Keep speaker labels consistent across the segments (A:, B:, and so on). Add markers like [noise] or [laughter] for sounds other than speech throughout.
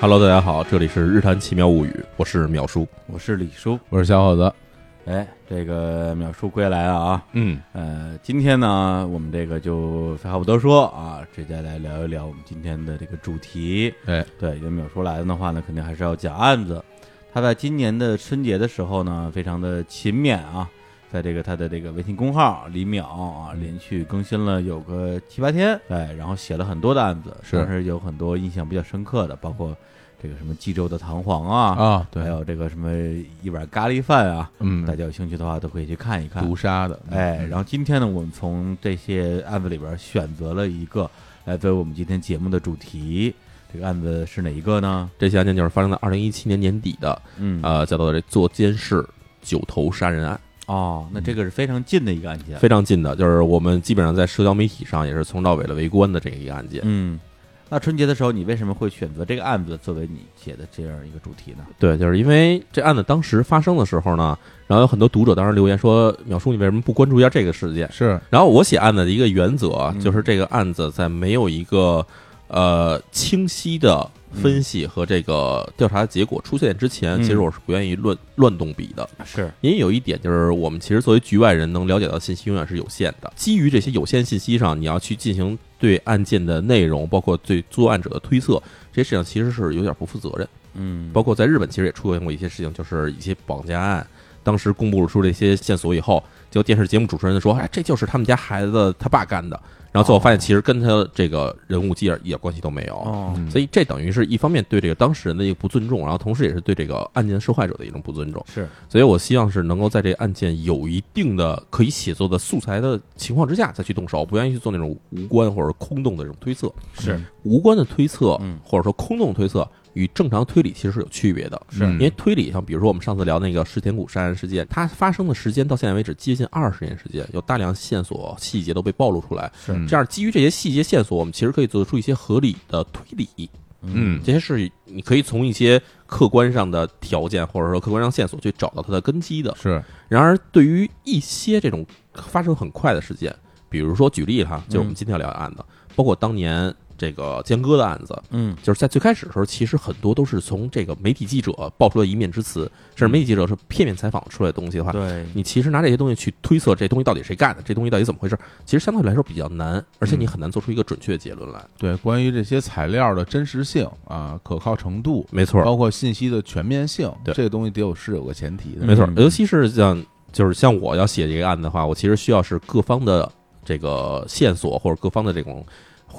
A: Hello，大家好，这里是《日谈奇妙物语》，我是淼叔，
B: 我是李叔。
A: 我是小伙子。
B: 哎，这个淼叔归来了啊！
A: 嗯，
B: 呃，今天呢，我们这个就废话不多说啊，直接来聊一聊我们今天的这个主题。
A: 哎，
B: 对，因为淼叔来了的话呢，肯定还是要讲案子。他在今年的春节的时候呢，非常的勤勉啊，在这个他的这个微信公号李淼啊，连续更新了有个七八天，对，然后写了很多的案子，
A: 是
B: 但是有很多印象比较深刻的，包括这个什么冀州的弹簧啊，
A: 啊，
B: 还，有这个什么一碗咖喱饭啊，
A: 嗯
B: 大，家有兴趣的话都可以去看一看。
A: 毒杀的，
B: 哎，然后今天呢，我们从这些案子里边选择了一个来作为我们今天节目的主题。这个案子是哪一个呢？
A: 这起案件就是发生在二零一七年年底的，
B: 嗯
A: 呃，叫做这坐监室九头杀人案，
B: 哦，那这个是非常近的一个案件。
A: 非常近的，就是我们基本上在社交媒体上也是从头到尾的围观的这一个案件。
B: 嗯，那春节的时候，你为什么会选择这个案子作为你写的这样一个主题呢？
A: 对，就是因为这案子当时发生的时候呢，然后有很多读者当时留言说，淼叔你为什么不关注一下这个事件？
C: 是
A: 然后我写案子的一个原则啊
B: 嗯
A: 就是这个案子在没有一个呃清晰的分析和这个调查结果出现之前，
B: 嗯
A: 其实我是不愿意乱乱动笔的。
B: 是，
A: 因为有一点就是，我们其实作为局外人能了解到的信息永远是有限的。基于这些有限信息上，你要去进行对案件的内容，包括对作案者的推测，这些事情其实是有点不负责任。
B: 嗯，
A: 包括在日本其实也出现过一些事情，就是一些绑架案，当时公布出这些线索以后，结果电视节目主持人说，哎，这就是他们家孩子他爸干的，然后最后发现其实跟他这个人物一点一点关系都没有。
B: 哦，
C: 嗯
A: 所以这等于是一方面对这个当事人的一个不尊重，然后同时也是对这个案件受害者的一种不尊重。
B: 是，
A: 所以我希望是能够在这个案件有一定的可以写作的素材的情况之下再去动手，不愿意去做那种无关或者空洞的这种推测。
B: 是
C: 嗯
A: 无关的推测
B: 嗯，
A: 或者说空洞推测，与正常推理其实是有嗯区别的。
C: 是
A: 因为推理上，比如说我们上次聊那个石田谷杀人事件，它发生的时间到现在为止接近二十年时间，有大量线索细节都被暴露出来。
B: 是
A: 这样，基于这些细节线索，我们其实可以做出一些合理的推理。
C: 嗯
A: 这些是你可以从一些客观上的条件，或者说客观上线索去找到它的根基的。
C: 是
A: 然而，对于一些这种发生很快的事件，比如说举例哈，就是我们今天要聊的案子，包括当年这个江歌的案子，
B: 嗯，
A: 就是在最开始的时候，其实很多都是从这个媒体记者爆出的一面之词，甚至媒体记者是片面采访出来的东西的话，
B: 对，
A: 你其实拿这些东西去推测这东西到底谁干的，这东西到底怎么回事，其实相对来说比较难，而且你很难做出一个准确的结论来。
C: 对关于这些材料的真实性啊、可靠程度，
A: 没错，
C: 包括信息的全面性，
A: 对
C: 这个东西得有是有个前提的。
A: 没错，
B: 嗯
A: 尤其是像就是像我要写这个案子的话，我其实需要是各方的这个线索或者各方的这种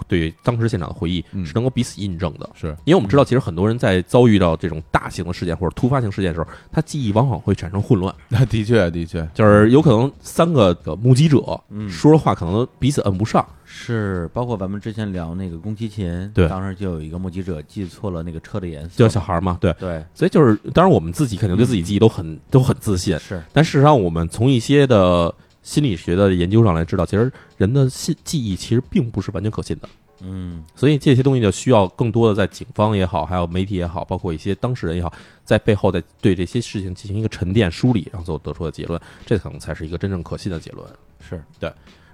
A: 对当时现场的回忆
C: 嗯
A: 是能够彼此印证的。
C: 是
A: 因为我们知道，其实很多人在遭遇到这种大型的事件或者突发性事件的时候，他记忆往往会产生混乱，
C: 那的确的确，
A: 就是有可能三个呃目击者
B: 嗯
A: 说的话可能彼此摁不上。
B: 是，包括咱们之前聊那个宫崎勤，
A: 对
B: 当时就有一个目击者记错了那个车的颜色，
A: 就小孩嘛，对，
B: 对，
A: 所以就是，当然我们自己肯定对自己记忆都很都很自信，
B: 是，
A: 但事实上，我们从一些的心理学的研究上来知道，其实人的记记忆其实并不是完全可信的，
B: 嗯，
A: 所以这些东西就需要更多的在警方也好，还有媒体也好，包括一些当事人也好，在背后在对这些事情进行一个沉淀梳理，然后最后得出的结论，这可能才是一个真正可信的结论。
B: 是，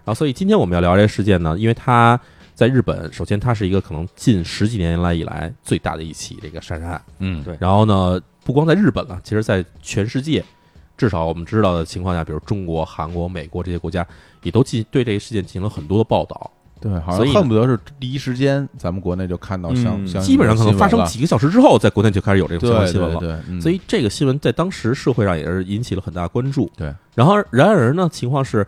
A: 然后，所以今天我们要聊这个事件呢，因为它在日本，首先它是一个可能近十几年来以来最大的一起这个杀人案。
C: 嗯
B: 对
A: 然后呢，不光在日本了，其实在全世界，至少我们知道的情况下，比如中国、韩国、美国这些国家，也都进对这个事件进行了很多的报道，
C: 对，好
A: 所以
C: 像恨不得是第一时间咱们国内就看到相
B: 嗯
C: 相
A: 基本上可能发生
C: 新
A: 几个小时之后，在国内就开始有这种
C: 闻
A: 相关新闻
C: 了对对
A: 了。
C: 对，嗯
A: 所以这个新闻在当时社会上也是引起了很大关注。
C: 对，
A: 然后然而呢，情况是，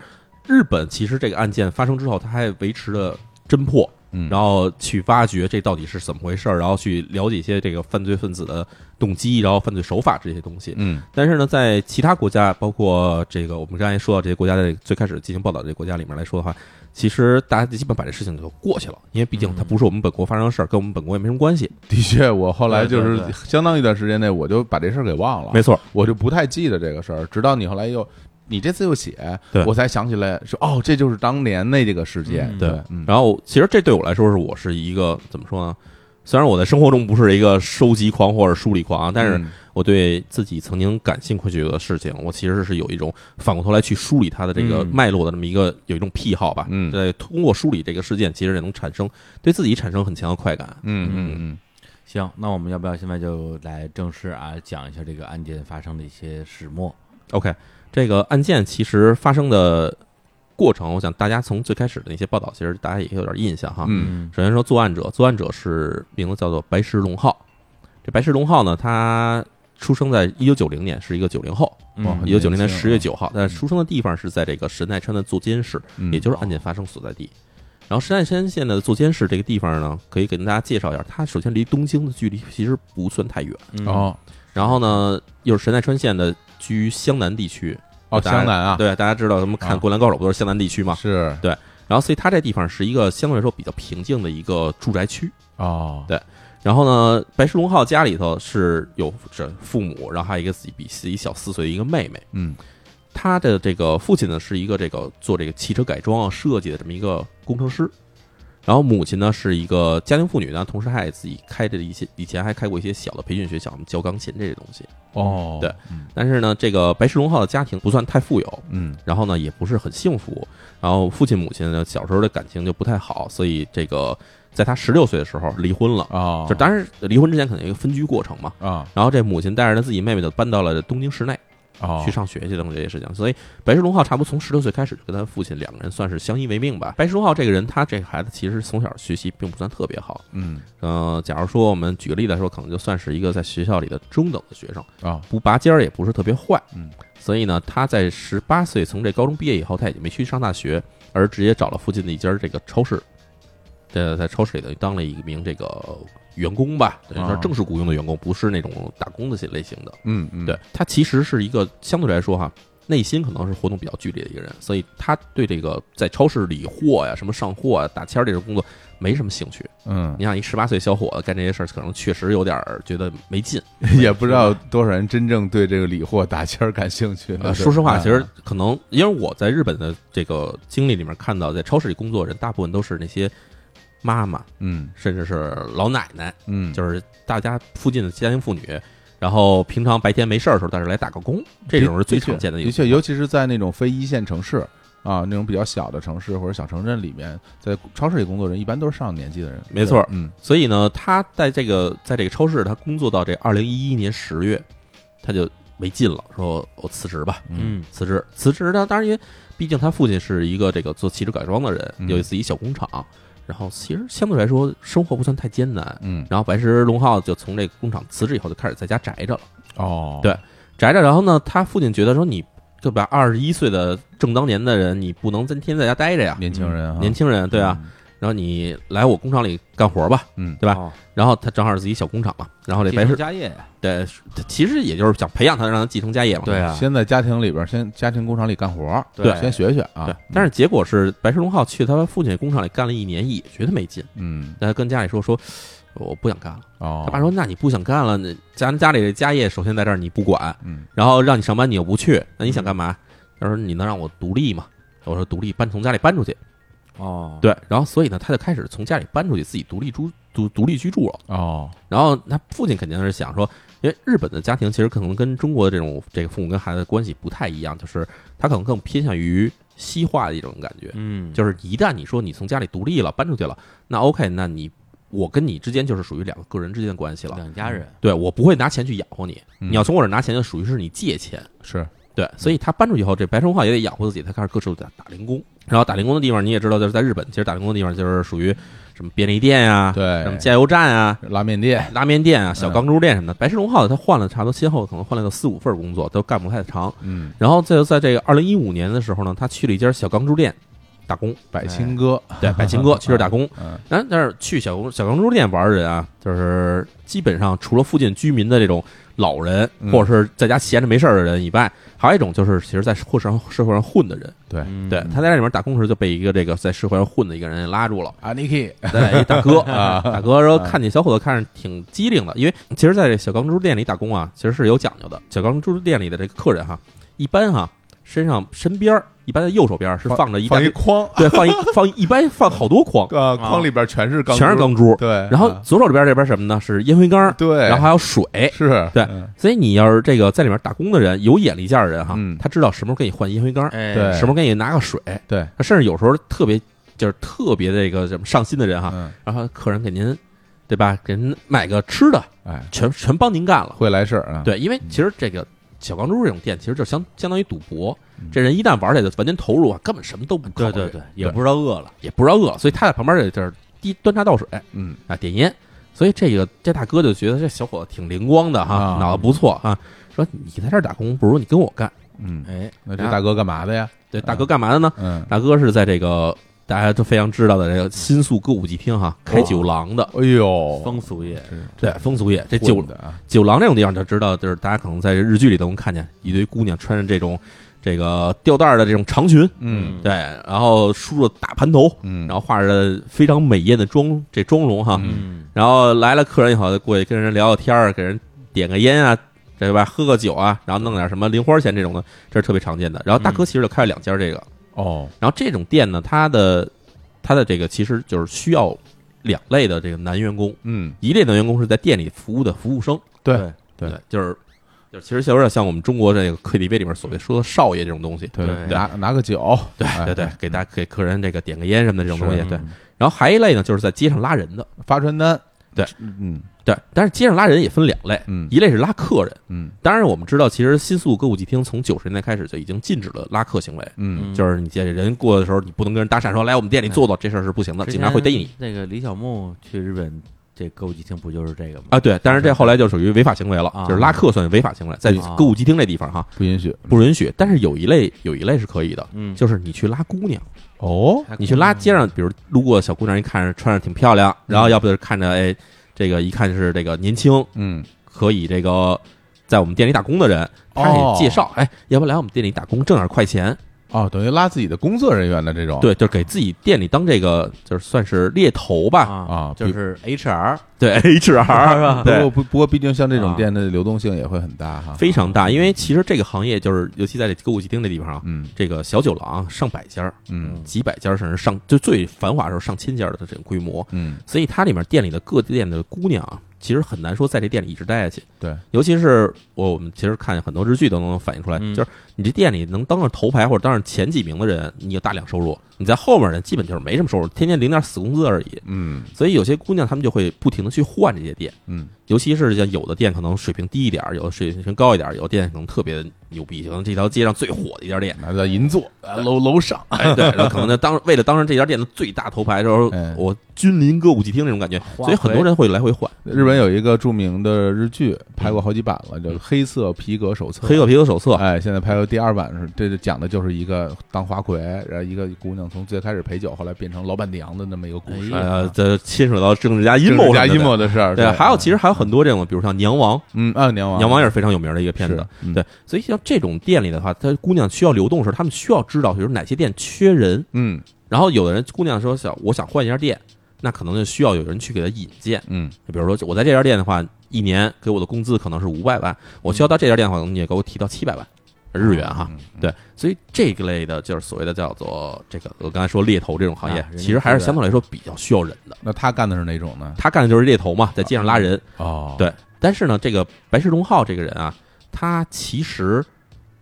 A: 日本其实这个案件发生之后，它还维持了侦破，
C: 嗯
A: 然后去挖掘这到底是怎么回事儿，然后去了解一些这个犯罪分子的动机，然后犯罪手法这些东西。
C: 嗯
A: 但是呢，在其他国家，包括这个我们刚才说到这些国家的最开始进行报道的这些国家里面来说的话，其实大家基本把这事情就过去了，因为毕竟它不是我们本国发生的事儿，跟我们本国也没什么关系。
C: 的确，我后来就
B: 对对
C: 是
B: 对
C: 相当一段时间内，我就把这事儿给忘了，
A: 错，
C: 我就不太记得这个事儿，直到你后来又。你这次又写
A: 对，
C: 我才想起来说哦，这就是当年那这个事件。
B: 嗯
A: 对
C: 对，嗯，
A: 然后其实这对我来说是我是一个怎么说呢？虽然我在生活中不是一个收集狂或者梳理狂啊，但是
C: 嗯
A: 我对自己曾经感兴趣的事情，我其实是有一种反过头来去梳理它的这个
B: 嗯
A: 脉络的这么一个有一种癖好吧。
C: 嗯
A: 对，通过梳理这个事件，其实也能产生对自己产生很强的快感。
C: 嗯嗯嗯，
B: 行，那我们要不要现在就来正式啊讲一下这个案件发生的一些始末？
A: OK，这个案件其实发生的过程，我想大家从最开始的那些报道，其实大家也有点印象哈。
C: 嗯
B: 嗯
A: 首先说作案者，作案者是名字叫做白石龙浩。这白石龙浩呢，他出生在一九九零年，是一个九零后，
C: 哇
B: 嗯
A: 一九九零
C: 年
A: 年
C: 轻啊
A: 十月九号。但出生的地方是在这个神奈川的座间市，
C: 嗯
A: 也就是案件发生所在地。然后神奈川县的座间市这个地方呢，可以给大家介绍一下，它首先离东京的距离其实不算太远。
B: 嗯
C: 哦
A: 然后呢，又是神奈川县的居于湘南地区，
C: 哦，
A: 大家
C: 湘南啊，
A: 对，大家知道咱们看
C: 啊
A: 《灌篮高手》不都是湘南地区吗？
C: 是
A: 然后，所以它这地方是一个相对来说比较平静的一个住宅区。
C: 哦，
A: 对然后呢，白石龙浩家里头是有这父母，然后还有一个自己比自己小四岁的一个妹妹。
C: 嗯
A: 他的这个父亲呢是一个这个做这个汽车改装啊设计的这么一个工程师，然后母亲呢是一个家庭妇女呢，同时她也自己开着一些以前还开过一些小的培训学校，我们教钢琴这些东西。
C: 哦，
A: 对，但是呢，这个白石龙浩的家庭不算太富有，
C: 嗯
A: 然后呢也不是很幸福，然后父亲母亲呢小时候的感情就不太好，所以这个在他十六岁的时候离婚了，
C: 哦，
A: 就当然离婚之前可能有一个分居过程嘛。
C: 啊
A: 然后这母亲带着她自己妹妹就搬到了东京市内
C: 哦
A: 去上学去了，这些事情。所以白石龙浩差不多从十六岁开始就跟他父亲两个人算是相依为命吧。白石龙浩这个人，他这个孩子其实从小学习并不算特别好。
C: 嗯
A: 嗯、假如说我们举个例子来说，可能就算是一个在学校里的中等的学生。
C: 啊
A: 不拔尖儿，也不是特别坏，
C: 嗯，
A: 所以呢，他在十八岁从这高中毕业以后，他也就没去上大学，而直接找了附近的一家这个超市，这在超市里头当了一名这个员工吧，等于说
C: 啊
A: 正式雇佣的员工，不是那种打工的些类型的。
C: 嗯嗯
A: 对他其实是一个相对来说哈，内心可能是活动比较剧烈的一个人，所以他对这个在超市理货呀、什么上货啊、打签儿这种工作没什么兴趣。
C: 嗯
A: 你想，一十八岁小伙子干这些事儿，可能确实有点儿觉得没劲。
C: 也不知道多少人真正对这个理货打签儿感兴趣。
A: 呃，说实话，
C: 嗯
A: 其实可能因为我在日本的这个经历里面看到，在超市里工作的人大部分都是那些妈妈，
C: 嗯
A: 甚至是老奶奶，
C: 嗯，是
A: 就是大家附近的家庭妇女。然后平常白天没事儿的时候，但是来打个工，这种是最常见的一
C: 的
A: 个。
C: 确，尤其是在那种非一线城市啊，那种比较小的城市或者小城镇里面，在超市里工作的人一般都是上了年纪的人。
A: 没错
C: 对嗯
A: 所以呢，他在这个在这个超市，他工作到这二零一一年十月，他就没劲了，说我辞职吧。
B: 嗯
A: 辞职，辞职呢，当然因为毕竟他父亲是一个这个做汽车改装的人，
C: 嗯
A: 有自己小工厂，然后其实相对来说生活不算太艰难。
C: 嗯
A: 然后白石龙浩就从这个工厂辞职以后，就开始在家宅着了，
C: 哦，
A: 对宅着。然后呢，他父亲觉得说你对吧，二十一岁的正当年的人，你不能天天在家待着呀，
C: 年轻人啊，
A: 年轻人对
B: 嗯
A: 啊。然后你来我工厂里干活吧。
C: 嗯
A: 对吧
B: 哦
A: 然后他正好是自己小工厂嘛，然后这
B: 继
A: 白
B: 承
A: 石
B: 家业呀，
A: 对，他其实也就是想培养他，让他继承家业嘛。
B: 啊
C: 先在家庭里边，先家庭工厂里干活儿，
B: 对
C: 先学学啊
A: 哎对。但是结果是白石龙浩去他父亲工厂里干了一年，也觉得没劲。
C: 嗯
A: 他跟家里说说，我不想干了。
C: 哦，
A: 他爸说，那你不想干了，那咱家里这家业首先在这儿你不管，
C: 嗯
A: 然后让你上班你又不去，那你想干嘛？他说你能让我独立吗？我说独立搬从家里搬出去。
B: 哦，
A: 对，然后所以呢，他就开始从家里搬出去，自己独立住独独立居住了。
C: 哦
A: 然后他父亲肯定是想说，因为日本的家庭其实可能跟中国的这种这个父母跟孩子的关系不太一样，就是他可能更偏向于西化的一种感觉。
B: 嗯，
A: 就是一旦你说你从家里独立了，搬出去了，那 OK，那你我跟你之间就是属于两个个人之间的关系了。
B: 两家人，
A: 对我不会拿钱去养活你，
C: 嗯
A: 你要从我这儿拿钱，就属于是你借钱。
C: 是
A: 对，所以他搬出去以后，这白崇化也得养活自己，他开始各处打打零工。然后打零工的地方你也知道，就是在日本，其实打零工的地方就是属于什么便利店呀、
C: 对嗯
A: 什么加油站啊、
C: 拉面店，
A: 拉面店啊、小钢珠店什么的。白石龙浩他换了差不多先后可能换了个四五份工作，都干不太长。
C: 嗯，
A: 然后就在这个二零一五年的时候呢，他去了一家小钢珠店打工，
C: 百青哥， [laughs]
A: 对，百琴哥去这儿打工。
C: 嗯
A: 但但是去小公小钢珠店玩的人啊，就是基本上除了附近居民的这种老人，
C: 嗯
A: 或者是在家闲着没事儿的人以外，还有一种就是其实在社会上社会上混的人。
C: 对
B: 嗯
A: 对，他在这里面打工时就被一个这个在社会上混的一个人拉住了， [laughs]
C: 啊，Niki，
A: 对，一大
C: [laughs]
A: 哥
C: 啊
A: 大哥说看你小伙子看着挺机灵的，因为其实在这小钢珠店里打工啊，其实是有讲究的。小钢珠店里的这个客人哈，一般哈身上身边儿一般的右手边儿是放着一大
C: 放一
A: 堆
C: 筐
A: 对放一放一般放好多筐，
C: 啊，筐里边全是钢，
A: 全是，钢珠。
C: 对，
A: 然后
C: 啊哎
A: 左手边这边什么呢？是烟灰缸，
C: 对，
A: 然后还有水。
C: 是
A: 对
C: 嗯
A: 所以你要是这个在里面打工的人，有眼力见儿的人哈，
C: 嗯
A: 他知道什么时候给你换烟灰缸，
B: 哎，
C: 对
A: 什么时候给你拿个水，
C: 对，
A: 啊他甚至有时候特别就是特别这个什么上心的人哈，
C: 嗯
A: 然后客人给您对吧？给人买个吃的，
C: 哎，
A: 全全帮您干了。
C: 会来事儿啊，，
A: 对，因为其实这个小钢珠这种店，其实就相相当于赌博
C: 嗯。
A: 这人一旦玩起来，就完全投入啊，根本什么都不考
B: 对
A: 虑，
B: 对对，也不知道饿了，
A: 也不知道饿了，所以他在旁边这地儿滴端茶倒水
C: 嗯，
A: 啊，点烟。所以这个这大哥就觉得这小伙子挺灵光的哈，
C: 啊
A: 脑子不错啊。说你在这儿打工，不如你跟我干。
C: 嗯，
B: 哎，啊
C: 那这大哥干嘛的呀？
A: 对，大哥干嘛的呢？
C: 嗯，
A: 大哥是在这个大家都非常知道的这个新宿歌舞伎厅哈
B: 哦
A: 开酒廊的，
C: 哎
A: 哦
C: 呦，
B: 风俗业
C: 是
A: 对，风俗业这酒
C: 混的啊，
A: 酒廊这种地方，就知道就是大家可能在日剧里都能看见一堆姑娘穿着这种这个吊带儿的这种长裙，
C: 嗯
A: 对，啊然后梳着大盘头，
C: 嗯，
A: 然后画着非常美艳的妆这妆容哈，
C: 嗯
B: 嗯，
A: 然后来了客人以后，就过去跟人聊聊天儿，给人点个烟啊，对吧？喝个酒啊，然后弄点什么零花钱这种的，这是特别常见的。然后
C: 嗯
A: 大哥其实就开了两家这个，
C: 哦，
A: 然后这种店呢，它的它的这个其实就是需要两类的这个男员工，
C: 嗯，
A: 一类男员工是在店里服务的服务生，
C: 对对
A: 就是就是其实就有点像我们中国这个 KTV 里面所谓说的少爷这种东西，
C: 对，
B: 对
C: 拿拿个酒，哎对
A: 对对，给大家给客人这个点个烟什么的这种东西，
B: 是
A: 对
B: 嗯。
A: 然后还一类呢，就是在街上拉人的，
C: 发传单，
A: 对，
C: 嗯
A: 对。但是街上拉人也分两类，
C: 嗯
A: 一类是拉客人。
C: 嗯
A: 当然，我们知道，其实新宿歌舞伎町从九十年代开始就已经禁止了拉客行为，
C: 嗯，
A: 就是你见人过的时候，你不能跟人搭讪说来我们店里坐坐，这事儿是不行的，
B: 嗯之
A: 警察会逮你
B: 前那个李小牧去日本这歌舞伎町不就是这个吗？
A: 啊。对，但是这后来就属于违法行为了，
B: 啊
A: 就是拉客算违法行为，在
B: 啊
A: 歌舞伎町这地方哈
C: 不允许
A: 不允许。但是有一类有一类是可以的，
B: 嗯，
A: 就是你去拉姑娘，
C: 哦，
B: 还
A: 你去拉街上，比如路过小姑娘，一看着穿着挺漂亮，然后要不就是看着哎这个一看就是这个年轻，
C: 嗯，
A: 可以这个在我们店里打工的人，他
C: 哦
A: 也介绍，哎，要不来我们店里打工挣点快钱？
C: 哦，等于拉自己的工作人员的这种，
A: 对，就是给自己店里当这个就是算是猎头吧，
B: 啊，
C: 啊，
B: 就
C: 比
B: 是 HR，
A: 对 HR
C: 不
A: 对
C: 过。不不过，毕竟像这种
B: 啊
C: 店的流动性也会很大哈，
A: 非常大，因为其实这个行业就是，尤其在这歌舞伎町这地方啊，
C: 嗯
A: 这个小酒廊上百家儿、
C: 嗯
A: 几百家儿，甚至上就最繁华的时候上千家儿的这种规模，
C: 嗯，
A: 所以它里面店里的各店的姑娘啊，其实很难说在这店里一直待下去。
C: 对，
A: 尤其是我我们其实看很多日剧都能反映出来，
B: 嗯
A: 就是你这店里能当上头牌或者当上前几名的人，你有大量收入；你在后面呢，基本就是没什么收入，天天领点死工资而已。
C: 嗯
A: 所以有些姑娘她们就会不停的去换这些店，
C: 嗯
A: 尤其是像有的店可能水平低一点儿，有的水平高一点儿，有的店可能特别牛逼，可能这条街上最火的一家
C: [laughs]
A: 店，
C: 拿到银座呃楼楼上，
A: 哎，对，然后可能就当为了当上这家店的最大头牌的时候
C: 哎，
A: 我君临歌舞伎町那种感觉，所以很多人会来回换。
C: 日本有一个著名的日剧，拍过好几版了，叫《黑色皮革手册》。
A: 黑色皮革手册，
C: 哎，现在拍到第二版是，这就讲的就是一个当花魁，然后一个姑娘从最开始陪酒，后来变成老板娘的那么一个故事。啊
B: 哎呀
A: 呃，这牵扯到政治家阴谋什么
C: 这是加
A: 的
C: 阴。谋的事儿，
A: 对，还有其
C: 实
A: 实还有很多这种，比如像《娘王》，
C: 嗯啊，娘
A: 《
C: 王
A: 娘王》也是非常有名的一个片子
C: 是。嗯
A: 对，所以像这种店里的话，她姑娘需要流动的时，候，她们需要知道，比如哪些店缺人，
C: 嗯
A: 然后有的人姑娘说想我想换一家店，那可能就需要有人去给她引荐。
C: 嗯
A: 比如说我在这家店的话，一年给我的工资可能是五百万，我需要到这家店的话，你也给我提到七百万日元哈。
C: 嗯
A: 对，所以这个类的就是所谓的叫做这个，我刚才说猎头这种行业
B: 啊，人家
A: 其实还是相对来说比较需要人的。
C: 那他干的是哪种呢？
A: 他干的就是猎头嘛，在街上拉人。
C: 哦
A: 对但是呢，这个白石龙浩这个人啊，他其实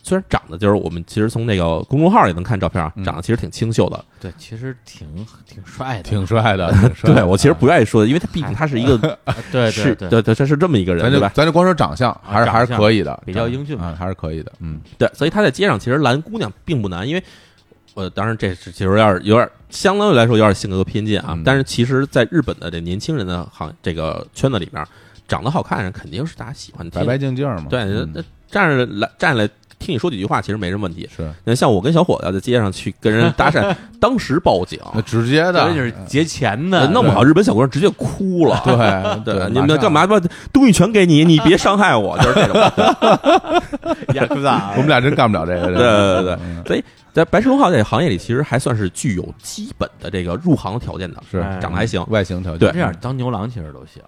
A: 虽然长得就是我们其实从那个公众号里能看照片啊
C: 嗯，
A: 长得其实挺清秀的。
B: 对，其实挺挺帅的，
C: 挺帅的，挺帅的
A: 对我其实不愿意说的，因为他毕竟他是一
C: [laughs]
A: 个
B: 啊对
A: 是
B: 对
A: 对对，他是这么一个人
C: 咱
A: 对
C: 就
A: 吧？啊
C: 咱就光说长相，还是
B: 长相
C: 还是可以的，
B: 比较英俊
C: 啊，还是可以的，嗯
A: 对，所以他在街上其实拦姑娘并不难，因为。呃，当然，这是其实有点有点相当于来说有点性格偏见啊。
C: 嗯
A: 但是其实，在日本的这年轻人的行这个圈子里面，长得好看的人肯定是大家喜欢听
C: 白白净净嘛，
A: 对，
C: 嗯
A: 那站着来站着来听你说几句话，其实没什么问题。
C: 是
A: 那像我跟小伙子啊在街上去跟人搭
C: [laughs]
A: 讪，当时报警，
C: 那直接的
B: 所以，
A: 嗯
B: 就是节前的，
A: 弄不好日本小姑娘直接哭了。
C: 对
A: 对，
C: 对，
A: 你
C: 马
A: 们
C: 上
A: 干？嘛把东西全给你？你别伤害我，就是这种。
B: 雅克萨，
A: 啊
C: 我们俩真干不了这个，
A: 对对对
C: 对，
A: 所以在白石龙号这个行业里，其实还算是具有基本的这个入行条件的，
C: 是
B: 哎
A: 长得还行。
C: 外形条件
A: [laughs] 对
B: 这样当牛郎其实都行，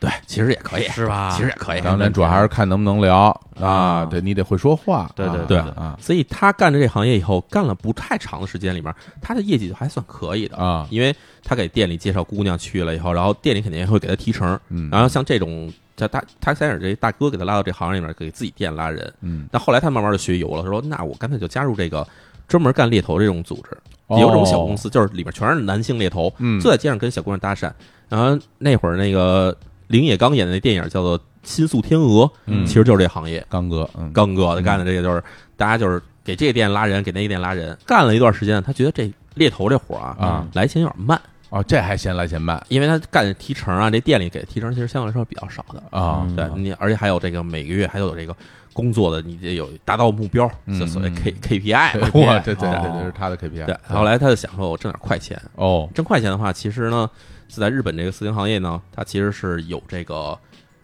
A: 对，其实也可以，
B: 是吧？
A: 其实也可以。
C: 啊当然，主要还是看能不能聊啊。对你得会说话，
B: 对对
C: 啊
A: 对
C: 啊
A: 所以他干这行业以后，干了不太长的时间里面，他的业绩还算可以的。
C: 啊，
A: 因为他给店里介绍姑娘去了以后，然后店里肯定会给他提成。
C: 嗯，
A: 然后像这种，像大他开始这大哥给他拉到这行业里面，给自己店拉人。
C: 嗯
A: 但后来他慢慢就学油了，他说：“那我干脆就加入这个专门干猎头这种组织。也有这种小公司，就是里边全是男性猎头，
C: 哦嗯
A: 坐在街上跟小姑娘搭讪。然后那会儿那个林野刚演的那电影叫做《新宿天鹅》，
C: 嗯
A: 其实就是这行业，
C: 刚哥，嗯，
A: 刚哥他
C: 嗯
A: 干的这个就是大家就是给这店拉人，给那店拉人，干了一段时间，他觉得这猎头这活儿啊
C: 啊
A: 来钱有点慢，
C: 哦，这还嫌来嫌慢
A: 因为他干提成啊，这店里给的提成其实相对来说比较少的。
C: 啊
B: 嗯
A: 对你，而且还有这个每个月还有这个工作的，你得有达到目标，
C: 嗯
A: 就所谓
C: 嗯
A: K K P I
C: 对
A: 嘛。
C: 哇，这这
A: 哦
C: 这这是他的 KPI。
A: 对，后来他就想说，我挣点快钱，
C: 啊哦，
A: 挣快钱的话，其实呢是在日本这个色情行业呢，它其实是有这个，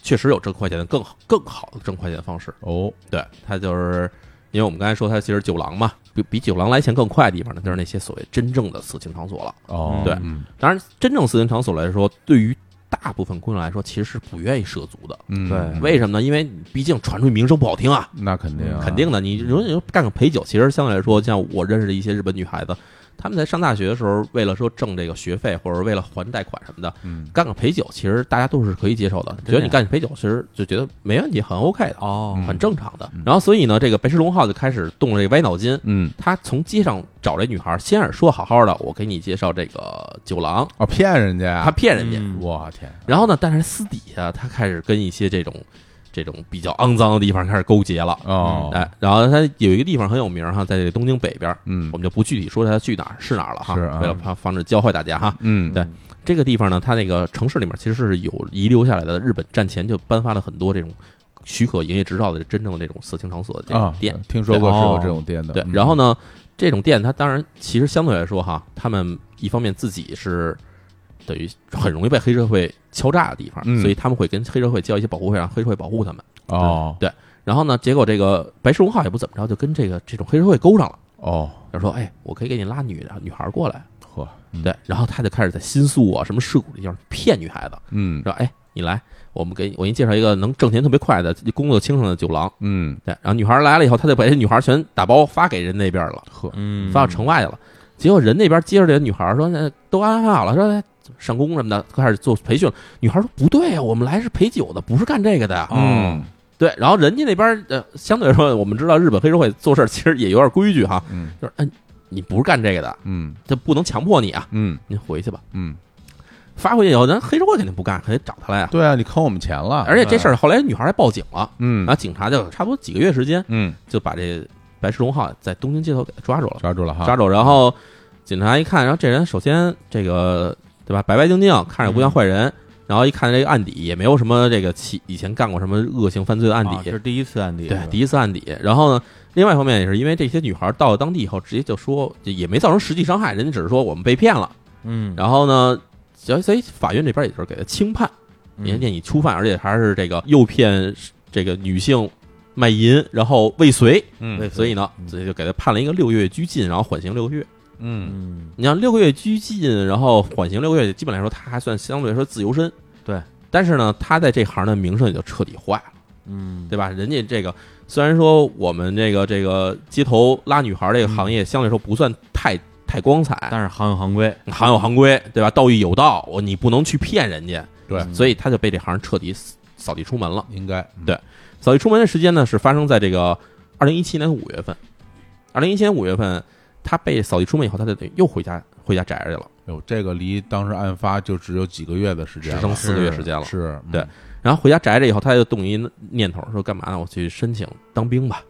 A: 确实有挣快钱的更好更好的挣快钱的方式。
C: 哦，
A: 对，它就是因为我们刚才说它其实酒廊嘛，比比酒廊来钱更快的地方呢，就是那些所谓真正的色情场所了。
C: 哦，
A: 对
C: 嗯
A: 当然，真正色情场所来说，对于大部分姑娘来说，其实是不愿意涉足的。
C: 嗯，
B: 对
A: 为什么呢？因为毕竟传出去名声不好听啊，
C: 那肯定啊
A: 肯定的。你如果你说干个陪酒，其实相对来说，像我认识的一些日本女孩子，她们在上大学的时候，为了说挣这个学费，或者为了还贷款什么的，
C: 嗯
A: 干个陪酒，其实大家都是可以接受的。觉
B: 对
A: 得你干陪酒，其实就觉得没问题，很 OK 的，啊
B: 哦
A: 很正常的。然后所以呢，这个白石龙浩就开始动了这个歪脑筋。
C: 嗯，
A: 他从街上找这女孩，先是说好好的，我给你介绍这个酒廊，
C: 哦，骗人家
A: 他
C: 呀，
A: 骗人家，
B: 嗯
C: 我天，
A: 然后呢，但是私底下他开始跟一些这种这种比较肮脏的地方开始勾结了。
C: 哦，
A: 哎，然后他有一个地方很有名哈，在这个东京北边，
C: 嗯
A: 我们就不具体说他去哪儿是哪儿了哈，
C: 是啊
A: 为了怕防止教坏大家哈。
C: 嗯，
A: 对这个地方呢，它那个城市里面其实是有遗留下来的，日本战前就颁发了很多这种许可营业执照的真正的这种色情场所的这种
C: 啊，
A: 店。
C: 听说过是有
B: 哦
C: 这种店的，
A: 对
C: 嗯，
A: 然后呢，这种店它当然其实相对来说哈，他们一方面自己是等于很容易被黑社会敲诈的地方，
C: 嗯
A: 所以他们会跟黑社会交一些保护费，让黑社会保护他们。
C: 哦
A: 然后呢，结果这个白石荣浩也不怎么着，就跟这个这种黑社会勾上了，
C: 哦，
A: 就说：“哎，我可以给你拉女的女孩过来。
C: 呵，”
A: 对，然后他就开始在新宿啊、什么事故地方骗女孩子，
C: 嗯
A: 说：“哎，你来，我们给你我给你介绍一个能挣钱特别快的、工作轻松的酒廊。
C: 嗯”
A: 对，然后女孩来了以后，他就把这女孩全打包发给人那边了，呵，
B: 嗯，
A: 发到城外去了。结果人那边接着这女孩说：“那都安排好了，说哎上工什么的，开始做培训了。”女孩说：“不对啊呀，我们来是陪酒的，不是干这个的呀。”
C: 嗯
A: 对，然后人家那边呃，相对来说，我们知道日本黑社会做事儿其实也有点规矩哈，
C: 嗯
A: 就是嗯、你不是干这个的，
C: 嗯
A: 这不能强迫你啊，
C: 嗯
A: 你回去吧。
C: 嗯，
A: 发回去以后，人黑社会肯定不干，肯定找他来啊。
C: 对啊，你坑我们钱了，
A: 而且啊这事儿后来女孩还报警了，
C: 嗯
A: 然后警察就差不多几个月时间
C: 嗯
A: 就把这白石荣浩在东京街头给他抓住了，
C: 抓住了
B: 啊
C: 哈，
A: 抓住。然后警察一看，然后这人首先这个对吧，白白净净，看着不像
B: 嗯
A: 坏人。然后一看这个案底，也没有什么这个起以前干过什么恶性犯罪的案底，
B: 啊这是第一次案底，
A: 对，第一次案底。然后呢，另外一方面也是因为这些女孩到了当地以后，直接就说就也没造成实际伤害，人家只是说我们被骗了。
B: 嗯，
A: 然后呢，所以所以法院这边也就是给他轻判，
B: 嗯
A: 人家你初犯，而且还是这个诱骗这个女性卖淫，然后未遂，
C: 嗯
A: 所以呢，所以就给他判了一个六个月拘禁，然后缓刑六个月。
C: 嗯
B: 嗯，
A: 你像六个月拘禁，然后缓刑六个月，基本来说他还算相对来说自由身。
B: 对，
A: 但是呢，他在这行的名声也就彻底坏了。
B: 嗯，
A: 对吧？人家这个虽然说我们这个这个街头拉女孩这个行业相对来说不算太太光彩，
B: 嗯但是行有行规，
A: 行有行规，对吧？道义有道，我你不能去骗人家，
C: 对
B: 嗯
A: 所以他就被这行彻底扫扫地出门了。
C: 应该
A: 对扫地出门的时间呢是发生在这个二零一七年五月份，二零一七年五月份他被扫地出门以后，他就得又回家回家宅着去了，
C: 有这个离当时案发就只有几个月的时
A: 只
C: 间了，
A: 剩四个月时间了。
C: 是，嗯
A: 对然后回家宅着以后，他就动一念头，说干嘛呢？我去申请当兵吧。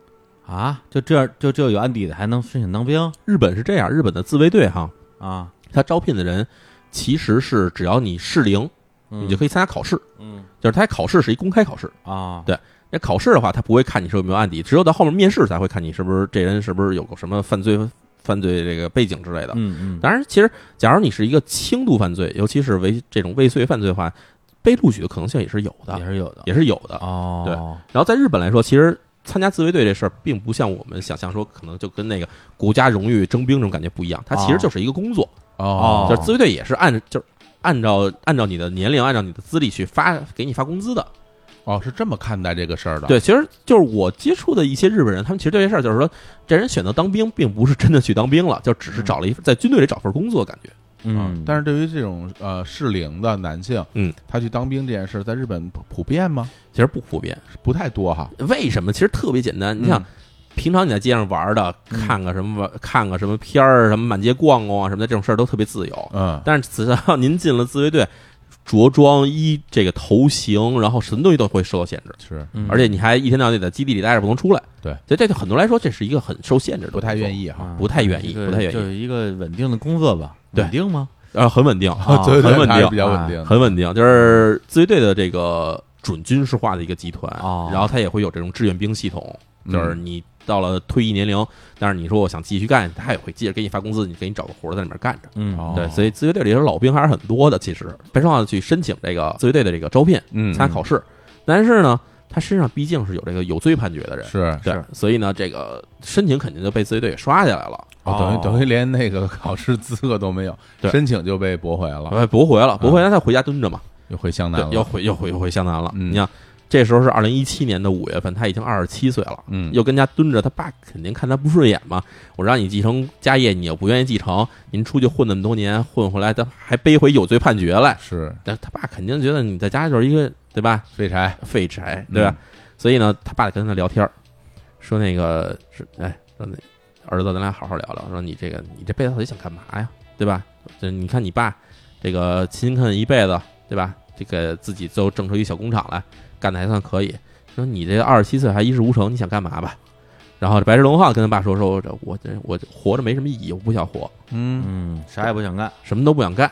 B: 啊，就这样就这有案底的还能申请当兵
A: 日本是这样，日本的自卫队哈，
B: 啊？
A: 他招聘的人其实是只要你适龄，
B: 你
A: 你就可以参加考试。
B: 嗯
A: 就是他考试是一公开考试，
B: 啊，
A: 对那考试的话，他不会看你是有没有案底，只有到后面面试才会看你是不是这人是不是有过什么犯罪犯罪这个背景之类的。
B: 嗯嗯，
A: 当然，其实假如你是一个轻度犯罪，尤其是为这种未遂犯罪的话，被录取的可能性也是有
B: 也
A: 的，
B: 是有的
A: 也是有的。
B: 哦，对，
A: 然后在日本来说，其实参加自卫队这事儿，并不像我们想象说，可能就跟那个国家荣誉征兵这种感觉不一样，它其实就是一个工作。
C: 哦，
A: 就是自卫队也是按就是按照按照你的年龄，按照你的资历去发给你发工资的。
C: 哦，是这么看待这个事儿的，啊
A: 对，其实就是我接触的一些日本人，他们其实对这事儿就是说，这人选择当兵，并不是真的去当兵了，就只是找了一在军队里找份工作，感觉啊
C: 嗯，但是对于这种呃适龄的男性，
A: 嗯，
C: 他去当兵这件事，在日本普普遍吗？
A: 其实不普遍。
C: 不太多哈。
A: 为什么？其实特别简单，你想。
C: 嗯
A: 平常你在街上玩的，看个什么玩看个什么片儿，什么满街逛逛啊什么的，这种事儿都特别自由。
C: 嗯，
A: 但是此时啊您进了自卫队，着装、衣这个头型，然后什么东西都会受到限制，
C: 是
B: 嗯
A: 而且你还一天到晚得在基地里待着，不能出来。
C: 对，
A: 所以这对很多人来说，这是一个很受限制的，
C: 不太愿。意哈。
B: 啊
A: 不太愿意
B: 一个
A: 不太愿意
B: 就是一个稳定的工作吧？
A: 对
B: 稳定吗？
A: 呃，很稳定，
B: 啊
C: [laughs] 对对
A: 哦很稳
C: 还是
A: 定
C: 比较稳定的。
A: 很稳定，就是自卫队的这个准军事化的一个集团，
B: 哦
A: 然后它也会有这种志愿兵系统，就是
C: 啊嗯
A: 你到了退役年龄，但是你说我想继续干，他也会接着给你发工资，你给你找个活儿在里面干着。
B: 嗯
C: 哦
A: 对，所以自卫队里头老兵还是很多的，其实别说忘了去申请这个自卫队的这个招聘
C: 嗯，
A: 参加考试，但是呢，他身上毕竟是有这个有罪判决的人。
C: 是
A: 对
B: 是，
A: 所以呢，这个申请肯定就被自卫队给刷下来了，
C: 哦等
B: 哦
C: 于等于连那个考试资格都没有，
A: [laughs] 对
C: 申请就被驳回了，
A: 哎，驳回了，驳回，那他回家蹲着嘛，
C: 又回湘南
A: 对，
C: 了。
A: 又回又回又回湘南了。
C: 嗯
A: 你想，这时候是二零一七年的五月份，他已经二十七岁了，
C: 嗯，
A: 又跟家蹲着，他爸肯定看他不顺眼嘛。我让你继承家业，你又不愿意继承，您出去混那么多年，混回来，他还背回有罪判决来，
C: 是
A: 但他爸肯定觉得你在家就是一个对吧
C: 废柴，
A: 废柴，对啊吧？所以呢，他爸跟他聊天儿，说那个是哎，说那儿子，咱俩好好聊聊，说你这个你这辈子到底想干嘛呀？对吧？这你看你爸这个勤恳一辈子，对吧？这个自己最后挣出一个小工厂来，干的还算可以。说你这二十七岁还一事无成，你想干嘛吧？然后白志龙浩跟他爸说：“说我这我这我活着没什么意义，我不想活，
C: 嗯
B: 嗯，啥也不想干，
A: 什么都不想干。”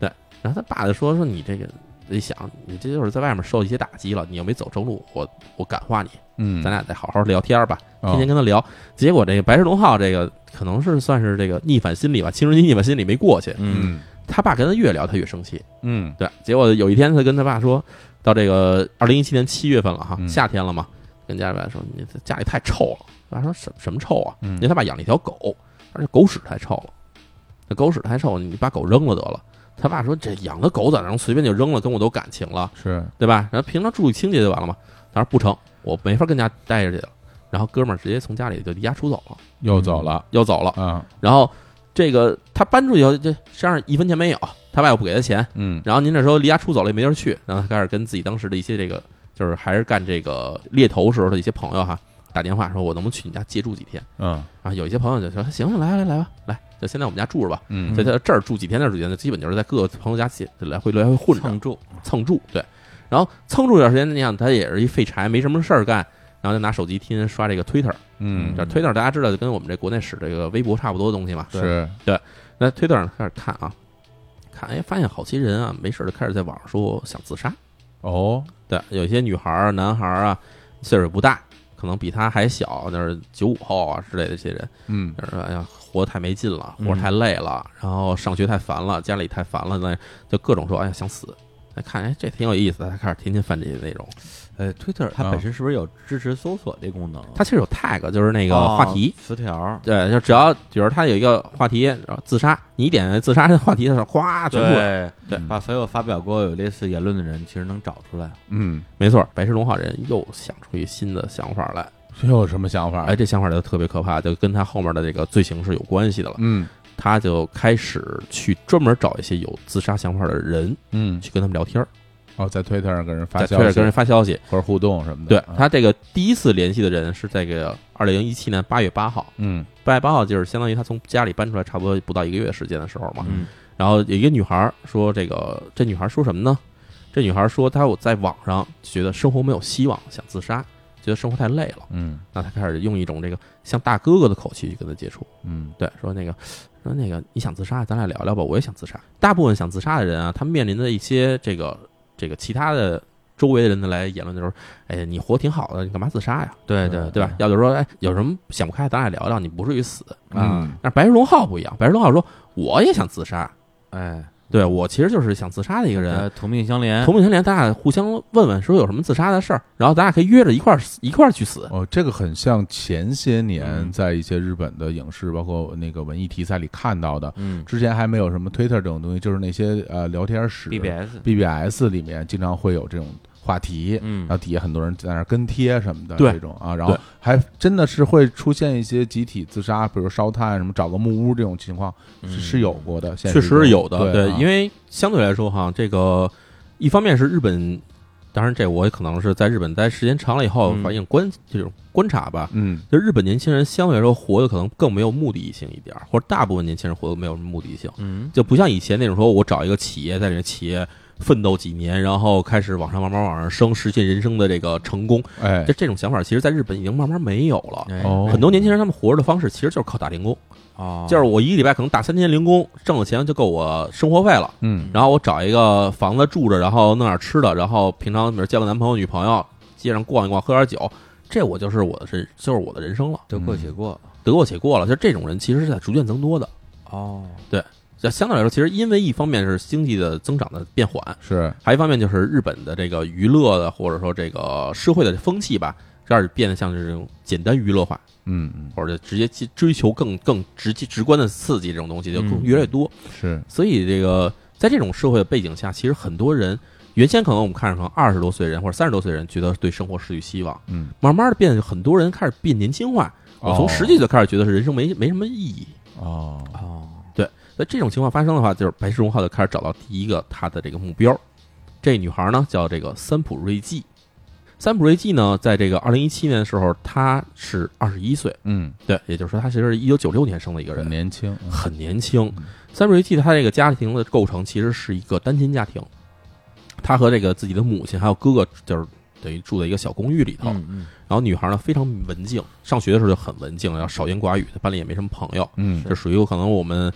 A: 对，然后他爸就说：“说你这个得想，你这就是在外面受一些打击了，你又没走正路，我我感化你，
C: 嗯，
A: 咱俩再好好聊天吧，
C: 哦
A: 天天跟他聊。结果这个白石龙浩这个可能是算是这个逆反心理吧，青春期逆反心理没过去。
B: 嗯
C: 嗯
A: 他爸跟他越聊，他越生气。
C: 嗯
A: 对，结果有一天他跟他爸说，到这个二零一七年七月份了哈，
C: 嗯
A: 夏天了嘛，跟家里边说你这家里太臭了。他爸说什什么臭啊？
C: 嗯
A: 因为他爸养了一条狗，而且狗屎太臭了，那狗屎太臭，你把狗扔了得了。他爸说这养的狗咋能随便就扔了？跟我都有感情了。
C: 是
A: 对吧？然后平常注意清洁就完了嘛。他说不成，我没法跟家待着去了。然后哥们儿直接从家里就离家出走了，
C: 又走了
A: 要走了。
C: 啊，
A: 然后这个他搬出去以后，这身上一分钱没有，他爸又不给他钱。
C: 嗯
A: 然后您这时候离家出走了也没地儿去，然后他开始跟自己当时的一些这个，就是还是干这个猎头时候的一些朋友哈打电话说，我能不能去你家借住几天？
C: 嗯
A: 啊，有一些朋友就说行，行来啊来来吧，来就先在我们家住着吧。
C: 嗯
A: 在他这儿住几天，那儿住几天，就基本就是在各个朋友家借来回来回混着
B: 蹭。住，
A: 蹭住，对，然后蹭住一段时间，你想他也是一废柴，没什么事儿干，然后就拿手机天天刷这个 Twitter，
C: 嗯
A: 这 Twitter 大家知道就跟我们这国内使这个微博差不多的东西嘛，
C: 是
A: 那 Twitter 上开始看啊，看哎，发现好些人啊，没事儿就开始在网上说想自杀，
C: 哦
A: 对，有一些女孩儿、男孩儿啊，岁数不大，可能比他还小，就是九五后啊之类的这些人，
C: 嗯
A: 就是说哎呀，活得太没劲了，活得太累了，然后上学太烦了，家里太烦了，那就各种说，哎呀想死。哎看，哎，这挺有意思的，他开始天天翻这些内容。
B: 呃，Twitter 它
C: 啊
B: 本身是不是有支持搜索这功能？
A: 它其实有 tag，就是那个话题。
B: 哦词条，
A: 对，就只要比如它有一个话题，然后自杀，你一点自杀这话题的时候，哗，全部
B: 对
A: 对
B: 把所有发表过有类似言论的人，其实能找出来。
C: 嗯，
A: 没错。白石龙好人又想出一新的想法来，
C: 又有什么想法？
A: 哎，这想法就特别可怕，就跟他后面的这个罪行是有关系的了。
C: 嗯
A: 他就开始去专门找一些有自杀想法的人
C: 嗯，
A: 去跟他们聊天儿，
C: 哦，在推特上跟人发
A: 在推
C: 消
A: 着
C: 息，
A: 跟人发消息。
C: 或者互动什么
A: 对
C: 的，啊
A: 他这个第一次联系的人是在这个二零一七年八月八号，
C: 嗯
A: 八月八号就是相当于他从家里搬出来差不多不到一个月时间的时候嘛。
B: 嗯
A: 然后有一个女孩儿说：“这个这女孩儿说什么呢？这女孩儿说她我在网上觉得生活没有希望，想自杀，觉得生活太累了。
C: 嗯
A: 那她开始用一种这个像大哥哥的口气去跟他接触，
C: 嗯
A: 对，说那个说那个你想自杀，咱俩聊聊吧，我也想自杀。大部分想自杀的人啊，他们面临的一些这个这个其他的。”周围的人的来言论的时候，哎呀，你活挺好的，你干嘛自杀呀？
B: 对
C: 对
A: 对吧？要就是说，哎，有什么想不开，咱俩聊聊，你不至于死。
B: 啊
C: 嗯
A: 但是白石龙浩不一样，白石龙浩说我也想自杀，
B: 哎，
A: 对我其实就是想自杀的一个人。
B: 呃同命相连，
A: 同病相怜，咱俩互相问问，说有什么自杀的事儿，然后咱俩可以约着一块儿一块儿去死。
C: 哦，这个很像前些年
B: 嗯
C: 在一些日本的影视，包括那个文艺题材里看到的。
B: 嗯
C: 之前还没有什么 Twitter 这种东西，就是那些呃聊天室
B: ，BBS，
C: BBS 里面经常会有这种话题，
B: 嗯
C: 然后底下很多人在那儿跟贴什么的
A: 对
C: 这种啊，然后
A: 对
C: 还真的是会出现一些集体自杀，比如烧炭什么，找个木屋这种情况
B: 嗯
C: 是是有过的，现
A: 确
C: 实
A: 实是有的，
C: 对啊，
A: 因为相对来说哈，这个一方面是日本当然，这我也可能是在日本待时间长了以后，
B: 嗯
A: 反映观这种观察吧。
C: 嗯
A: 就日本年轻人相对来说活的可能更没有目的性一点儿，或者大部分年轻人活得没有目的性，
B: 嗯
A: 就不像以前那种说我找一个企业，在这个企业奋斗几年，然后开始往上慢慢往上升，实现人生的这个成功。
C: 哎
A: 这这种想法，其实在日本已经慢慢没有了。
B: 哎
C: 哦
A: 很多年轻人他们活着的方式其实就是靠打零工，
B: 哦，
A: 就是我一个礼拜可能打三天零工，挣的钱就够我生活费了。
C: 嗯
A: 然后我找一个房子住着，然后弄点吃的，然后平常比如交个男朋友、女朋友，街上逛一逛，喝点酒，这我就是我的人，就是我的人生了，
B: 得过且过
A: 得过且过了。就这种人其实是在逐渐增多的。
B: 哦，
A: 就相对来说，其实因为一方面是经济的增长的变缓，
C: 是
A: 还有一方面就是日本的这个娱乐的或者说这个社会的风气吧，开始变得像是这种简单娱乐化，
C: 嗯嗯
A: 或者直接去追求更更直接直观的刺激这种东西就更
B: 嗯
A: 越来越多。
C: 是
A: 所以这个在这种社会背景下，其实很多人原先可能我们看上可能二十多岁人或者三十多岁人觉得对生活失去希望，
C: 嗯，
A: 慢慢的变很多人开始变年轻化。我从十几岁开始觉得是人生没没什么意义。
C: 哦
B: 哦，
A: 那这种情况发生的话，就是白石荣浩就开始找到第一个他的这个目标。这女孩呢叫这个三浦瑞纪，三浦瑞纪呢，在这个二零一七年的时候，她是二十一岁，
C: 嗯，
A: 对，也就是说她其实是一九九六年生的一个人
C: 很，年轻，嗯
A: 很年轻。三浦由纪他这个家庭的构成其实是一个单亲家庭，他和这个自己的母亲还有哥哥就是等于住在一个小公寓里头。
B: 嗯嗯
A: 然后女孩呢非常文静，上学的时候就很文静，然后少言寡语，她班里也没什么朋友，
C: 嗯
A: 这属于可能我们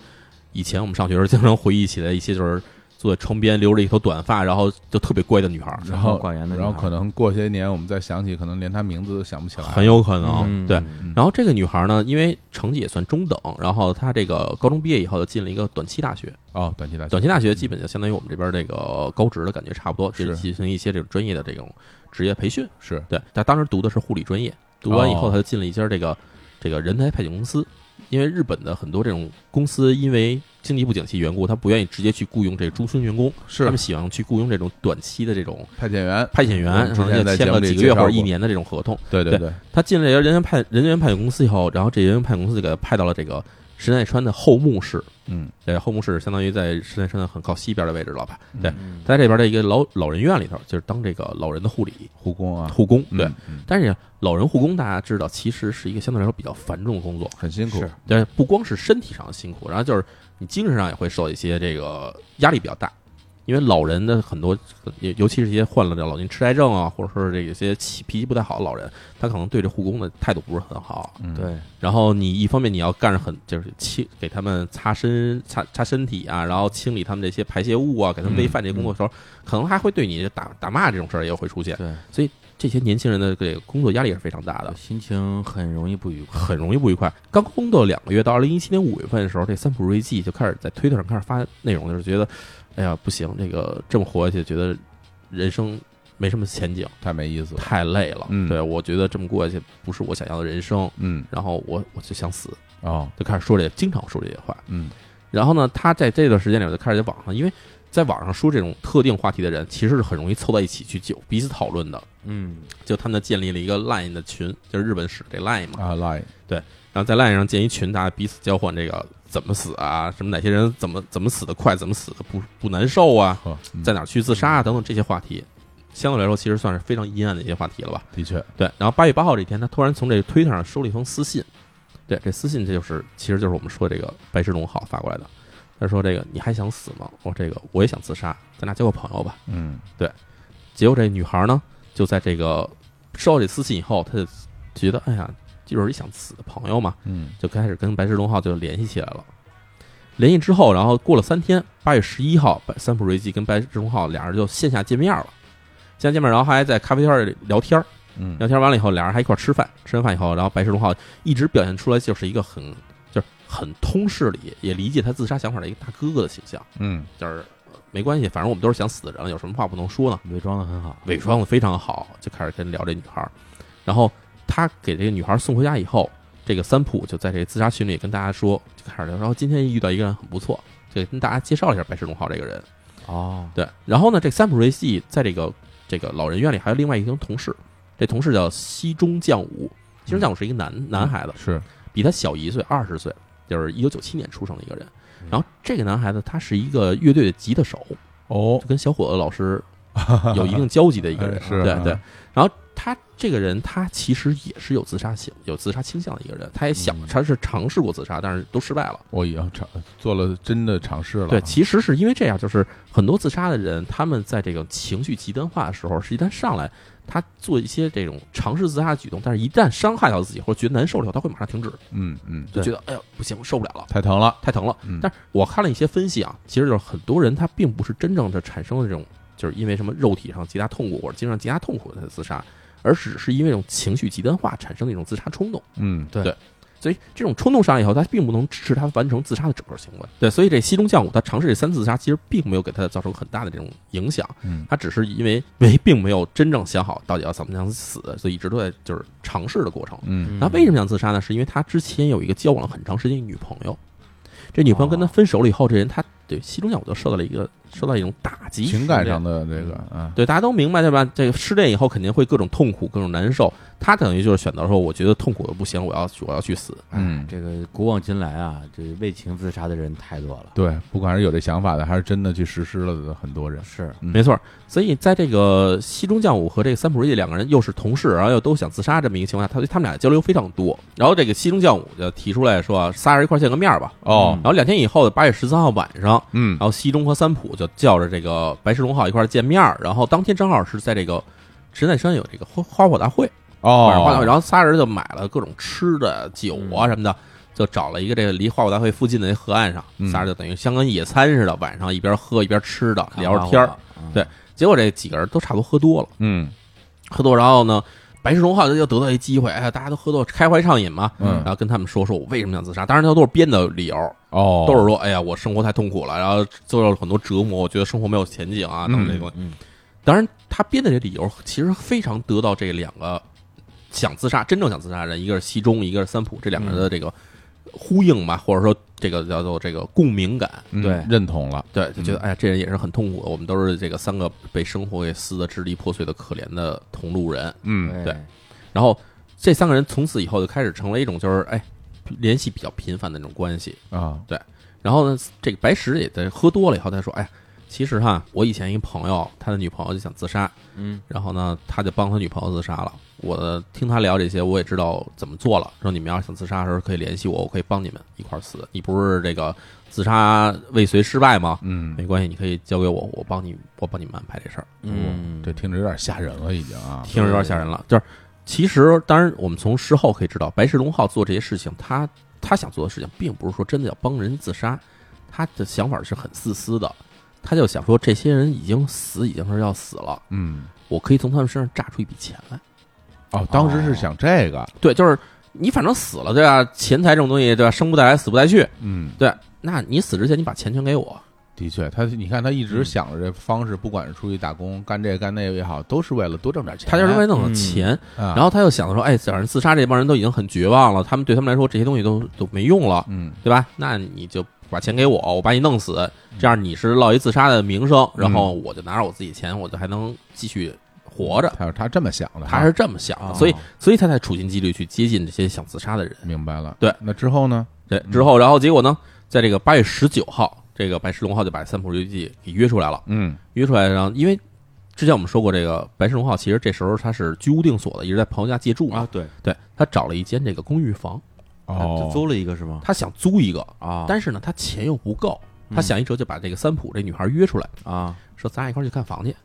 A: 以前我们上学时候经常回忆起来一些就是坐在窗边留着一头短发，然后就特别乖的女孩，
B: 嗯
C: 然后
B: 寡言的女
C: 然后
B: 孩
C: 可能过些年我们再想起，可能连他名字都想不起来了，
A: 很有可能、
B: 嗯
A: 对。
B: 嗯
A: 然后这个女孩呢，因为成绩也算中等，然后她这个高中毕业以后就进了一个短期大学，
C: 哦，短期大学
A: 短期大学基本就相当于我们这边这个高职的感觉差不多，就是
C: 是
A: 进行一些这种专业的这种职业培训。
C: 是
A: 对，他当时读的是护理专业，读完以后
C: 哦
A: 他就进了一家这个这个人才派遣公司，因为日本的很多这种公司因为经济不景气缘故，他不愿意直接去雇佣这终身员工，他
C: 是
A: 们喜欢去雇佣这种短期的这种
C: 派遣员，
A: 派遣员，
C: 我
A: 然后
C: 们嗯之前
A: 就
C: 在
A: 签
C: 节
A: 了
C: 目
A: 几
C: 里
A: 个
C: 介
A: 月
C: 绍
A: 或者
C: 过
A: 一年的这种合同。
C: 对对
A: 对
C: 对，
A: 他进了这家人员派人员派遣公司以后，然后这人员派遣公司就给他派到了这个神奈川的后木市。
C: 嗯
A: 对，后木市相当于在神奈川的很靠西边的位置了吧？对，
B: 嗯
A: 在这边的一个老老人院里头，就是当这个老人的护理
C: 护工啊，
A: 护工。对，
C: 嗯，嗯
A: 但是老人护工大家知道，其实是一个相对来说比较繁重的工作，
C: 很辛苦，
B: 是
A: 对，不光是身体上的辛苦，然后就是你精神上也会受一些这个压力比较大，因为老人的很多，尤尤其是一些患了这老年痴呆症啊，或者说是这有些气脾气不太好的老人，他可能对这护工的态度不是很好。
C: 嗯，
B: 对
A: 然后你一方面你要干着很就是清给他们擦身擦擦身体啊，然后清理他们这些排泄物啊，给他们喂饭这些工作的时候，可能还会对你打打骂这种事儿也会出现。
B: 对，
A: 这些年轻人的这个工作压力也是非常大的，
B: 心情很容易不愉快，
A: 很容易不愉快。刚工作两个月，到二零一七年五月份的时候，这三浦瑞纪就开始在推特上开始发内容，就是觉得，哎呀不行，这个这么活下去，觉得人生没什么前景，
C: 太没意思了，
A: 太累了。
C: 嗯
A: 对我觉得这么过下去不是我想要的人生，
C: 嗯
A: 然后我我就想死，
C: 哦
A: 就开始说这经常说这些话。
C: 嗯
A: 然后呢，他在这段时间里面就开始在网上，因为在网上说这种特定话题的人，其实是很容易凑在一起去就彼此讨论的。
B: 嗯
A: 就他们就建立了一个 Line 的群，就是日本使这 Line 嘛，
C: 啊 lie
A: 然后在 Line 上建一群，大家彼此交换这个怎么死啊，什么哪些人怎么怎么死的快，怎么死的不不难受啊，
C: 呵，嗯
A: 在哪儿去自杀啊等等这些话题，相对来说其实算是非常阴暗的一些话题了吧。
C: 的确
A: 对，然后八月八号这天，他突然从这个推特上收了一封私信，对，这私信这就是其实就是我们说这个白石龙浩发过来的，他说这个你还想死吗？我说这个我也想自杀，咱俩交个朋友吧。
C: 嗯
A: 结果这女孩呢，就在这个收到这私信以后，她就觉得，哎呀，就是一想死的朋友嘛，
C: 嗯
A: 就开始跟白石龙浩就联系起来了。联系之后，然后过了三天，八月十一号，白三浦瑞纪跟白石龙浩俩人就线下见面了。线下见面，然后还在咖啡厅里聊天儿，
C: 嗯
A: 聊天完了以后，俩人还一块儿吃饭。吃完饭以后，然后白石龙浩一直表现出来就是一个很就是很通事理，也理解他自杀想法的一个大哥哥的形象，
C: 嗯
A: 就是没关系，反正我们都是想死的人，有什么话不能说呢？
B: 伪装的很好，
A: 伪装的非常好，就开始跟聊这女孩儿。然后他给这个女孩儿送回家以后，这个三浦就在这个自杀群里跟大家说，就开始聊。然后今天遇到一个人很不错，就跟大家介绍了一下白石龙浩这个人。
B: 哦，
A: 对，然后呢，这三浦瑞纪在这个这个老人院里还有另外一个同事，这同事叫西中将武。西中将武是一个
C: 嗯
A: 男男孩子，
C: 是
A: 比他小一岁，二十岁，就是一九九七年出生的一
C: 嗯
A: 个人。然后这个男孩子他是一个乐队的吉他手，
C: 哦，
A: 就跟小伙子老师有一定交集的一个人啊
C: 是
A: 对
C: 嗯
A: 对。然后他这个人，他其实也是有自杀倾、有自杀倾向的一个人，他也想
C: 嗯
A: 他是尝试过自杀，但是都失败了。
C: 我也尝做了真的尝试了，
A: 对，其实是因为这样，就是很多自杀的人，他们在这个情绪极端化的时候，是一旦上来，他做一些这种尝试自杀的举动，但是一旦伤害到自己或者觉得难受了以后，他会马上停止，
C: 嗯嗯，
A: 就
B: 对
A: 觉得哎呀不行，我受不了了。
C: 太疼了，
A: 太疼了
C: 嗯。
A: 但是我看了一些分析啊，其实就是很多人他并不是真正的产生了这种，就是因为什么肉体上极大痛苦或者精神上极大痛苦的自杀，而只是因为这种情绪极端化产生的一种自杀冲动。
C: 嗯，
B: 对
A: 所以这种冲动上来以后，他并不能支持他完成自杀的整个行为。对，所以这西中将武他尝试这三次自杀，其实并没有给他造成很大的这种影响。
C: 嗯，
A: 他只是因为没并没有真正想好到底要怎么样死，所以一直都在就是尝试的过程。
C: 嗯
A: 他为什么想自杀呢？是因为他之前有一个交往了很长时间的女朋友，这女朋友跟他分手了以后，这人他对西中将武就受到了一个受到一种打击，
C: 情感上的这个啊，
A: 对大家都明白对吧？这个失恋以后肯定会各种痛苦，各种难受。他等于就是选择说，我觉得痛苦的不行，我要我要去死。
C: 嗯，
B: 啊这个古往今来啊，这为情自杀的人太多了。
C: 对，不管是有这想法的，还是真的去实施了的很多人，
B: 是，
C: 嗯
A: 没错，所以在这个西中将武和这个三浦瑞纪两个人又是同事，然后又都想自杀这么一个情况下，他他们俩交流非常多。然后这个西中将武就提出来说，啊仨人一块儿见个面吧。
C: 哦
A: 然，后两天以后的八月十三号晚上，
C: 嗯
A: 然，后西中和三浦就叫着这个白石龙号一块儿见面儿，然后当天正好是在这个神奈山有这个花花火大会，晚上花火大会，
C: 哦，
A: 然后仨人就买了各种吃的、酒啊
B: 嗯
A: 什么的，就找了一个这个离花火大会附近的那河岸上，
C: 嗯
A: 仨人就等于像跟野餐似的，晚上一边喝一边吃的聊着天儿。
B: 嗯
A: 对结果这几个人都差不多喝多了，
C: 嗯
A: 喝多然后呢，白石龙号就又得到一机会，哎呀，大家都喝多开怀畅饮嘛。然
C: 嗯，
A: 后跟他们说说我为什么想自杀，当然他都是编的理由，
C: 哦，
A: 都是说，哎呀，我生活太痛苦了，然后受到了很多折磨，我觉得生活没有前景啊，等等这些东西。
B: 嗯，
A: 当然，他编的这理由其实非常得到这两个想自杀、真正想自杀的人，一个是西中，一个是三浦，这两个人的这个呼应吧，或者说这个叫做这个共鸣感。
C: 嗯
B: 对
C: 认同了，
A: 对，就觉得哎呀，这人也是很痛苦的，我们都是这个三个被生活给撕得支离破碎的可怜的同路人。
C: 嗯
A: 对，然后这三个人从此以后就开始成为一种就是哎联系比较频繁的那种关系。
C: 啊，
A: 然后呢，这个白石也在喝多了以后，他说：“哎，其实哈，我以前一朋友，他的女朋友就想自杀，
B: 嗯，
A: 然后呢，他就帮他女朋友自杀了。我听他聊这些，我也知道怎么做了。说你们要是想自杀的时候，可以联系我，我可以帮你们一块儿死。你不是这个自杀未遂失败吗？
C: 嗯
A: 没关系，你可以交给我，我帮你，我帮你们安排这事儿。
B: 嗯，
C: 这听着有点吓人了，已经啊，
A: 听着有点吓人了。就是其实，当然我们从事后可以知道，白石龙浩做这些事情，他他想做的事情，并不是说真的要帮人自杀，他的想法是很自私的。他就想说，这些人已经死，已经是要死了，
C: 嗯，
A: 我可以从他们身上榨出一笔钱来。
C: 哦，当时是想这个，
A: 对，就是你反正死了，对吧？钱财这种东西，对吧？生不带来，死不带去，
C: 嗯，
A: 对。那你死之前，你把钱全给我，
C: 的确，他你看他一
A: 嗯
C: 直想着这方式，不管是出去打工干这个干那个也好，都是为了多挣点钱。
A: 他就是为了弄
B: 嗯
A: 点钱。
C: 啊，
A: 然后他又想着说，哎，想人自杀这帮人都已经很绝望了，他们对他们来说这些东西都都没用了。
C: 嗯
A: 对吧？那你就把钱给我，我把你弄死，这样你是落一自杀的名声，然后
C: 嗯
A: 我就拿着我自己钱，我就还能继续活着。
C: 他他这么想的，
A: 他是这么想的，
B: 哦
A: 所以所以他才处心积虑去接近这些想自杀的人。
C: 明白了。
A: 对，
C: 那之后呢？
A: 对，之后然后结果呢，在这个八月十九号，这个白石龙号就把三浦由纪给约出来了，
C: 嗯
A: 约出来，然后因为。之前我们说过，这个白石龙号其实这时候他是居无定所的，一直在朋友家借住
B: 啊
A: 嘛。，
B: 对，
A: 对他找了一间这个公寓房，
B: 他
C: 哦，
B: 租了一个是吗？
A: 他想租一个，
B: 啊，嗯
A: 但是呢，他钱又不够，他想一折就把这个三浦这女孩约出来，
B: 啊，
A: 说咱俩一块儿去看房去，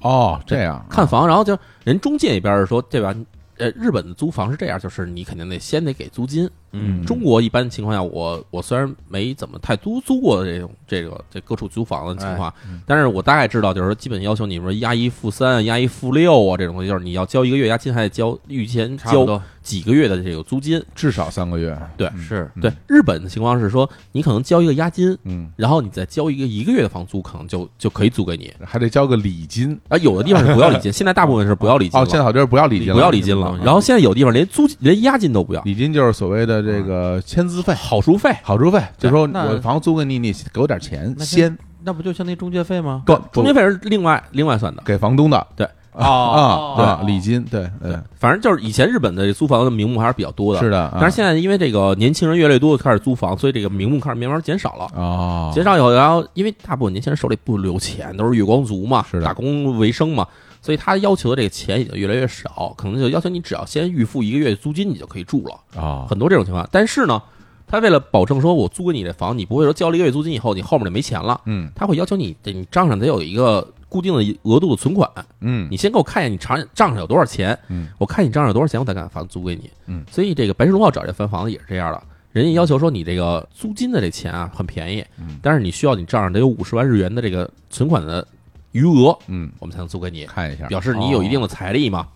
C: 哦这样啊
A: 看房。然后就人中介一边儿说，对吧？呃，日本的租房是这样，就是你肯定得先得给租金。
B: 嗯，
A: 中国一般情况下，我我虽然没怎么太租租过这种这个这各处租房的情
B: 哎
A: 况，
B: 嗯
A: 但是我大概知道，就是说基本要求你说押一付三、押一付六啊这种东西，就是你要交一个月押金，还得交预先
B: 差不
A: 交
B: 多
A: 几个月的这个租金。
C: 至少三个月。
A: 对
C: 嗯
B: 是，
A: 对日本的情况是说，你可能交一个押金，
C: 嗯，
A: 然后你再交一个一个月的房租，可能就就可以租给你。
C: 还得交个礼金。
A: 啊，有的地方是不要礼
C: [laughs]
A: 金，现在大部分是不要礼金
C: 哦，
A: 了，
C: 现在好就是不要礼金了，嗯
A: 不要礼金
B: 这
A: 了
B: 种。
A: 然后现在有地方连租金连押金都不要，
C: 礼金就是所谓的这个签字费、
A: 好处费。
C: 好处费，就说
B: 那
C: 我房租给你，你给我点钱
B: 那
C: 先，
B: 那不就相当于中介费吗？
C: 不
A: 中
C: 不
A: 介费是另外另外算的，
C: 给房东的。
A: 对，
B: 哦
C: 啊
B: 哦
C: 啊，礼金，对，嗯，
A: 反正就是以前日本的这租房的名目还是比较多的，
C: 是的，啊
A: 但是现在因为这个年轻人越来越多地开始租房，所以这个名目开始慢慢减少了。
C: 哦，
A: 减少以后，然后因为大部分年轻人手里不留钱，都是月光族嘛，
C: 是的
A: 打工为生嘛，所以他要求的这个钱已经越来越少，可能就要求你只要先预付一个月租金，你就可以住了。
C: 啊，
A: 很多这种情况，但是呢，他为了保证说我租给你这房，你不会说交了一个月租金以后你后面就没钱了，
C: 嗯
A: 他会要求你得你账上得有一个固定的额度的存款，
C: 嗯
A: 你先给我看一眼你账账上有多少钱，
C: 嗯，
A: 我看你账上有多少钱，我才敢把房租给你。
C: 嗯，
A: 所以这个白石龙奥找这翻房子也是这样的，人家要求说你这个租金的这钱啊很便宜，
C: 嗯
A: 但是你需要你账上得有五十万日元的这个存款的余额，
C: 嗯，
A: 我们才能租给你，
C: 看一下，
A: 表示你有一定的财力嘛。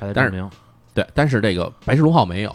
B: 还得
A: 但是
B: 证明
A: 对，但是这个白石龙浩没有，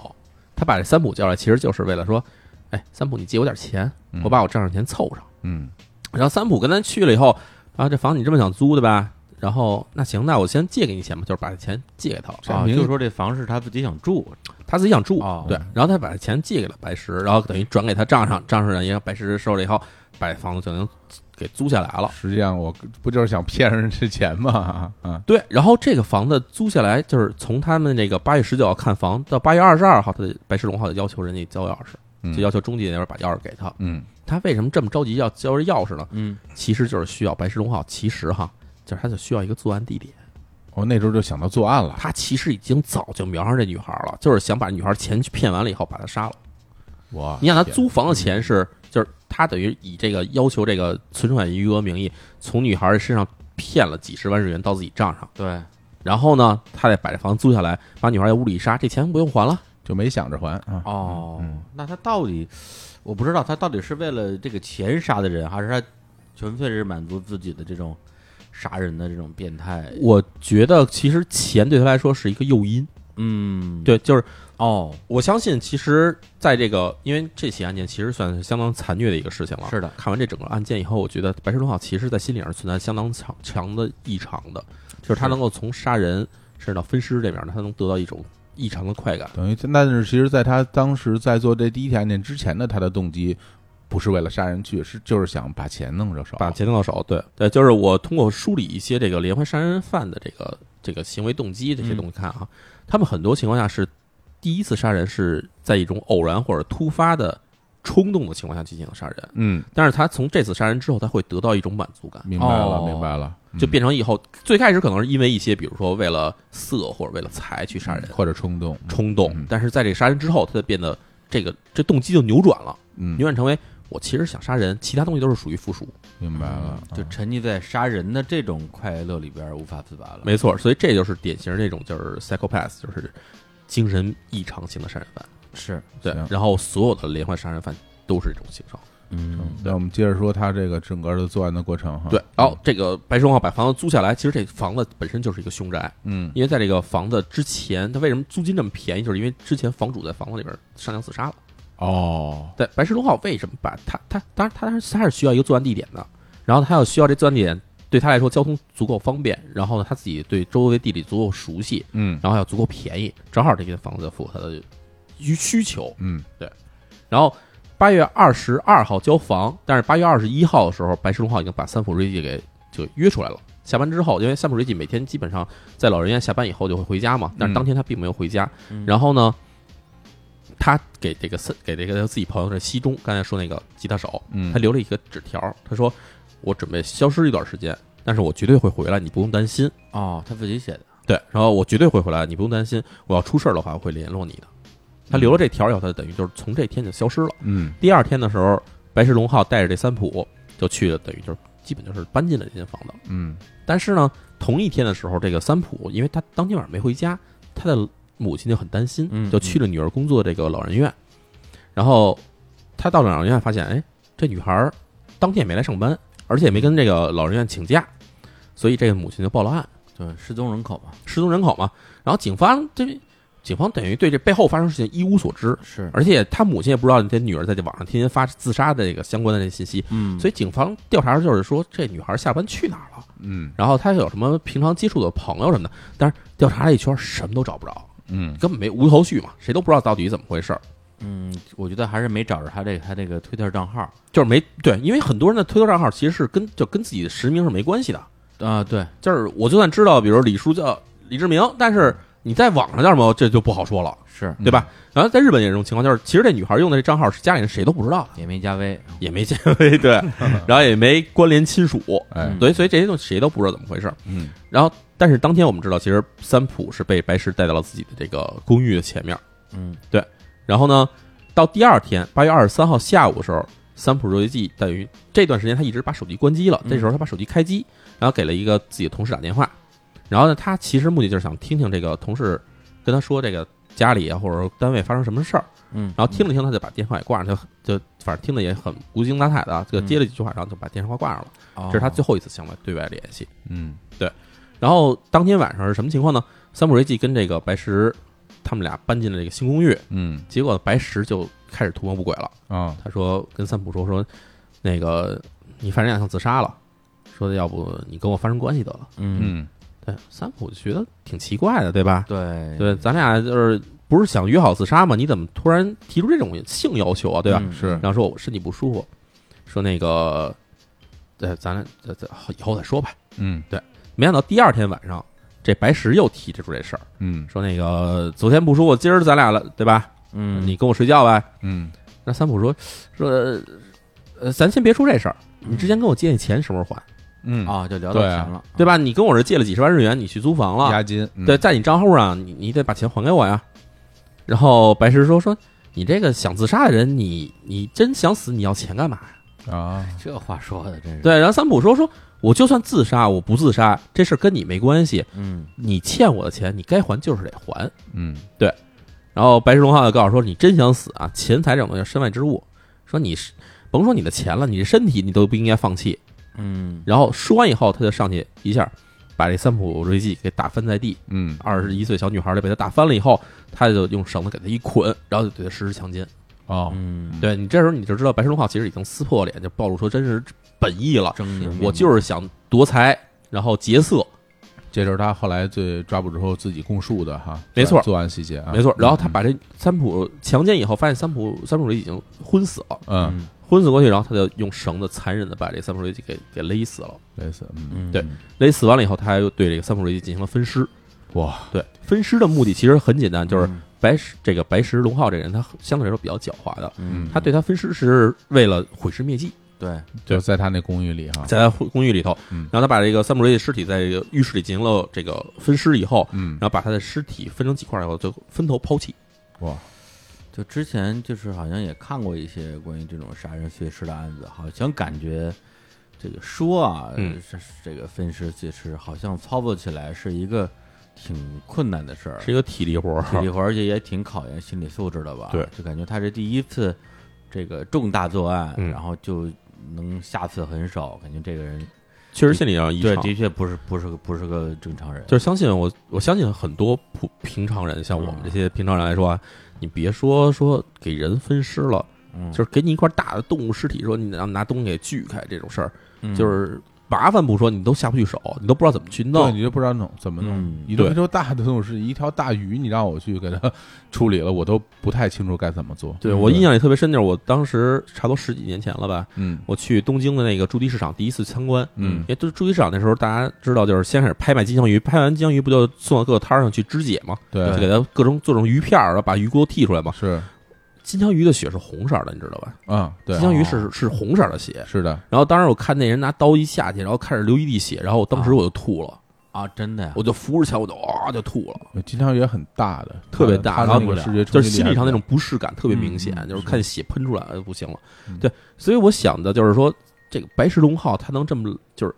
A: 他把这三浦叫来，其实就是为了说，哎，三浦你借我点钱，
C: 嗯
A: 我把我账上钱凑上。
C: 嗯
A: 然后三浦跟咱去了以后，啊，这房你这么想租对吧？然后那行，那我先借给你钱吧，就是把钱借给他了。
C: 这
B: 啊，
C: 名
B: 就是说这房是他自己想住，
A: 他自己想住，
B: 哦
A: 对，然后他把钱借给了白石，然后等于转给他账上，账上也让白石收了以后，把房子就能给租下来了。
C: 实际上我不就是想骗人这钱吗？啊，
A: 对，然后这个房子租下来，就是从他们这个八月十九号看房到八月二十二号，他的白石龙浩就要求人家交钥匙，
C: 嗯
A: 就要求中介那边把钥匙给他。
C: 嗯
A: 他为什么这么着急要交这钥匙呢？
B: 嗯，
A: 其实就是需要白石龙浩，其实哈，就是他就需要一个作案地点。
C: 我那时候就想到作案了，
A: 他其实已经早就瞄上这女孩了，就是想把女孩钱骗完了以后把她杀了。
C: 我
A: 你想他租房的钱是，就是他等于以这个要求这个存款余额名义，从女孩身上骗了几十万日元到自己账上，
B: 对，
A: 然后呢，他再把这房租下来，把女孩在屋里一杀，这钱不用还了。
C: 就没想着还啊，
B: 哦
C: 嗯，
B: 那他到底我不知道他到底是为了这个钱杀的人，还是他纯粹是满足自己的这种杀人的这种变态？
A: 我觉得其实钱对他来说是一个诱因，
B: 嗯，
A: 对，就是
B: 哦，
A: 我相信，其实在这个因为这起案件其实算是相当残虐的一个事情了。
B: 是的，
A: 看完这整个案件以后，我觉得白石龙浩其实在心理上存在相当强强的异常的，就是他
B: 是
A: 能够从杀人甚至到分尸这边呢，他能得到一种异常的快感。
C: 等于那是其实，在他当时在做这第一起案件之前的他的动机，不是为了杀人去，是就是想把钱弄着手，
A: 把钱弄到手，对对，就是我通过梳理一些这个连环杀人犯的这个这个行为动机这些东西看啊，他们很多情况下是第一次杀人是在一种偶然或者突发的冲动的情况下进行杀人，
C: 嗯，
A: 但是他从这次杀人之后，他会得到一种满足感，
C: 明白了，
B: 哦
C: 明白了，嗯
A: 就变成以后、最开始可能是因为一些比如说为了色或者为了财去杀人
C: 或者冲动，
A: 冲动，
C: 嗯
A: 但是在这个杀人之后，他就变得这个这动机就扭转了，
C: 嗯
A: 扭，转成为我其实想杀人，其他东西都是属于附属。
C: 明白了，
A: 嗯
B: 就
C: 啊
B: 沉溺在杀人的这种快乐里边儿无法自拔了。
A: 没错，所以这就是典型这种就是 psychopath，就是精神异常型的杀人犯。
B: 是，
A: 对
C: 行，
A: 然后所有的连环杀人犯都是这种形状。
B: 嗯，
C: 那我们接着说他这个整个的作案的过程哈，
A: 对，然后这个白双浩把房子租下来，其实这房子本身就是一个凶宅，
C: 嗯，
A: 因为在这个房子之前，他为什么租金这么便宜，就是因为之前房主在房子里边上吊自杀了。
C: 哦，
A: 对，白石龙浩为什么把他他当然他当然他是需要一个作案地点的，然后他要需要这作案地点对他来说交通足够方便，然后呢他自己对周围地理足够熟悉，
C: 嗯
A: 然后还有足够便宜，正好这间房子符合他的需需求。
C: 嗯
A: 然后八月二十二号交房，但是八月二十一号的时候，白石龙浩已经把三浦瑞纪给就约出来了。下班之后，因为三浦瑞纪每天基本上在老人院下班以后就会回家嘛，但是当天他并没有回家。
B: 嗯
A: 然后呢，他给这个三给这个他自己朋友的西中，刚才说那个吉他手，
C: 嗯，
A: 他留了一个纸条，他说：“我准备消失一段时间，但是我绝对会回来，你不用担心。”
B: 哦，他自己写的，
A: 对，然后我绝对会回来，你不用担心。我要出事儿的话，我会联络你的。他留了这条以后，他等于就是从这天就消失了。
C: 嗯
A: 第二天的时候，白石龙浩带着这三浦就去了，等于就是基本就是搬进了这间房子。
C: 嗯
A: 但是呢，同一天的时候，这个三浦因为他当天晚上没回家，他的母亲就很担心
B: 嗯，
A: 就去了女儿工作的这个老人院。然后他到了老人院，发现哎，这女孩儿当天也没来上班，而且也没跟这个老人院请假，所以这个母亲就报了案。
B: 对，失踪人口嘛，
A: 失踪人口嘛。然后警方这警方等于对这背后发生的事情一无所知，
B: 是，
A: 而且他母亲也不知道这女儿在这网上天天发自杀的这个相关的这信息，
B: 嗯，
A: 所
B: 以
A: 以警方调查就是说这女孩下班去哪儿了，
C: 嗯
A: 然后她有什么平常接触的朋友什么的，但是调查了一圈什么都找不着， [laughs]
C: 嗯
A: 根本没无头绪嘛，谁都不知道到底怎么回事儿。
B: 嗯，我觉得还是没找着他这个他这个推特账号，
A: 就是没对，因为很多人的推特账号其实是跟就跟自己的实名是没关系的，
B: 啊，对，
A: 就是我就算知道，比如李叔叫李志明，但是你在网上叫什么，这就不好说了，
B: 是
A: 对吧？然后在日本也有这种情况，就是其实这女孩用的这账号是家里人谁都不知道，
B: 也没加微，
A: 也没见微对，然后也没关联亲属，
C: 哎
B: 嗯，
A: 对，所以这些东西谁都不知道怎么回事。
C: 嗯，
A: 然后，但是当天我们知道，其实三浦是被白石带到了自己的这个公寓的前面。
B: 嗯
A: 然后呢，到第二天八月二十三号下午的时候，三浦由纪等于这段时间他一直把手机关机了，
B: 嗯
A: 这时候他把手机开机，然后给了一个自己的同事打电话。然后呢，他其实目的就是想听听这个同事跟他说这个家里啊或者说单位发生什么事儿。
B: 嗯，
A: 然后听了听，他就把电话也挂上，就就反正听的也很无精打采的啊，就接了几句话，然后就把电话挂上了。
B: 哦，
A: 这是他最后一次向外对外联系。
C: 嗯
A: 然后当天晚上是什么情况呢？三浦瑞纪跟这个白石他们俩搬进了这个新公寓，
C: 嗯
A: 结果白石就开始图谋不轨了。
C: 啊，
A: 他说跟三浦说说，那个你犯人想自杀了，说要不你跟我发生关系得了。
B: 嗯，
C: 嗯
A: 对，三浦就觉得挺奇怪的，对吧？
B: 对
A: 对，咱俩就是不是想约好自杀吗？你怎么突然提出这种性要求啊？对吧？
B: 嗯
C: 是
A: 然后说我身体不舒服，说那个，对，咱俩呃咱咱以后再说吧。
C: 嗯
A: 没想到第二天晚上，这白石又提出这事儿，
C: 嗯
A: 说那个昨天不说，我今儿咱俩了，对吧？
B: 嗯，
A: 你跟我睡觉呗。
C: 嗯
A: 那三浦说说，呃，咱先别说这事儿，你之前跟我借那钱什么时候还，
C: 嗯，
B: 啊，就聊到
C: 对
B: 钱了，
A: 对吧？你跟我这借了几十万日元，你去租房了，
C: 押金，嗯
A: 对，，在你账户上，你你得把钱还给我呀。然后白石说说，你这个想自杀的人，你你真想死，你要钱干嘛呀？
C: 啊，
B: 这话说的真是，
A: 对，然后三浦说说，我就算自杀，我不自杀，这事儿跟你没关系，
B: 嗯
A: 你欠我的钱，你该还就是得还。
C: 嗯
A: 然后白石龙浩就告诉说：“你真想死啊？钱财这种东西是身外之物，说你是甭说你的钱了，你这身体你都不应该放弃。”
B: 嗯
A: 然后说完以后，他就上去一下把这三浦瑞纪给打翻在地。
C: 嗯
A: 二十一岁小女孩就被他打翻了以后，他就用绳子给他一捆，然后就对他实施强奸。
C: 哦，
B: 嗯，
A: 对你这时候你就知道白石龙浩其实已经撕破脸，就暴露出真实本意了。
B: 狰狞，
A: 我就是想夺财，然后劫色，
C: 这就是他后来最抓捕之后自己供述的哈，
A: 没错
C: 作案细节啊，
A: 没错。然后他
C: 嗯
A: 把这三浦强奸以后，发现三浦三浦瑞纪已经昏死了。
C: 嗯，
B: 嗯
A: 昏死过去，然后他就用绳子残忍的把这三浦瑞纪给给勒死了。
C: 类似，嗯，
B: 嗯
A: 对勒死完了以后，他又对这个三浦瑞纪进行了分尸。
C: 哇，
A: 对，分尸的目的其实很简单，就是
B: 嗯
A: 白石这个白石龙浩这个人，他相对来说比较狡猾的，
B: 嗯，
A: 他对他分尸是为了毁尸灭迹，
B: 对
C: 就在他那公寓里哈，
A: 在他公寓里头，
C: 嗯
A: 然后他把这个三浦瑞纪尸体在这个浴室里进行了这个分尸以后，
C: 嗯
A: 然，后把他的尸体分成几块以后，就分头抛弃。
C: 哇，
B: 就之前就是好像也看过一些关于这种杀人碎尸的案子，好像感觉这个说啊，
A: 嗯
B: 这这个分尸碎尸，好像操作起来是一个挺困难的事儿，
A: 是一个体力活儿，
B: 嗯体力活，而且也挺考验心理素质的吧？
A: 对，
B: 就感觉他这第一次这个重大作案，
A: 嗯
B: 然后就能下次很少，感觉这个人
A: 确实心理上异
B: 对
A: 常。啊
B: 的确不是不是个不是个正常人，
A: 就是相信我，我相信很多普平常人，像我们这
C: 嗯
A: 些平常人来说啊，你别说说给人分尸了，
B: 嗯
A: 就是给你一块大的动物尸体，说你拿拿东西给锯开这种事儿，
B: 嗯
A: 就是麻烦不说，你都下不去手，你都不知道怎么去
C: 对，
A: 弄。
C: 你就不知道弄怎么弄。
B: 嗯
C: 你都
A: 对
C: 没说大的东西，一条大鱼，你让我去给它处理了，我都不太清楚该怎么做。
A: 对我印象里特别深，就是我当时差不多十几年前了吧，
C: 嗯
A: 我去东京的那个驻地市场第一次参观，
C: 嗯
A: 因为就是驻地市场那时候大家知道，就是先开始拍卖金枪鱼，拍完金枪鱼不就送到各个摊儿上去肢解嘛，就
C: 对，
A: 给它各种做成鱼片儿，然后把鱼骨头剔出来嘛。
C: 是，
A: 金枪鱼的血是红色儿的，你知道吧？
C: 嗯，对
A: 金，枪鱼
B: 哦
A: 是是红色儿的血。
C: 是的，
A: 然后当时我看那人拿刀一下去，然后开始流一地血，然后我当时
B: 啊
A: 我就吐了。
B: 啊，真的呀，
A: 我就扶着墙，我就哇就吐了，
C: 金枪鱼很大的，
A: 特别大，
C: 它
A: 然
C: 的
A: 后
C: 那个视觉
A: 就
C: 冲
A: 是
C: 击
A: 心
C: 力
A: 理
C: 还
A: 上那
C: 是
A: 种不适感特别明显，
B: 嗯嗯
A: 就是
C: 是
A: 看血喷出来哎不行了，
C: 嗯
A: 对，所以我想的就是说，这个白石龙浩他能这么就是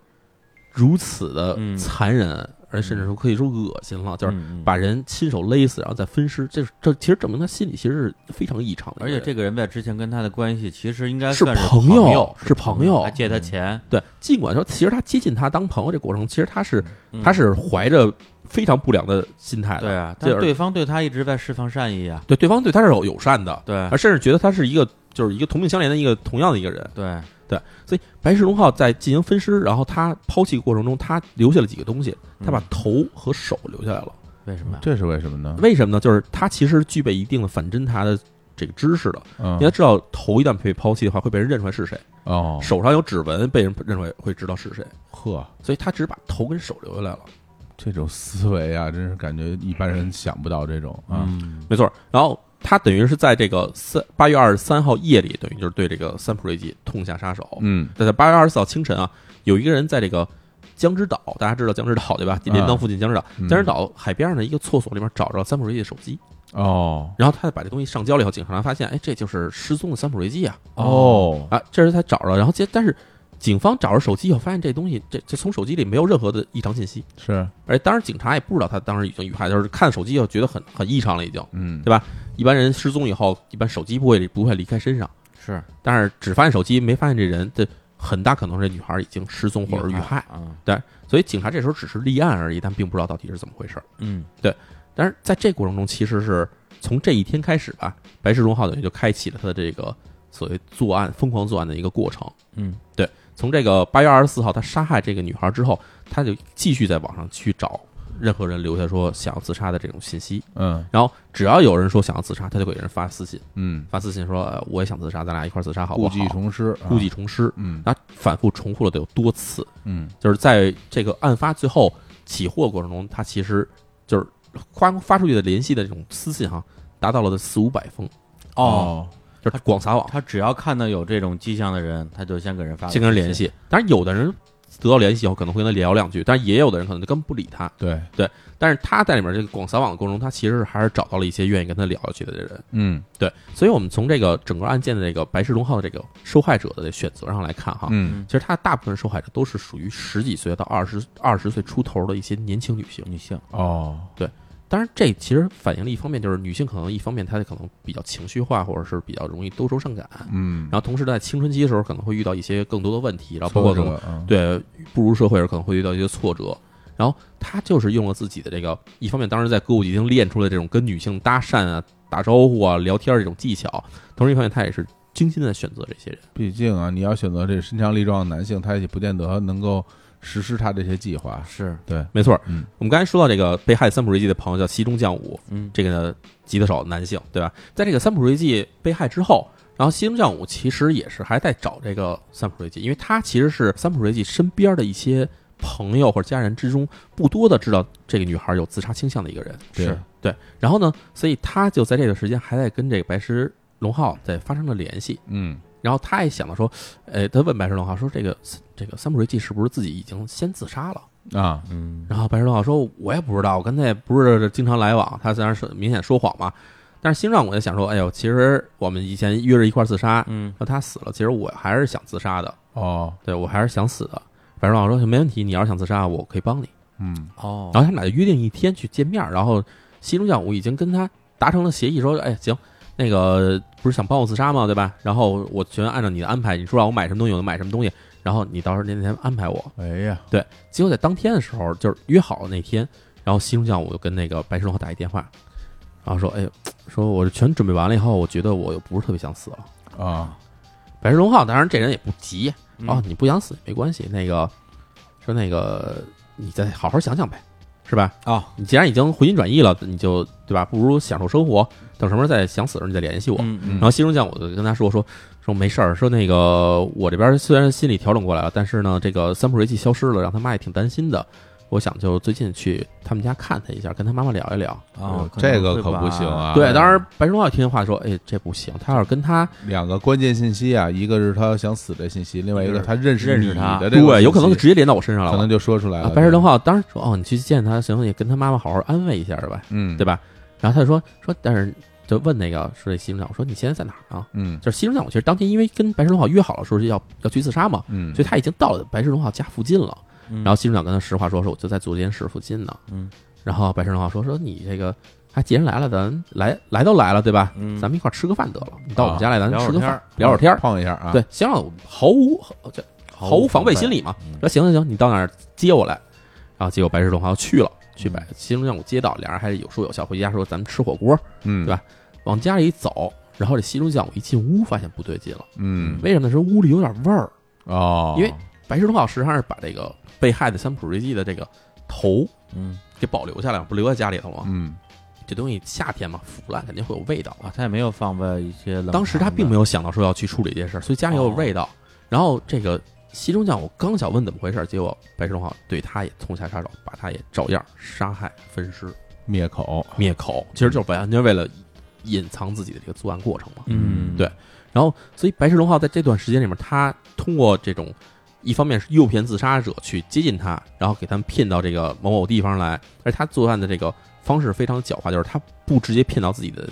A: 如此的
B: 嗯
A: 残忍，而甚至说可以说恶心了，就是
B: 嗯嗯
A: 把人亲手勒死，然后再分尸，这这其实证明他心里其实是非常异常的
B: 而
A: 一个人，
B: 且这个人在之前跟他的关系其实应该
A: 是
B: 算是
A: 朋
B: 友，嗯
A: 友是朋友
B: 还，借他钱，
A: 对，尽管说其实他接近他当朋友这过程，其实他是
B: 嗯
A: 他是怀着非常不良的心态的，
B: 对啊，
A: 这
B: 但
A: 而
B: 是对方对他一直在释放善意啊，
A: 对，对方对他是有友善的，
B: 对
A: 而甚至觉得他是一个就是一个同病相怜的一个同样的一个人。
B: 对，
A: 所以白石龙浩在进行分尸，然后他抛弃过程中，他留下了几个东西，他把
B: 嗯
A: 头和手留下来了。
B: 为什么呀？
C: 这是为什么呢？
A: 为什么呢？就是他其实具备一定的反侦查的这个知识的，
C: 嗯
A: 你要知道头一旦被抛弃的话，会被人认出来是谁，
C: 哦，
A: 手上有指纹，被人认为会知道是谁，
C: 呵，
A: 所以他只把头跟手留下来了。
C: 这种思维啊，真是感觉一般人想不到这种啊。
B: 嗯
A: 没错，然后他等于是在这个三八月二十三号夜里，等于就是对这个三浦瑞纪痛下杀手。
C: 嗯
A: 但在八月二十四号清晨啊，有一个人在这个江之岛，大家知道江之岛对吧？连江附近江之岛，
C: 嗯
A: 江之岛海边上的一个厕所里面找着三浦瑞纪的手机，
C: 哦
A: 然后他把这东西上交了以后，警察发现，哎，这就是失踪的三浦瑞纪啊！
C: 哦
A: 啊，这时才找着，然后接但是警方找着手机以后，发现这东西这这从手机里没有任何的异常信息，
C: 是
A: 而当时警察也不知道他当时已经遇害，就是看手机以后觉得很很异常了已经。
C: 嗯
A: 对一般人失踪以后，一般手机不会不会离开身上，
B: 是
A: 但是只发现手机没发现这人，这很大可能是女孩已经失踪或者遇害，
B: 啊，
A: 所以警察这时候只是立案而已，但并不知道到底是怎么回事。
B: 嗯
A: 但是在这过程中，其实是从这一天开始吧，白石荣浩等于就开启了他的这个所谓作案、疯狂作案的一个过程。
B: 嗯
A: 从这个八月二十四号他杀害这个女孩之后，他就继续在网上去找任何人留下说想要自杀的这种信息，
C: 嗯
A: 然后只要有人说想要自杀，他就给人发私信，
C: 嗯，
A: 发私信说、呃我也想自杀，咱俩一块儿自杀好不
C: 故
A: 好？
C: 伎重施，
A: 故伎重施，
C: 嗯
A: 然后反复重复了得有多次，
C: 嗯
A: 就是在这个案发最后起获过程中，他其实就是发发出去的联系的这种私信哈，达到了四五百封，
B: 哦，
A: 就是广撒网，
B: 他只要看到有这种迹象的人，他就先给人发，
A: 先跟人联，系。当然，有的人得到联系以后可能会跟他聊两句，但是也有的人可能就根本不理他。
C: 对，
A: 但是他在里面这个广撒网的过程中，他其实还是找到了一些愿意跟他聊下去的人。
C: 嗯
A: 对，所以我们从这个整个案件的这个白石龙浩的这个受害者的选择上来看哈，
C: 嗯
A: 其实他大部分受害者都是属于十几岁到二十二十岁出头的一些年轻女性。
B: 女性，
C: 哦
A: 当然，这其实反映了一方面就是女性可能一方面她可能比较情绪化，或者是比较容易多愁善感，
C: 嗯
A: 然，后同时在青春期的时候可能会遇到一些更多的问题，然后包括可
C: 这
A: 能
C: 个嗯
A: 对步入社会时可能会遇到一些挫折。然后他就是用了自己的这个，一方面当时在歌舞伎町练出了这种跟女性搭讪啊、打招呼啊、聊天儿这种技巧，同时一方面他也是精心的选择这些人。
C: 毕竟啊，你要选择这身强力壮的男性，他也不见得能够实施他这些计划。
B: 是，
C: 对，
A: 没错，
C: 嗯
A: 我们刚才说到这个被害三浦瑞纪的朋友叫西中将武，
B: 嗯，
A: 这个吉他手男性，对吧？在这个三浦瑞纪被害之后，然后西中将武其实也是还在找这个三浦瑞纪，因为他其实是三浦瑞纪身边的一些朋友或者家人之中不多的知道这个女孩有自杀倾向的一个人。
C: 对
B: 是
A: 对，然后呢，所以他就在这个时间还在跟这个白石龙浩在发生了联系。
C: 嗯
A: 然后他也想到说，呃，他问白石龙浩说，这个这个三浦瑞纪是不是自己已经先自杀了？
C: 啊，
B: 嗯
A: 然后白石龙浩说：“我也不知道，我跟他也不是经常来往。他虽然是明显说谎嘛，但是新让我就想说，哎呦，其实我们以前约着一块儿自杀，
B: 嗯
A: 那他死了，其实我还是想自杀的，
C: 哦，
A: 对我还是想死的。”白石龙浩说：“没问题，你要是想自杀，我可以帮你。
C: 嗯”
B: 哦
A: 然后他们俩就约定一天去见面。然后西中将武已经跟他达成了协议，说：“哎，行，那个不是想帮我自杀吗？对吧？然后我全按照你的安排，你说让我买什么东西，我就买什么东西。然后你到时候那天安排我。”
C: 哎呀，
A: 结果在当天的时候，就是约好了那天，然后西中将我就跟那个白石龙浩打一电话，然后说：“哎呦，说我全准备完了以后，我觉得我又不是特别想死了。
C: 啊，”
A: 白石龙浩当然这人也不急，
B: 嗯
A: 哦，你不想死也没关系，那个说那个你再好好想想呗，是吧？
B: 啊，
A: 你既然已经回心转意了，你就对吧？不如享受生活，等什么时候再想死的时候你再联系我。
B: 嗯
A: 然后西中将我就跟他说说说没事儿，说那个我这边虽然心里调整过来了，但是呢，这个三浦瑞纪消失了，让他妈也挺担心的。我想就最近去他们家看他一下，跟他妈妈聊一聊。
B: 啊，
C: 呃这个可不行啊！
A: 对，当然白龙浩听话说，哎，这不行，他要是跟他
C: 两个关键信息啊，一个是他想死的信息，另外一个他认识
B: 认
C: 你
B: 识他
C: 的这个信息，
A: 啊对，有可能就直接连到我身上
C: 可
A: 了
C: 能。就说出来
A: 啊
C: 了。，
A: 白石龙浩当时说，哦，你去见他行，也跟他妈妈好好安慰一下吧，
C: 嗯，
A: 对吧？然后他就说说，但是就问那个说这西中将，我说你现在在哪儿啊？
C: 嗯
A: 就是西中将，我其实当天因为跟白石龙浩约好了说是要要去自杀嘛，
C: 嗯，
A: 所以他已经到了白石龙浩家附近了。
B: 然
A: 然后新长跟他实话说说，我就在左监室附近呢。
B: 嗯，
A: 然后白石龙浩说说你这个，哎，既然来了，咱来来都来了，对吧？
B: 嗯
A: 咱们一块儿吃个饭得了。你到我
C: 啊
A: 们家来，咱
B: 聊会儿
A: 吃个
B: 天
A: 饭
B: 儿，
A: 聊会儿天嗯儿。
C: 碰一下啊。
A: 对，先让我毫无这毫无防备心理嘛。说行行行，你到那儿接我来。然后结果白石龙浩去了，去白新中将我接到，俩人还是有说有笑，回家说咱们吃火锅。
C: 嗯，
A: 对吧往家里走，然后这西中将我一进屋发现不对劲了，
C: 嗯，
A: 为什么呢？是屋里有点味儿。
C: 哦，
A: 因为白石龙浩实际上是把这个被害的三浦瑞纪的这个头
B: 嗯
A: 给保留下来，不留在家里头了吗？
C: 嗯
A: 这东西夏天嘛，腐烂肯定会有味道啊。
C: 嗯
B: 啊，他也没有放在一些冷藏的，
C: 哦
A: 当时他并没有想到说要去处理这件事儿，所以家里有味道。然后这个西中将，我刚想问怎么回事，结果白石晃对他也痛下杀手，把他也照样杀害、分尸、
C: 灭口，
A: 灭口，其实就是完全为了隐藏自己的这个作案过程嘛。
B: 嗯，
A: 对然后，所以白石龙浩在这段时间里面，他通过这种，一方面是诱骗自杀者去接近他，然后给他们骗到这个某某地方来，而他作案的这个方式非常狡猾，就是他不直接骗到自己的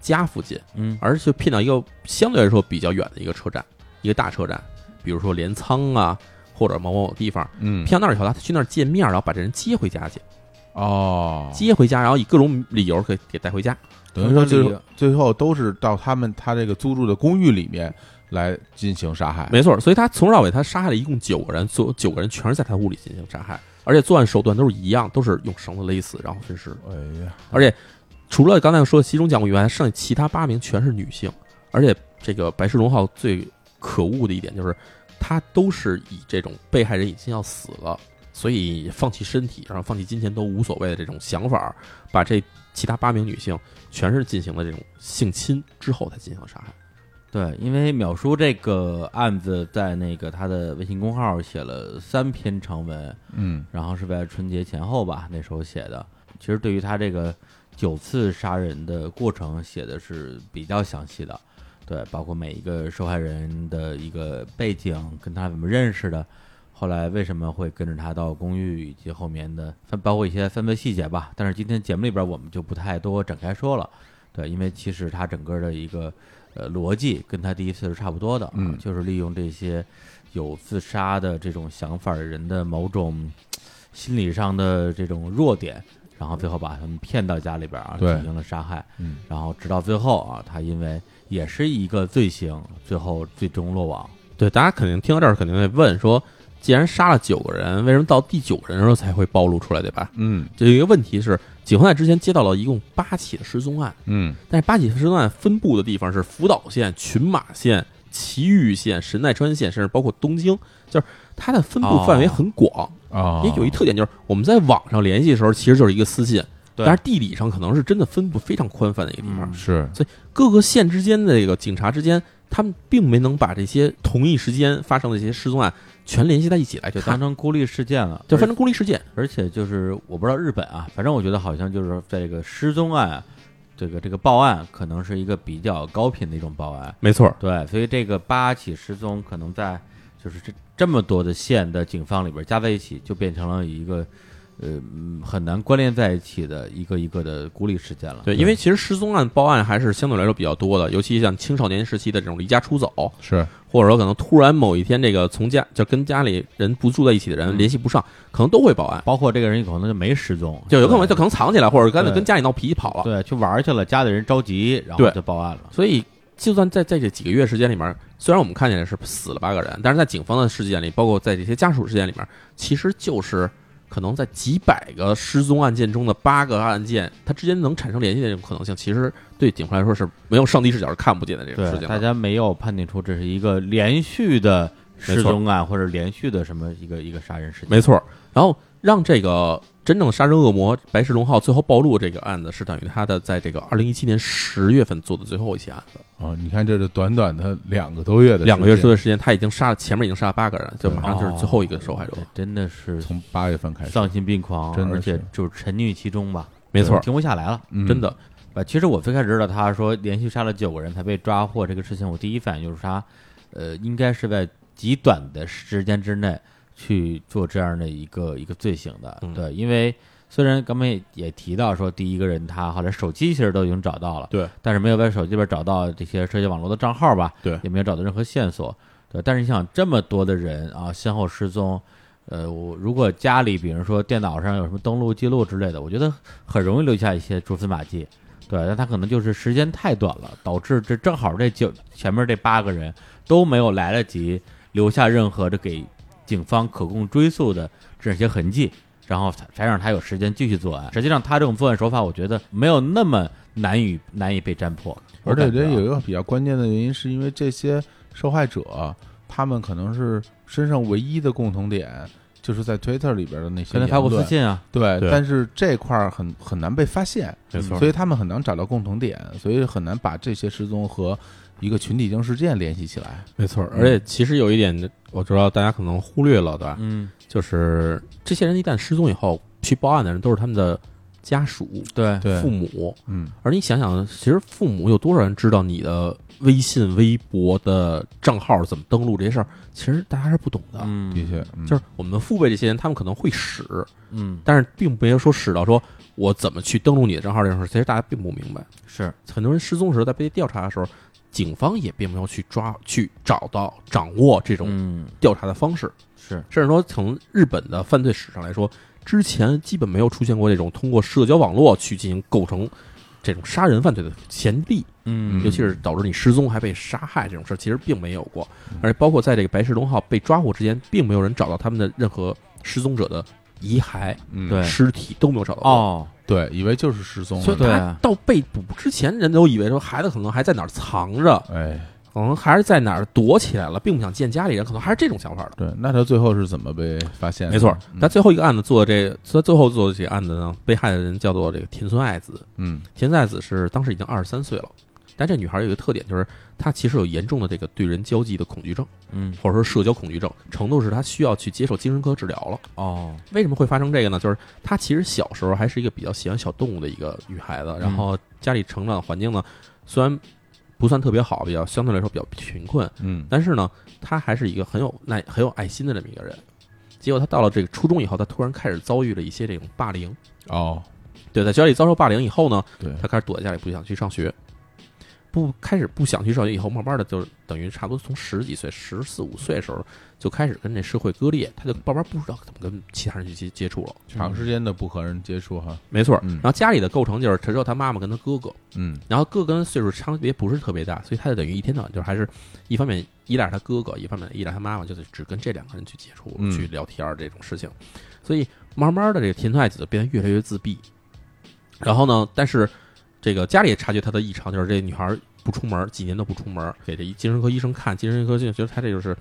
A: 家附近，
B: 嗯
A: 而是骗到一个相对来说比较远的一个车站，一个大车站，比如说镰仓啊，或者某某某地方，
C: 嗯，
A: 骗到那儿以后，他去那儿见面，然后把这人接回家去，
C: 哦，
A: 接回家，然后以各种理由给给带回家。
C: 等于说
B: 这
C: 最
B: 个
C: 最后都是到他们他这个租住的公寓里面来进行杀害，
A: 没错，所以他从头到尾他杀害了一共九个人，所有九个人全是在他屋里进行杀害，而且作案手段都是一样，都是用绳子勒死然后分尸。
C: 哎呀，
A: 而且除了刚才说的其中讲过以外，剩下其他八名全是女性，而且这个白石龙浩最可恶的一点就是，他都是以这种被害人已经要死了，所以放弃身体，然后放弃金钱都无所谓的这种想法，把这其他八名女性全是进行了这种性侵之后才进行杀害。
B: 对，因为淼叔这个案子在那个他的微信公号写了三篇长文，
C: 嗯，
B: 然后是在春节前后吧，那时候写的。其实对于他这个九次杀人的过程写的是比较详细的，对，包括每一个受害人的一个背景，跟他怎么认识的，后来为什么会跟着他到公寓，以及后面的犯包括一些犯罪细节吧。但是今天节目里边我们就不太多展开说了，对，因为其实他整个的一个呃逻辑跟他第一次是差不多的，
C: 嗯
B: 就是利用这些有自杀的这种想法的人的某种心理上的这种弱点，然后最后把他们骗到家里边啊，
C: 对
B: 进行了杀害，
C: 嗯，
B: 然后直到最后啊，他因为也是一个罪行，最后最终落网。
A: 对，大家肯定听到这儿肯定会问说，既然杀了九个人，为什么到第九个人的时候才会暴露出来，对吧？
C: 嗯
A: 这有一个问题是，警方在之前接到了一共八起的失踪案，
C: 嗯
A: 但是八起失踪案分布的地方是福岛县、群马县、埼玉县、神奈川县，甚至包括东京，就是它的分
B: 哦
A: 布范围很广。
C: 啊，
A: 也有一特点就是，我们在网上联系的时候，其实就是一个私信，
B: 对
A: 但是地理上可能是真的分布非常宽泛的一个地方。
B: 嗯
C: 是
A: 各个县之间的这个警察之间，他们并没能把这些同一时间发生的这些失踪案全联系在一起来
B: 就当 [laughs]
A: 看，
B: 成孤立事件了，
A: 就分成孤立事件。
B: 而且就是我不知道日本啊，反正我觉得好像就是在这个失踪案，啊这个这个报案可能是一个比较高频的一种报案，
A: 没错，
B: 对，所以这个八起失踪可能在就是这这么多的县的警方里边加在一起，就变成了一个呃嗯很难关联在一起的一个一个的孤立事件了。
A: 对，因为其实失踪案报案还是相对来说比较多的，尤其像青少年时期的这种离家出走，
C: 是，
A: 或者说可能突然某一天这个从家就跟家里人不住在一起的人
B: 嗯
A: 联系不上，可能都会报案，
B: 包括这个人有可能就没失踪，
A: 就有可能
B: 对
A: 就可能藏起来，或者干脆
B: 对
A: 跟家里闹脾气跑了。
B: 对去玩儿去了，家里人着急，然后
A: 对
B: 就报案了。
A: 所以就算在在这几个月时间里面，虽然我们看起来是死了八个人，但是在警方的事件里，包括在这些家属事件里面，其实就是可能在几百个失踪案件中的八个案件，它之间能产生联系的这种可能性，其实对警方来说是没有上帝视角是看不见的这种事
B: 对，
A: 情
B: 大
A: 的。
B: 家没有判定出这是一个连续的
A: 没错
B: 失踪案，或者连续的什么一个一个杀人事件。
A: 没错，然后让这个真正的杀人恶魔白石龙浩最后暴露这个案子，是等于他的在这个二零一七年十月份做的最后一起案子。
C: 哦，你看这是短短的两个多月的
A: 两个月
C: 时间
A: 多的时间，他已经杀了前面已经杀了八个人，就马上就是最后一个受害者。
B: 哦这真的是
C: 从八月份开始，
B: 丧心病狂，
C: 真的
B: 而且
C: 是
B: 就是沉溺其中吧，
A: 没错，
B: 停不下来了。
C: 嗯
A: 真的，
B: 啊，其实我最开始知道他说连续杀了九个人才被抓获这个事情，我第一反应就是他，呃，应该是在极短的时间之内去做这样的一个一个罪行的。
A: 嗯
B: 对，因为虽然刚才也也提到说第一个人他后来手机其实都已经找到了，
A: 对，
B: 但是没有在手机里边找到这些社交网络的账号吧，
A: 对
B: 也没有找到任何线索，对。但是你想这么多的人啊，先后失踪。呃，我如果家里，比如说电脑上有什么登录记录之类的，我觉得很容易留下一些蛛丝马迹。对，但他可能就是时间太短了，导致这正好这九前面这八个人都没有来得及留下任何的给警方可供追溯的这些痕迹，然后才才让他有时间继续作案。实际上，他这种作案手法，我觉得没有那么难以难以被侦破。
C: 而且这
B: 我感觉啊
C: 有一个比较关键的原因，是因为这些受害者他们可能是身上唯一的共同点就是在 Twitter 里边的那些
B: 跟他发过
C: 言
B: 私
C: 论
B: 信啊，
C: 对，
A: 对
C: 但是这块儿很很难被发现，
A: 没错
C: 所以他们很难找到共同点，所以很难把这些失踪和一个群体性事件联系起来。
A: 没错。而且其实有一点，我知道大家可能忽略了，对吧？
B: 嗯，
A: 就是这些人一旦失踪以后，去报案的人都是他们的家属、
B: 对，
C: 对
A: 父母。
C: 嗯，
A: 而你想想，其实父母有多少人知道你的微信、微博的账号怎么登录这些事儿？其实大家是不懂的。
B: 嗯，
C: 的，确，嗯
A: 就是我们父辈这些人，他们可能会使，
B: 嗯，
A: 但是并没有说使到说我怎么去登录你的账号这件事儿，其实大家并不明白。
B: 是，
A: 很多人失踪的时候，在被调查的时候，警方也并没有去抓、去找到、掌握这种
B: 嗯，
A: 调查的方式，
B: 是，
A: 甚至说从日本的犯罪史上来说，之前基本没有出现过这种通过社交网络去进行构成这种杀人犯罪的前例，
B: 嗯，
A: 尤其是导致你失踪还被杀害这种事儿，其实并没有过。
B: 嗯
A: 而且包括在这个白石龙号被抓获之前，并没有人找到他们的任何失踪者的遗骸、
C: 嗯
B: 对
A: 尸体都没有找到。
B: 哦，
C: 对，以为就是失踪
A: 所
C: 了
A: 以
B: 对
A: 大
C: 呢，
A: 家到被捕之前，人都以为说孩子可能还在哪儿藏着，
C: 哎，
A: 可能还是在哪儿躲起来了，并不想见家里人，可能还是这种想法的。
C: 对，那他最后是怎么被发现的？
A: 没错，
C: 嗯
A: 但最后一个案子做的这个，他最后做的这个案子呢，被害的人叫做这个田村爱子。
C: 嗯
A: 田村爱子是当时已经二十三岁了，但这女孩有一个特点，就是她其实有严重的这个对人交际的恐惧症，
B: 嗯，
A: 或者说社交恐惧症，程度是她需要去接受精神科治疗了。
B: 哦，
A: 为什么会发生这个呢？就是她其实小时候还是一个比较喜欢小动物的一个女孩子，然后家里成长的环境呢，虽然不算特别好，比较相对来说比较贫困，
C: 嗯
A: 但是呢，她还是一个很有耐、很有爱心的这么一个人。结果她到了这个初中以后，她突然开始遭遇了一些这种霸凌。
C: 哦，
A: 对，在学校里遭受霸凌以后呢，
C: 对，
A: 她开始躲在家里不想去上学，不开始不想去上学以后，慢慢的就等于差不多从十几岁、十四五岁的时候就开始跟这社会割裂，她就慢慢不知道怎么跟其他人去接接触了。
C: 长时间的不和人接触哈，
A: 没错，
C: 嗯
A: 然后家里的构成就是只有她妈妈跟她哥哥，
C: 嗯
A: 然后哥哥跟岁数差别不是特别大，所以他就等于一天到晚就是还是一方面依赖他哥哥，一方面依赖他妈妈，就得只跟这两个人去接触、
C: 嗯
A: 去聊天儿这种事情。所以慢慢的，这个田村爱子就变得越来越自闭。然后呢，但是这个家里也察觉她的异常，就是这女孩不出门，几年都不出门，给这精神科医生看，精神科就觉得她这就是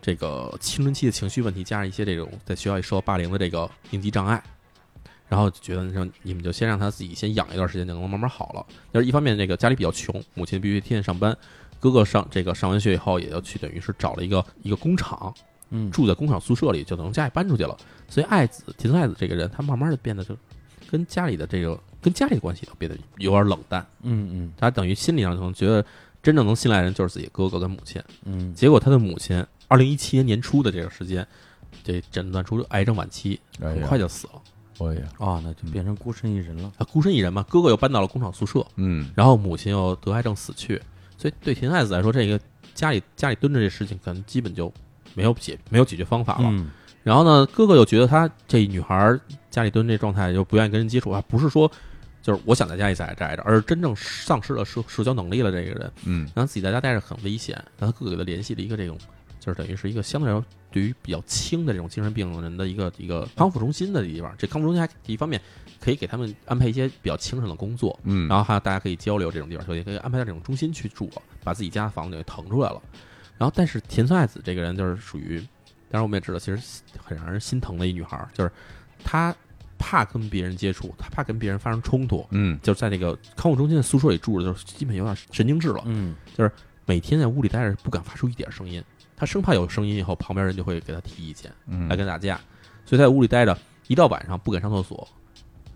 A: 这个青春期的情绪问题，加上一些这种在学校里受到霸凌的这个应激障碍。然后就觉得让你们就先让她自己先养一段时间，就能慢慢好了。就是一方面，这个家里比较穷，母亲必须天天上班，哥哥上这个上完学以后，也就去等于是找了一个一个工厂，
B: 嗯，
A: 住在工厂宿舍里，就从家里搬出去了。所以爱子田村爱子这个人，他慢慢的变得就跟家里的这个跟家里的关系都变得有点冷淡，
B: 嗯
A: 他等于心理上可能觉得真正能信赖的人就是自己哥哥跟母亲。
B: 嗯嗯，
A: 结果他的母亲，二零一七年年初的这个时间，这诊断出癌症晚期，
C: 哎
A: 很
C: 呀
A: 快，就死了。
C: 哎呀，
B: 哦，那就变成孤身一人了，
A: 他孤身一人嘛，哥哥又搬到了工厂宿舍，
C: 嗯
A: 然后母亲又得癌症死去，所以对田爱子来说，这个家里家里蹲着这事情，可能基本就没有解没有解决方法了。
B: 嗯，
A: 然后呢，哥哥又觉得她这女孩儿家里蹲这状态，就不愿意跟人接触啊，不是说就是我想在家里宅宅着，而是真正丧失了社社交能力了。这个人，
C: 嗯
A: 然后自己在家待着很危险，然后哥哥给他联系了一个这种，就是等于是一个相对来说对于比较轻的这种精神病人的一个一个康复中心的地方。这康复中心还一方面可以给他们安排一些比较轻省的工作，
C: 嗯，
A: 然后还有大家可以交流这种地方，所以可以安排到这种中心去住了，把自己家的房子给腾出来了。然后，但是田村爱子这个人就是属于，当然我们也知道，其实很让人心疼的一女孩儿，就是她怕跟别人接触，她怕跟别人发生冲突，
C: 嗯
A: 就是在这个康复中心的宿舍里住着，就是基本有点神经质了，
B: 嗯，
A: 每天在屋里待着不敢发出一点声音，她生怕有声音以后旁边人就会给她提意见。
C: 嗯
A: 来跟打架，所以在屋里待着，一到晚上不敢上厕所，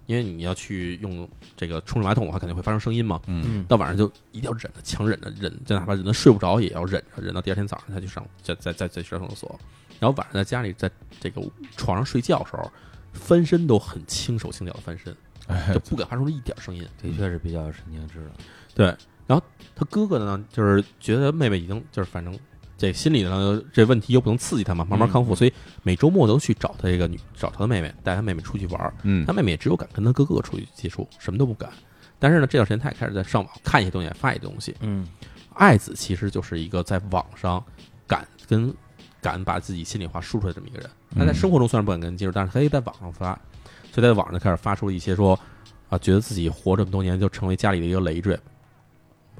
A: 因为你要去用这个冲水马桶的话，肯定会发生声音嘛。
C: 嗯
B: 嗯，
A: 到晚上就一定要忍着，强忍着，忍就哪怕忍得睡不着，也要忍着，忍到第二天早上再去上，再再再再去上厕所。然后晚上在家里，在这个床上睡觉的时候，翻身都很轻手轻脚的翻身，
C: 哎
A: 就不敢发出一点声音。
B: 的确是比较神经质了，
A: 对，然后他哥哥呢，就是觉得妹妹已经就是反正这心理呢这问题又不能刺激他嘛，慢慢康复，所以每周末都去找他这个女找他的妹妹，带他妹妹出去玩儿。
C: 嗯
A: 他妹妹也只有敢跟他哥哥出去接触，什么都不敢。但是呢，这段时间他也开始在上网看一些东西，发一些东西。
B: 嗯
A: 爱子其实就是一个在网上敢跟敢把自己心里话说出来这么一个人。他在生活中虽然不敢跟人接触，但是他也在网上发，所以在网上就开始发出一些说啊，觉得自己活这么多年就成为家里的一个累赘，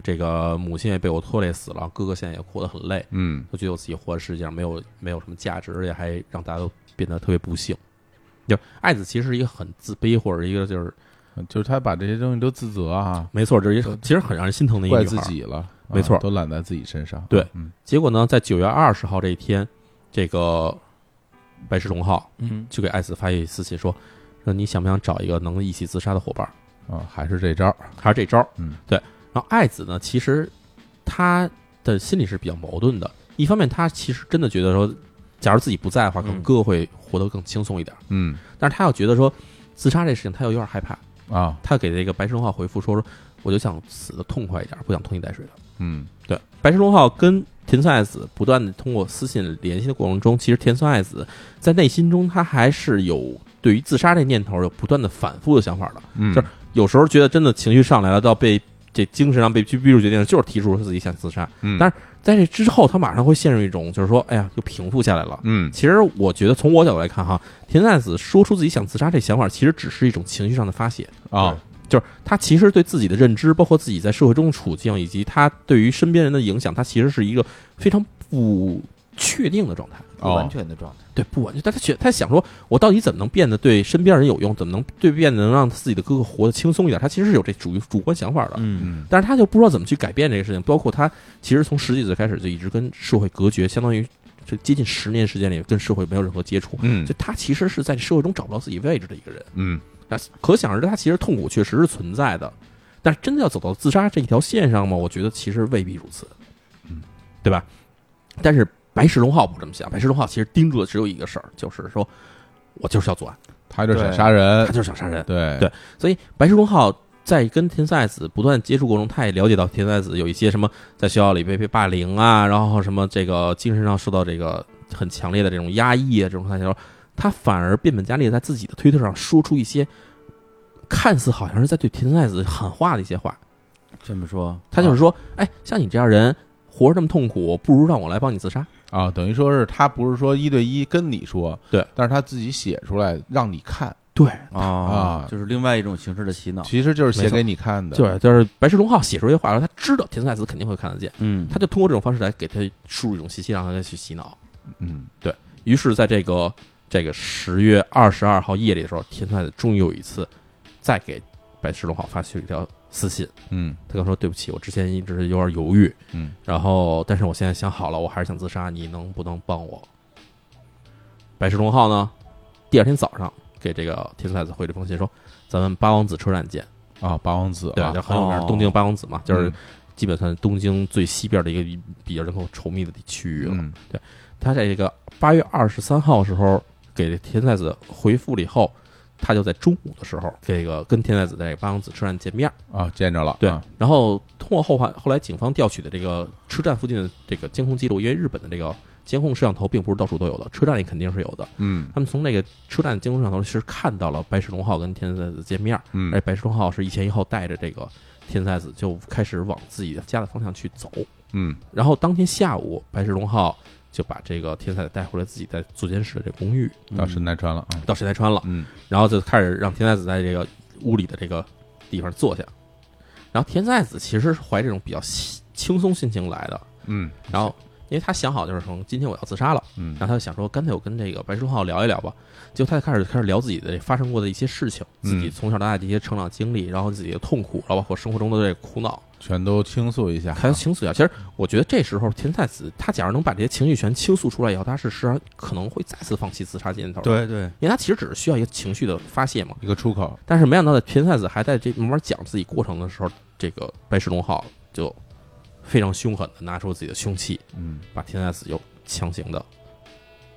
A: 这个母亲也被我拖累死了，哥哥现在也活得很累，
C: 嗯
A: 都觉得我自己活在世界上没有没有什么价值，而且还让大家都变得特别不幸。就爱子其实是一个很自卑，或者一个就是
C: 就是他把这些东西都自责啊，
A: 没错，这是一个其实很让人心疼的一个
C: 怪
A: 女
C: 自
A: 孩。
C: 己了，啊
A: 没错
C: 都揽在自己身上。
A: 对
C: 嗯，
A: 结果呢，在九月二十号这一天，这个白石龙号
B: 嗯
A: 就给爱子发一私信说：“说你想不想找一个能一起自杀的伙伴？
C: 啊，还是这招儿，
A: 还是这招儿？”
C: 嗯，
A: 对。然后爱子呢，其实他的心里是比较矛盾的。一方面，他其实真的觉得说，假如自己不在的话，可能
B: 嗯
A: 哥会活得更轻松一点。
C: 嗯
A: 但是他又觉得说，自杀这事情他又有点害怕。
C: 啊，
A: 他给这个白石龙号回复说：“说我就想死的痛快一点，不想拖泥带水的。”
C: 嗯
A: 对，白石龙浩跟田村爱子不断的通过私信联系的过程中，其实田村爱子在内心中，她还是有对于自杀这念头有不断的反复的想法的。
C: 嗯，
A: 就是有时候觉得真的情绪上来了，到被这精神上被逼逼住决定，就是提出自己想自杀。
C: 嗯
A: 但是在这之后，她马上会陷入一种就是说，哎呀，又平复下来了。
C: 嗯
A: 其实我觉得，从我角度来看，哈，田村爱子说出自己想自杀这想法，其实只是一种情绪上的发泄。
C: 啊，
A: 就是他其实对自己的认知，包括自己在社会中的处境，以及他对于身边人的影响，他其实是一个非常不确定的状态。
B: 不完全的状态，
A: 对，不完全，但他觉他想说，我到底怎么能变得对身边人有用？怎么能对变得能让自己的哥哥活得轻松一点？他其实是有这主主观想法的，
B: 嗯
C: 嗯
A: 但是他就不知道怎么去改变这个事情。包括他其实从十几岁开始就一直跟社会隔绝，相当于这接近十年时间里跟社会没有任何接触，
C: 嗯
A: 就他其实是在社会中找不到自己位置的一个人。
C: 嗯
A: 那可想而知，他其实痛苦确实是存在的，但是真的要走到自杀这一条线上吗？我觉得其实未必如此，
C: 嗯，
A: 对吧？但是白石龙浩不这么想，白石龙浩其实盯住的只有一个事儿，就是说我就是要作案，
C: 他就是想
B: 对
C: 杀人
A: 他，就是想杀人。
C: 对
A: 对所以白石龙浩在跟田赛子不断接触过程中，他也了解到田赛子有一些什么在学校里被被霸凌啊，然后什么这个精神上受到这个很强烈的这种压抑啊，这种他说，他反而变本加厉地在自己的推特上说出一些看似好像是在对田赛子喊话的一些话，
B: 这么说，
A: 他就是说，哎，像你这样人活着这么痛苦，不如让我来帮你自杀。
C: 啊，等于说是他不是说一对一跟你说，
A: 对，
C: 但是他自己写出来让你看，
A: 对，
B: 啊
C: 啊
B: 就是另外一种形式的洗脑，
C: 其实啊就是写
A: 没错
C: 给你看的，
A: 就是就是白石龙浩写出这些话，然后他知道田赛子肯定会看得见，
B: 嗯，
A: 他就通过这种方式来给他输入一种信息，让他去洗脑。
C: 嗯
A: 于是，在这个这个十月二十二号夜里的时候，田太太终于有一次再给白石龙浩发去一条私信，
C: 嗯
A: 他跟我说：“对不起，我之前一直有点犹豫，
C: 嗯，
A: 然后但是我现在想好了，我还是想自杀，你能不能帮我？”白石龙浩呢，第二天早上给这个田太子回了封信，说：“咱们八王子车站见。
C: 啊，八王子”
A: 对吧，
C: 啊
A: 就很有名
B: 哦，
A: 东京八王子嘛，就是
C: 嗯
A: 基本算东京最西边的一个比较人口稠密的区域了。
C: 嗯
A: 他在这个八月二十三号时候给田太子回复了以后，他就在中午的时候这个跟田太子在八王子车站见面。
C: 啊，见着了，
A: 对
C: 啊
A: 然后通过后来后来警方调取的这个车站附近的这个监控记录，因为日本的这个监控摄像头并不是到处都有的，车站里肯定是有的。
C: 嗯
A: 他们从那个车站监控摄像头是看到了白石龙浩跟田太子见面，而
C: 嗯
A: 白石龙浩是一前一后带着这个田太子就开始往自己的家的方向去走。
C: 嗯
A: 然后当天下午，白石龙浩就把这个天才带回了自己在座监室的这公寓，
B: 嗯
C: 到神奈川了啊，
A: 到神奈川了，
C: 嗯
A: 然后就开始让田太子在这个屋里的这个地方坐下。然后田太子其实是怀这种比较轻轻松心情来的，
C: 嗯
A: 然后因为他想好就是说今天我要自杀了，
C: 嗯
A: 然后他就想说干脆我跟这个白石龙浩聊一聊吧，结果他就开始开始聊自己的这发生过的一些事情，
C: 嗯
A: 自己从小到大的一些成长经历，然后自己的痛苦，然后包括生活中的这个苦恼，
C: 全都倾诉一下，
A: 还能倾诉一下。其实我觉得这时候田太子他假如能把这些情绪全倾诉出来以后，他是实际上可能会再次放弃自杀念头。，
B: 对对，
A: 因为他其实只是需要一个情绪的发泄嘛。
C: 啊一个出口，
A: 但是没想到在田太子还在这慢慢讲自己过程的时候，这个白石龙浩就非常凶狠的拿出自己的凶器，
C: 嗯
A: 把田太子又强行的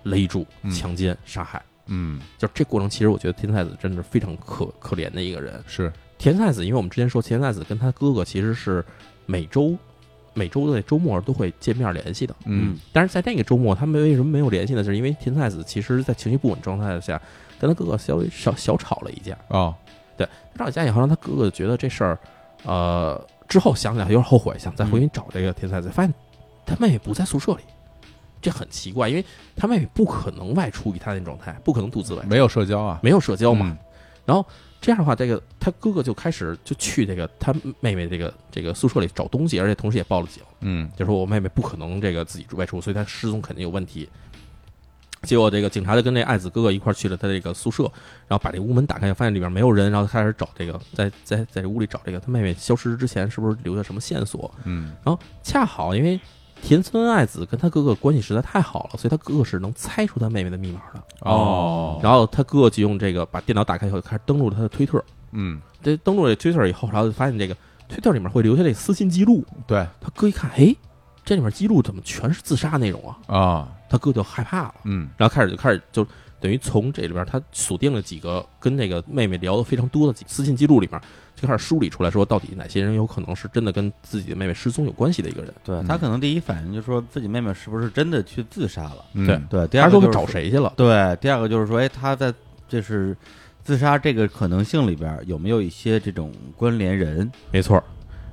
A: 勒住、
C: 嗯
A: 强奸、杀害。
C: 嗯
A: 就这过程，其实我觉得田太子真的是非常可可怜的一个人。
C: 是
A: 田太子，因为我们之前说田太子跟他哥哥其实是每周每周的周末都会见面联系的，
C: 嗯
A: 但是在那个周末他们为什么没有联系呢？是因为田太子其实在情绪不稳状态下跟他哥哥稍微小小吵了一架，
C: 哦
A: 吵一架以后让他哥哥觉得这事儿，呃，之后想起来有点后悔，想再回去找这个田太子，发现他妹妹不在宿舍里。这很奇怪，因为他妹妹不可能外出以他那状态，不可能独自外出，
C: 没有社交啊，
A: 没有社交嘛。
C: 嗯
A: 然后这样的话，这个他哥哥就开始就去这个他妹妹这个这个宿舍里找东西，而且同时也报了警，
C: 嗯
A: 就说我妹妹不可能这个自己外出，所以她失踪肯定有问题。结果这个警察就跟这爱子哥哥一块儿去了他这个宿舍，然后把这屋门打开，发现里面没有人，然后开始找这个在在在这屋里找这个他妹妹消失之前是不是留下什么线索？
C: 嗯
A: 然后恰好因为田村爱子跟他哥哥关系实在太好了，所以他哥哥是能猜出他妹妹的密码的。
C: 哦
A: 然后他哥哥就用这个把电脑打开以后，开始登录他的推特。
C: 嗯，
A: 这登录了 Twitter 以后，然后就发现这个推特里面会留下这私信记录。
C: 对啊、
A: 他哥一看，哎，这里面记录怎么全是自杀内容啊？他哥就害怕了，
C: 嗯
A: 然后开始就开始就等于从这里边他锁定了几个跟那个妹妹聊的非常多的几私信记录里面，就开始梳理出来说到底哪些人有可能是真的跟自己的妹妹失踪有关系的一个人。
B: 对
C: 嗯
B: 他可能第一反应就说自己妹妹是不是真的去自杀了？
C: 嗯
A: 对
B: 对，第
A: 他
B: 二
A: 说
B: 个
A: 他
B: 就是
A: 找？谁去了？
B: 对，第二个就是说，哎，他在就是自杀这个可能性里边儿有没有一些这种关联人？
A: 没错儿。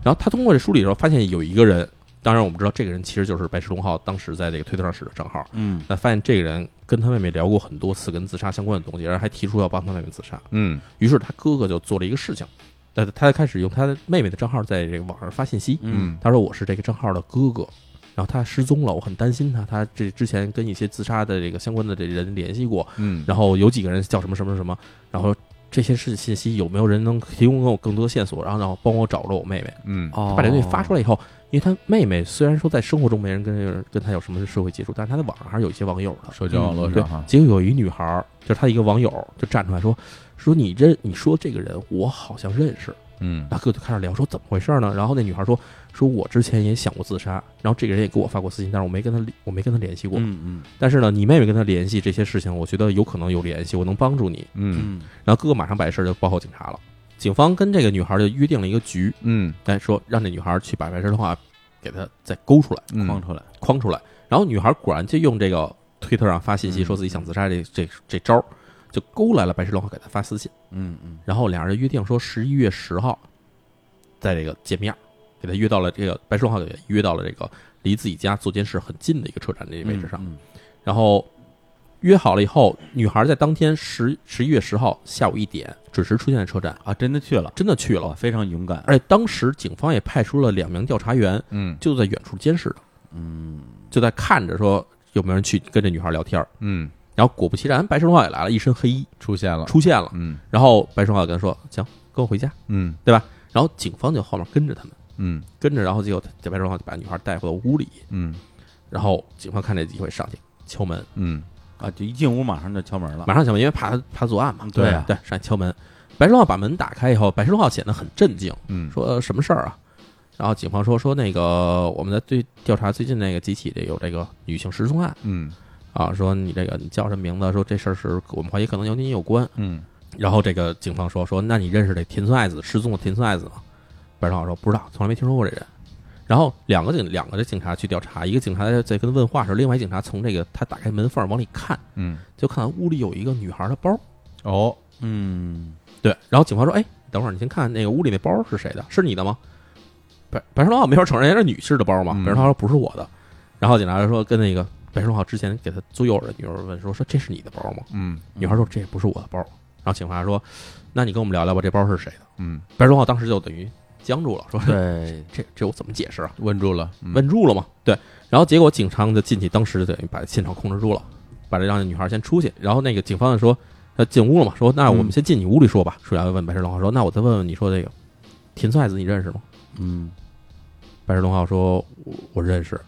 A: 然后他通过这梳理的时候，发现有一个人，当然我们知道这个人其实就是白石龙浩当时在这个推特上使的账号。
B: 嗯
A: 那发现这个人跟他妹妹聊过很多次跟自杀相关的东西，然后还提出要帮他妹妹自杀。
C: 嗯
A: 于是他哥哥就做了一个事情，他他开始用他妹妹的账号在这个网上发信息，
B: 嗯
A: 他说我是这个账号的哥哥，然后他失踪了，我很担心他，他这之前跟一些自杀的这个相关的这人联系过，
C: 嗯，
A: 然后有几个人叫什么什么什么，然后这些事信息有没有人能提供给我更多的线索，然后让我帮我找着我妹妹。
C: 嗯
B: 哦
A: 他把这东西发出来以后，因为他妹妹虽然说在生活中没人跟这个跟他有什么社会接触，但是他在网上还是有一些网友的。
C: 社交网络
A: 对
C: 上哈，，
A: 结果有一女孩儿，就是他一个网友，就站出来说：“说你这你说这个人，我好像认识。”
C: 嗯
A: 大哥就开始聊，说怎么回事呢？然后那女孩说：“说我之前也想过自杀，然后这个人也给我发过私信，但是我没跟他我没跟他联系过。
B: 嗯
A: 但是呢，你妹妹跟他联系这些事情，我觉得有可能有联系，我能帮助你。
C: 嗯
B: 嗯
A: 然后哥哥马上把这事儿就报告警察了。警方跟这个女孩就约定了一个局，
C: 嗯
A: 但说让这女孩去把白石的话给她再勾出来、
B: 嗯，
C: 嗯，
B: 框出来，
A: 框出来。然后女孩果然就用这个推特上发信息
B: 嗯
A: 说自己想自杀这这这招儿，就勾来了白石龙浩给她发私信。
B: 嗯嗯
A: 然后俩人约定说十一月十号，在这个见面儿，给她约到了这个白石龙浩给约到了这个离自己家坐监室很近的一个车站这个位置上。
B: 嗯
A: 然后约好了以后，女孩在当天十十一月十号下午一点准时出现在车站，
B: 啊，真的去了，
A: 真的去
B: 哇
A: 了。
B: 非常勇敢，
A: 而且当时警方也派出了两名调查员，
C: 嗯
A: 就在远处监视着，
B: 嗯
A: 就在看着说有没有人去跟这女孩聊天儿。
C: 嗯，
A: 然后果不其然，白石龙浩也来了，一身黑衣
C: 出现
B: 啊
C: 了，
A: 出现了。
C: 嗯
A: 然后白石龙浩跟他说：“行，跟我回家。
C: 嗯”
A: 然后警方就后面跟着他们，
C: 嗯
A: 跟着，然后结果这白石龙浩就把女孩带回到屋里，
C: 嗯
A: 然后警方看这机会上去敲门，
C: 嗯
B: 啊，就一进屋马上就敲门了，
A: 马上敲门，因为怕他怕作案嘛。
B: 对啊
A: 对，上去敲门。白石龙浩把门打开以后，白石龙浩显得很镇静，
C: 嗯，
A: 说呃什么事儿啊？然后警方说说那个我们在对调查最近那个几起这有这个女性失踪案
C: 嗯
A: 啊，说你这个你叫什么名字？说这事儿是我们怀疑可能有你有关。
C: 嗯
A: 然后这个警方说说那你认识这田村爱子失踪的田村爱子吗？白少说不知道，从来没听说过这人。然后两个警两个这警察去调查，一个警察在在跟他问话时，另外一警察从这个他打开门缝儿往里看，
C: 嗯，
A: 就看到屋里有一个女孩的包。
C: 哦，
B: 嗯
A: 对，然后警方说：“哎，等会儿你先看那个屋里那包是谁的？是你的吗？”白白石龙浩没法承认，人家是女士的包嘛。
C: 嗯
A: 白石龙浩说：“不是我的。”然后警察就说：“跟那个白石龙浩之前给他做诱饵的女儿问说：‘说这是你的包吗
C: 嗯？’
A: 女孩说：‘这也不是我的包。’然后警察说：‘那你跟我们聊聊吧，这包是谁的
C: 嗯，？’
A: 白石龙浩当时就等于僵住了，说：‘
B: 对，
A: 这这我怎么解释啊？
C: 问住了，嗯
A: 问住了嘛？’对，然后结果警察就进去，当时就等于把现场控制住了，把这让这女孩先出去。然后那个警方就说：‘他进屋了嘛，说那我们先进你屋里说吧。说完问白石龙浩说：“那我再问问你说这个田村爱子你认识吗
B: 嗯，？”
A: 白石龙浩说：“我我认识。”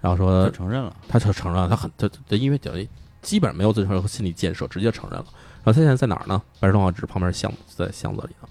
A: 然后
B: 就
A: 说
B: 承认了，
A: 他就承认了，他很他他因为等于基本没有自身心理建设，直接承认了。然后他现在在哪儿呢？白石龙浩指旁边巷子在巷子里呢。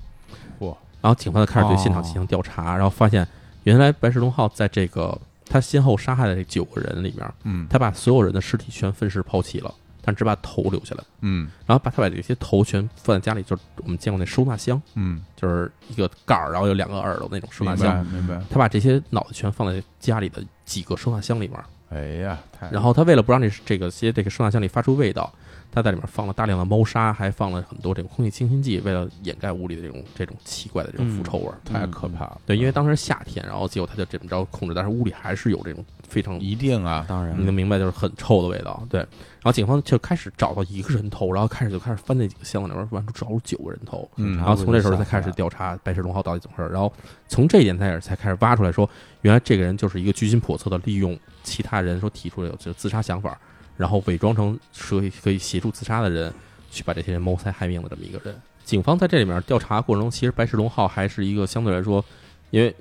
C: 嚯！
A: 然后警方就开始对现
B: 哦
A: 场进行调查，然后发现原来白石龙浩在这个他先后杀害的这九个人里面，
C: 嗯
A: 他把所有人的尸体全分尸抛弃了，但只把头留下来了。
C: 嗯
A: 然后把他把这些头全放在家里，就是我们见过那收纳箱，
C: 嗯，
A: 就是一个盖儿，然后有两个耳朵那种收纳
C: 明
A: 箱。
C: 白明白，
A: 他把这些脑袋全放在家里的几个收纳箱里面，
C: 哎呀，太
A: 然后他为了不让这这个些这个收纳箱里发出味道，他在里面放了大量的猫砂，还放了很多这种空气清新剂，为了掩盖屋里的这种这种奇怪的这种
B: 嗯
A: 腐臭味儿。
C: 太可怕了。
A: 对，因为当时夏天，然后结果他就这么着控制，但是屋里还是有这种非常
C: 一定啊，
B: 当然
A: 你能明白，就是很臭的味道。对，然后警方就开始找到一个人头，然后开始就开始翻那几个箱子里边，完出找出九个人头。
C: 嗯
A: 然后从这时候才开始调查白石龙浩到底怎么回事儿，然后从这一点开始才开始挖出来说，原来这个人就是一个居心叵测的利用其他人说提出来有这自杀想法，然后伪装成可以可以协助自杀的人，去把这些人谋财害命的这么一个人。警方在这里面调查过程中，其实白石龙浩还是一个相对来说，因为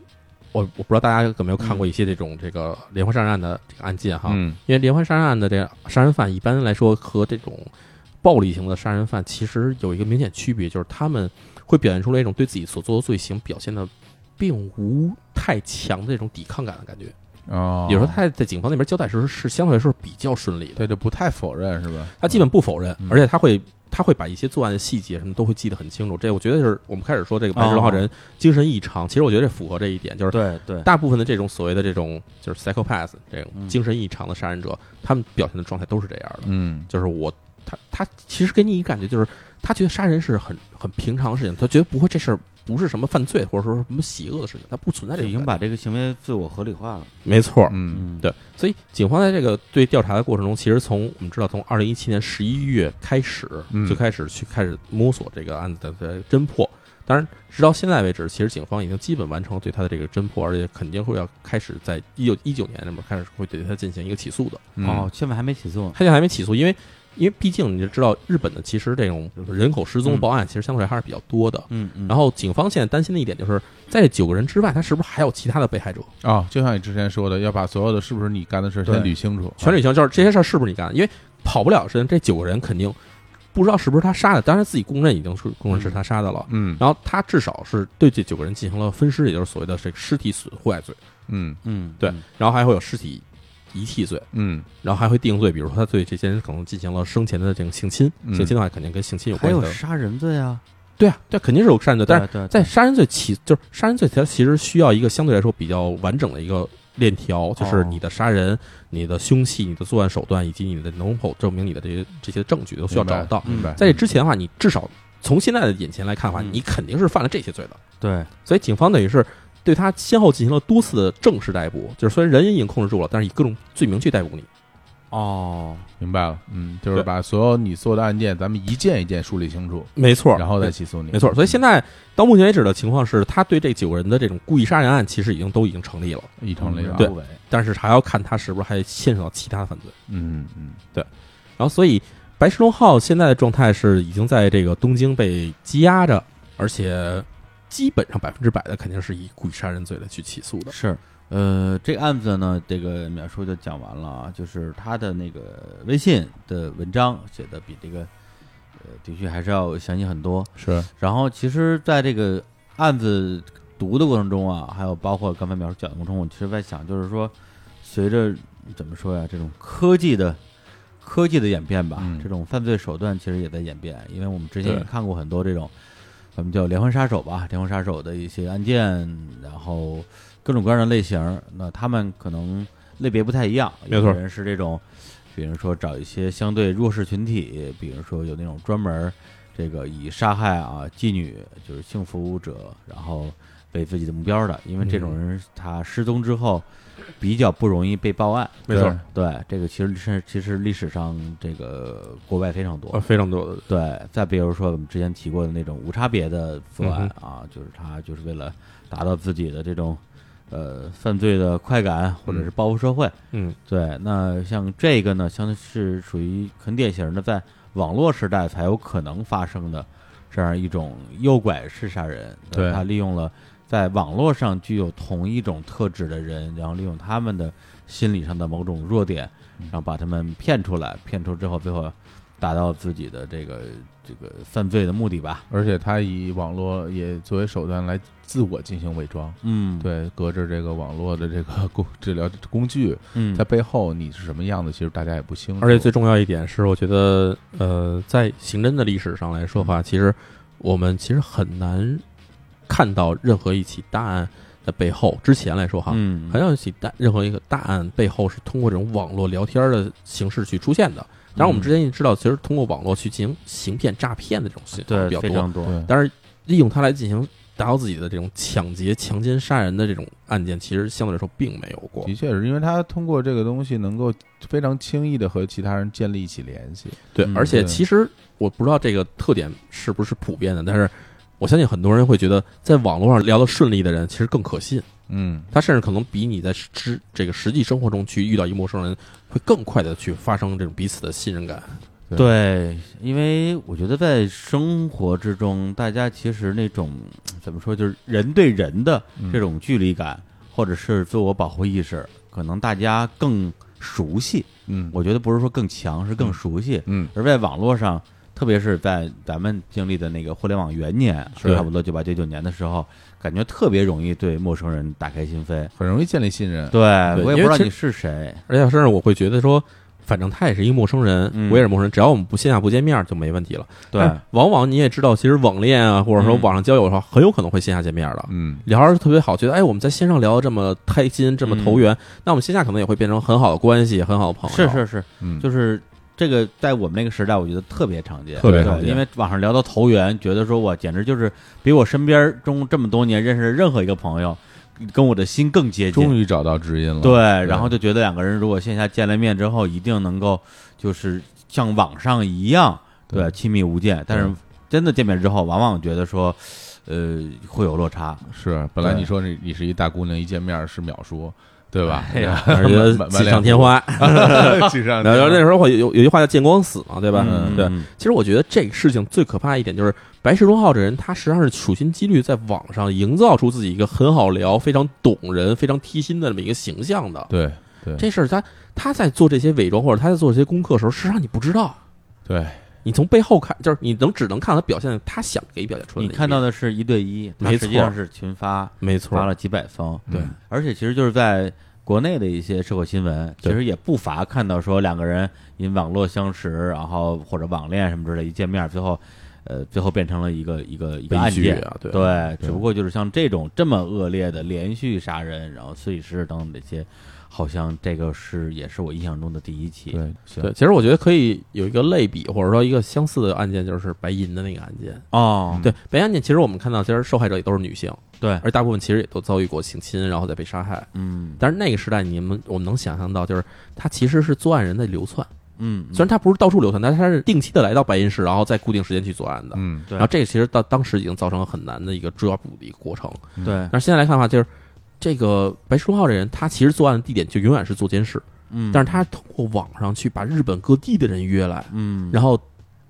A: 我我不知道大家有没有看过一些这种这个连环杀人案的这个案件哈，
C: 嗯，
A: 因为连环杀人案的这个杀人犯，一般来说和这种暴力型的杀人犯其实有一个明显区别，就是他们会表现出来一种对自己所做的罪行表现的并无太强的这种抵抗感的感觉。
C: 哦，
A: 有时候他在警方那边交代时候是相对来说是比较顺利的，
C: 对，就不太否认是吧？
A: 他基本不否认
B: 嗯，
A: 而且他会。他会把一些作案的细节什么都会记得很清楚，这我觉得就是我们开始说这个白石浩人精神异常，其实我觉得这符合这一点，就是
B: 对对，
A: 大部分的这种所谓的这种就是 psychopath 这
B: 嗯
A: 种精神异常的杀人者，他们表现的状态都是这样的。
C: 嗯，
A: 就是我他他其实给你一感觉就是他觉得杀人是很很平常的事情，他觉得不会这事儿不是什么犯罪或者说什么邪恶的事情，他不存在
B: 他
A: 这
B: 已
A: 种
B: 经
A: 感觉。
B: 把这个行为自我合理化了。
A: 没错，
C: 嗯，
B: 嗯，
A: 对，所以警方在这个对调查的过程中，其实从我们知道从二零一七年十一月开始
C: 嗯
A: 就开始去开始摸索这个案子的侦破。当然，直到现在为止，其实警方已经基本完成了对他的这个侦破，而且肯定会要开始在一九一九年那边开始会对他进行一个起诉的。
C: 嗯
B: 哦，，现在还没起诉呢。
A: 他现在还没起诉，因为因为毕竟你就知道，日本的其实这种人口失踪报案，其实相对来还是比较多的。
B: 嗯嗯，
A: 然后警方现在担心的一点就是，在这九个人之外，他是不是还有其他的被害者？
C: 哦，就像你之前说的，要把所有的是不是你干的事儿
B: 对
C: 先捋清楚，
A: 全理清，就是这些事儿是不是你干的？因为跑不了身，这九个人肯定不知道是不是他杀的，当然自己公认已经是公认是他杀的了。
C: 嗯
A: 然后他至少是对这九个人进行了分尸，也就是所谓的这个尸体损坏罪，
C: 嗯
B: 嗯，
A: 对
B: 嗯，
A: 然后还会有尸体遗弃罪，
C: 嗯
A: 然后还会定罪，比如说他对这些人可能进行了生前的这种性侵，
C: 嗯
A: 性侵的话肯定跟性侵有
B: 还
A: 关系
B: 有
A: 的。
B: 杀人罪啊，
A: 对啊，对，肯定是有善罪，但是
B: 对对，
A: 在杀人罪起就是杀人罪，它其实需要一个相对来说比较完整的一个链条，就是你的杀人、你的凶器、你的作案手段以及你的能否证明你的这些这些证据都需要找得到。
C: 明白
B: 嗯
A: 在这之前的话，你至少从现在的眼前来看的话，
B: 嗯
A: 你肯定是犯了这些罪的。
B: 对，
A: 所以警方等于是对他先后进行了多次的正式逮捕，就是虽然人已经控制住了，但是以各种罪名去逮捕你。
B: 哦，
C: 明白了，嗯，就是
A: 对
C: 把所有你做的案件，咱们一件一件梳理清楚，
A: 没错
C: 然后再起诉你，
A: 没错。所以现在到目前为止的情况是，他对这九个人的这种故意杀人案其实已经都已经成立了。
C: 一成立
A: 嗯
C: 了，
A: 对
B: 不违
A: 但是还要看他是不是还牵扯到其他的犯罪。
C: 嗯嗯
A: 然后，所以白石龙浩现在的状态是已经在这个东京被羁押着，而且基本上百分之百的肯定是以故意杀人罪来去起诉的。
B: 是，呃，这个案子呢，这个淼叔就讲完了啊，就是他的那个微信的文章写的比这个，呃，的确还是要详细很多。
C: 是，
B: 然后其实在这个案子读的过程中啊，还有包括刚才淼叔讲的过程中，我其实在想，就是说，随着怎么说呀，这种科技的。科技的演变吧，
C: 嗯
B: 这种犯罪手段其实也在演变，因为我们之前也
A: 对
B: 看过很多这种，咱们叫连环杀手吧，连环杀手的一些案件，然后各种各样的类型儿，那他们可能类别不太一样。
A: 没
B: 有
A: 错
B: 的人是这种，比如说找一些相对弱势群体，比如说有那种专门儿这个以杀害啊妓女就是性服务者，然后为自己的目标的，因为这种人他失踪之后比较不容易被报案。
A: 没错
C: 对，
B: 对，这个其实是其实历史上这个国外非常多
A: 呃，。非常多的，
B: 对，再比如说我们之前提过的那种无差别的作案
A: 嗯
B: 啊，就是他就是为了达到自己的这种呃犯罪的快感，或者是报复社会。
A: 嗯，
B: 对，那像这个呢，相当于是属于很典型的在网络时代才有可能发生的这样一种诱拐式杀人。
C: 对
B: 他利用了在网络上具有同一种特质的人，然后利用他们的心理上的某种弱点，
C: 嗯
B: 然后把他们骗出来，骗出之后，最后达到自己的这个这个犯罪的目的吧。
C: 而且他以网络也作为手段来自我进行伪装。
B: 嗯，，
C: 对，隔着这个网络的这个工治疗工具，
B: 嗯，
C: 在背后你是什么样子，其实大家也不清楚。
A: 而且最重要一点是，我觉得，呃，在刑侦的历史上来说的话，其实我们其实很难看到任何一起大案在背后之前来说哈，
B: 嗯，
A: 很少起大任何一个大案背后是通过这种网络聊天的形式去出现的。当然，我们
B: 嗯
A: 之前也知道，其实通过网络去进行行骗、诈骗的这种行为比
B: 对
A: 较
B: 非
A: 多，
B: 常多，
C: 对，
A: 但是利用它来进行达到自己的这种抢劫、强奸、杀人的这种案件，其实相对来说并没有过。
C: 的确是因为他通过这个东西能够非常轻易的和其他人建立起联系，
A: 对，
B: 嗯
A: 而且
C: 对
A: 其实我不知道这个特点是不是普遍的，但是我相信很多人会觉得，在网络上聊得顺利的人，其实更可信。
C: 嗯，
A: 他甚至可能比你在实这个实际生活中去遇到一陌生人，会更快的去发生这种彼此的信任感。
B: 对，因为我觉得在生活之中，大家其实那种怎么说，就是人对人的
C: 嗯
B: 这种距离感，或者是自我保护意识，可能大家更熟悉。
C: 嗯
B: 我觉得不是说更强，是更熟悉。
C: 嗯
B: 而在网络上，特别是在咱们经历的那个互联网元年，
A: 是
B: 差不多九八九九年的时候，感觉特别容易对陌生人打开心扉。
C: 很容易建立信任，
B: 对我也不
A: 因为
B: 知道
A: 其实
B: 你是谁，
A: 而且甚至我会觉得说，反正他也是一陌生人，
B: 嗯
A: 我也是陌生人，只要我们不线下不见面就没问题了。
B: 对，
A: 但往往你也知道，其实网恋啊，或者说
B: 嗯
A: 网上交友的话，很有可能会线下见面的。
C: 嗯，
A: 聊得特别好，觉得哎，我们在线上聊得这么开心，这么投缘，那我们线下可能也会变成很好的关系，很好的朋友。
B: 嗯是是是，
C: 嗯，
B: 就是这个在我们那个时代，我觉得特别常见，
C: 特别
B: 对
C: 常见
B: 因为网上聊到投缘，觉得说我简直就是比我身边中这么多年认识的任何一个朋友，跟我的心更接
C: 终
B: 近。
C: 于找到知音了，
B: 对，然后就觉得两个人如果线下见了面之后，一定能够就是像网上一样，对，
C: 对
B: 亲密无间。但是
C: 对
B: 真的见面之后，往往觉得说，呃，会有落差。
C: 是本来
B: 对
C: 你说你你是一大姑娘，一见面是秒叔，对吧？
B: 哎呀 [laughs]
A: 而且
C: 满满
A: 锦上添花。
C: 花， [laughs] 锦上
A: 然后那
C: 添花，
A: 时候我有有有句话叫“见光死”嘛，对吧？
B: 嗯
A: 对。
B: 嗯
A: 其实我觉得这个事情最可怕一点就是白石忠浩这人，他实际上是处心积虑在网上营造出自己一个很好聊、非常懂人、非常贴心的这么一个形象的。
C: 对对
A: 这事儿他他在做这些伪装或者他在做这些功课的时候，实际上你不知道，
C: 对，
A: 你从背后看，就是你能只能看到他表现他想给表现出来
B: 你
A: 的那一面。
B: 看到的是一对一，它
A: 没
B: 实际
A: 错
B: 上是群发，
A: 没错
B: 发，了几百封，
C: 对
B: 嗯，而且其实就是在国内的一些社会新闻，其
A: 对
B: 实也不乏看到说两个人因网络相识，然后或者网恋什么之类，一见面最后，呃，最后变成了一个一个一个
A: 悲
B: 案
A: 剧
B: 件
A: 啊，对
B: 对，只不过就是像这种这么恶劣的连续杀人，然后碎尸等等这些，好像这个是也是我印象中的第一起。
C: 对，行
A: 对，其实我觉得可以有一个类比，或者说一个相似的案件，就是白银的那个案件。
B: 哦，
A: 对，白银案件，其实我们看到，其实受害者也都是女性，
B: 对，
A: 而大部分其实也都遭遇过性侵，然后再被杀害。
B: 嗯
A: 但是那个时代，你们我们能想象到，就是他其实是作案人在流窜，
B: 嗯，
A: 虽然他不是到处流窜，但是他是定期的来到白银市，然后在固定时间去作案的。
C: 嗯，
B: 对
A: 然后这个其实到当时已经造成了很难的一个抓捕的一个过程。
B: 对，
A: 但是现在来看的话，就是这个白石忠浩这人，他其实作案的地点就永远是坐监室，
B: 嗯，
A: 但是他通过网上去把日本各地的人约来，
B: 嗯，
A: 然后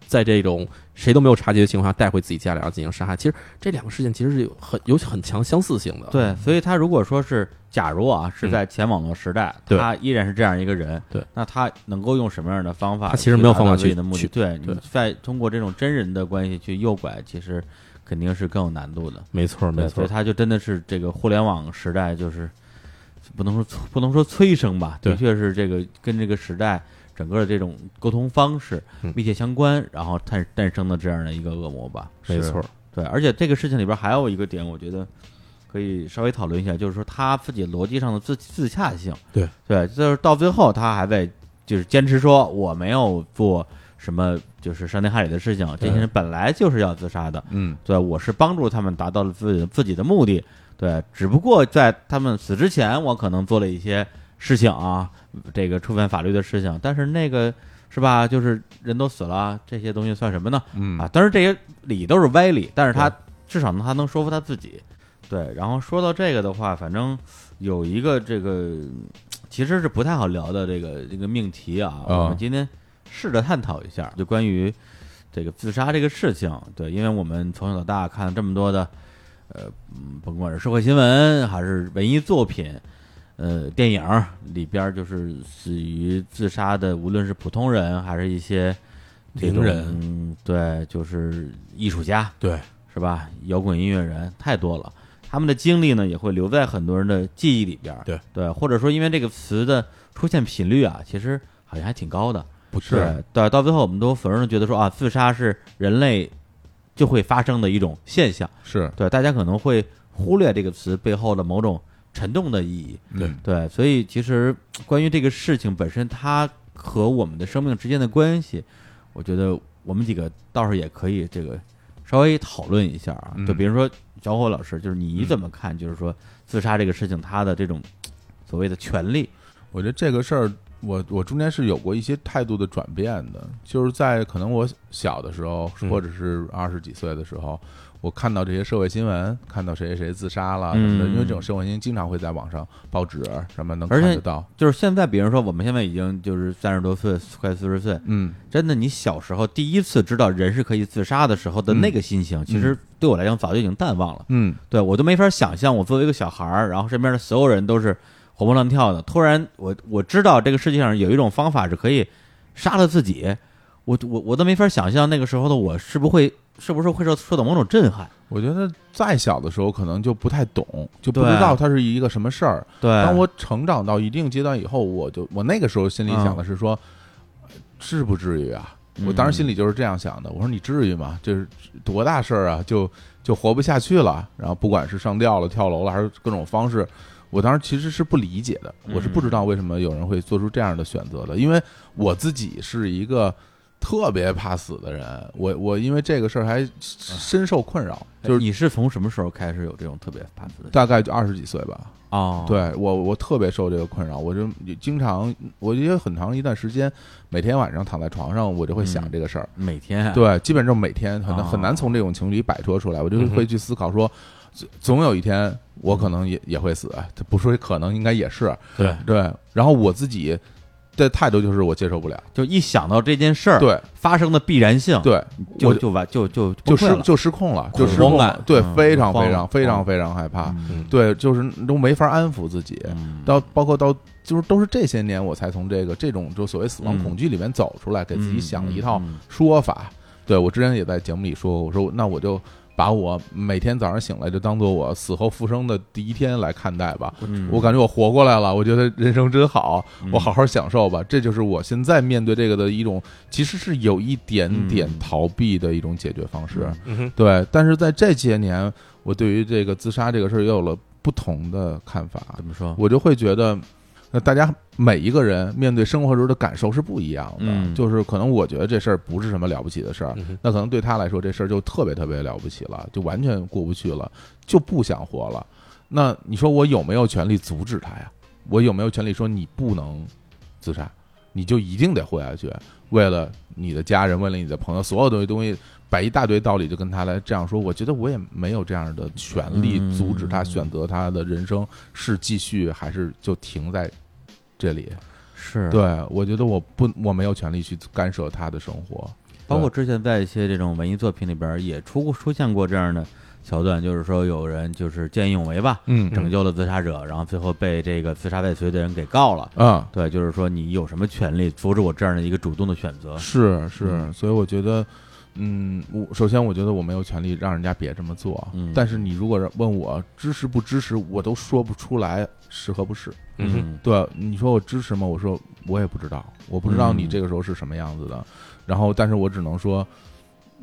A: 在这种谁都没有察觉的情况下带回自己家里，然后进行杀害。其实这两个事件其实是有很有很强相似性的。
B: 对，所以他如果说是，假如啊是在前网络时代，
A: 嗯对
B: 他依然是这样一个人，
A: 对，
B: 那他能够用什么样的方法去达到
A: 他
B: 自
A: 其
B: 己
A: 实
B: 的目的？
A: 没有方法去去
B: 对，你
A: 对
B: 再通过这种真人的关系去诱拐，其实肯定是更有难度的。
A: 没错，
B: 对
A: 没错
B: 所以。他就真的是这个互联网时代，就是不能说不能说催生吧，
A: 对
B: 的确是这个跟这个时代整个的这种沟通方式
A: 嗯
B: 密切相关，然后诞诞生的这样的一个恶魔吧。
A: 没错，
B: 对，而且这个事情里边还有一个点，我觉得可以稍微讨论一下，就是说他自己逻辑上的自自洽性。
A: 对
B: 对，就是到最后他还在就是坚持说我没有做什么就是伤天害理的事情，这些人本来就是要自杀的，
C: 嗯，
B: 对，我是帮助他们达到了自己的自己的目的，对，只不过在他们死之前，我可能做了一些事情啊，这个触犯法律的事情，但是那个是吧，就是人都死了，这些东西算什么呢？
C: 嗯
B: 啊，当然这些理都是歪理，但是他至少呢，他能说服他自己，对。然后说到这个的话，反正有一个这个其实是不太好聊的这个这个命题啊，
C: 啊
B: 我们今天试着探讨一下，就关于这个自杀这个事情。对，因为我们从小到大看了这么多的，呃，嗯甭管是社会新闻还是文艺作品，呃，电影儿里边儿就是死于自杀的，无论是普通人还是一些这种
A: 名人
B: 嗯对，就是艺术家，
A: 对，
B: 是吧？摇滚音乐人太多了，他们的经历呢也会留在很多人的记忆里边儿。
A: 对
B: 对，或者说因为这个词的出现频率啊，其实好像还挺高的。
A: 不
B: 对对，到最后我们都反而觉得说啊，自杀是人类就会发生的一种现象。
C: 是
B: 对，大家可能会忽略这个词背后的某种沉重的意义。
C: 对
B: 对，所以其实关于这个事情本身，它和我们的生命之间的关系，我觉得我们几个倒是也可以这个稍微讨论一下啊。
C: 嗯
B: 就比如说小伙老师，就是你怎么看？就是说自杀这个事情，它的这种所谓的权利，
C: 我觉得这个事儿，我我中间是有过一些态度的转变的，就是在可能我小的时候，
A: 嗯
C: 或者是二十几岁的时候，我看到这些社会新闻，看到谁谁谁自杀了什么的，
B: 嗯
C: 因为这种社会新闻经常会在网上、报纸什么能
B: 而
C: 看
B: 且
C: 得到。
B: 就是现在，比如说我们现在已经就是三十多岁，快四十岁，
C: 嗯，
B: 真的，你小时候第一次知道人是可以自杀的时候的那个心情，其实对我来讲早就已经淡忘了。
C: 嗯，
B: 对我都没法想象，我作为一个小孩儿，然后身边的所有人都是活蹦乱跳的，突然我我知道这个世界上有一种方法是可以杀了自己，我我我都没法想象那个时候的我是不会是不是会受受到某种震撼。
C: 我觉得再小的时候可能就不太懂，就不
B: 对
C: 知道它是一个什么事儿。
B: 对，
C: 当我成长到一定阶段以后，我就我那个时候心里想的是说，至不至于啊！我当时心里就是这样想的，我说你至于吗？这是多大事儿啊？就就活不下去了。然后不管是上吊了、跳楼了，还是各种方式，我当时其实是不理解的，我是不知道为什么有人会做出这样的选择的，因为我自己是一个。特别怕死的人，我我因为这个事儿还深受困扰，就是
B: 你是从什么时候开始有这种特别怕死的
C: 大概就二十几岁吧，
B: 哦，
C: 对我，我特别受这个困扰，我就经常，我也很长一段时间，每天晚上躺在床上，我就会想
B: 嗯
C: 这个事儿。
B: 每天啊
C: 对，基本上每天很难
B: 哦
C: 很难从这种情绪里摆脱出来，我就
A: 嗯哼
C: 会去思考说，总总有一天我可能也也会死，这不说可能，应该也是
B: 对，
C: 对。然后我自己的态度就是我接受不了，
B: 就一想到这件事儿
C: 对
B: 发生的必然性，
C: 对，
B: 嗯就
C: 我
B: 就完就就崩
C: 就
B: 溃
C: 失
B: 了
C: 就失控了，就
A: 恐
C: 失控
A: 慌
C: 了
A: 感，
C: 对，
B: 嗯
C: 非常
B: 慌
C: 非常
B: 了
C: 非常
B: 慌
C: 非常害怕，
B: 嗯
C: 对，就是都没法安抚自己，
B: 嗯
C: 到包括到就是都是这些年我才从这个这种就所谓死亡恐惧里面走出来，给自己想了一套
B: 嗯
C: 说法。对我之前也在节目里说过，我说那我就把我每天早上醒来就当做我死后复生的第一天来看待吧。
B: 嗯
C: 我感觉我活过来了，我觉得人生真好，
B: 嗯
C: 我好好享受吧。这就是我现在面对这个的一种，其实是有一点点
B: 嗯
C: 逃避的一种解决方式。
A: 嗯
B: 嗯
A: 哼，
C: 对，但是在这些年，我对于这个自杀这个事儿也有了不同的看法。
B: 怎么说？
C: 我就会觉得，那大家每一个人面对生活时候的感受是不一样的。
B: 嗯
C: 就是可能我觉得这事儿不是什么了不起的事儿，
A: 嗯哼
C: 那可能对他来说这事儿就特别特别了不起了，就完全过不去了，就不想活了。那你说我有没有权利阻止他呀？我有没有权利说你不能自杀，你就一定得活下去？为了你的家人，为了你的朋友，所有东西东西摆一大堆道理，就跟他来这样说。我觉得我也没有这样的权利
B: 嗯
C: 阻止他选择他的人生是继续还是就停在这里。
B: 是
C: 对我觉得我不我没有权利去干涉他的生活。
B: 包括之前在一些这种文艺作品里边儿也出过出现过这样的桥段，就是说有人就是见义勇为吧，
C: 嗯
B: 拯救了自杀者，然后最后被这个自杀未遂的人给告了。
C: 啊、
B: 对，就是说你有什么权利阻止我这样的一个主动的选择？
C: 是是，
B: 嗯
C: 所以我觉得。嗯，我首先我觉得我没有权利让人家别这么做，啊
B: 嗯
C: 但是你如果问我支持不支持，我都说不出来是和不是。
A: 嗯
B: [laughs]
A: 哼，
B: 嗯
C: 对，你说我支持吗？我说我也不知道，我不知道你
B: 嗯
C: 这个时候是什么样子的。然后，但是我只能说，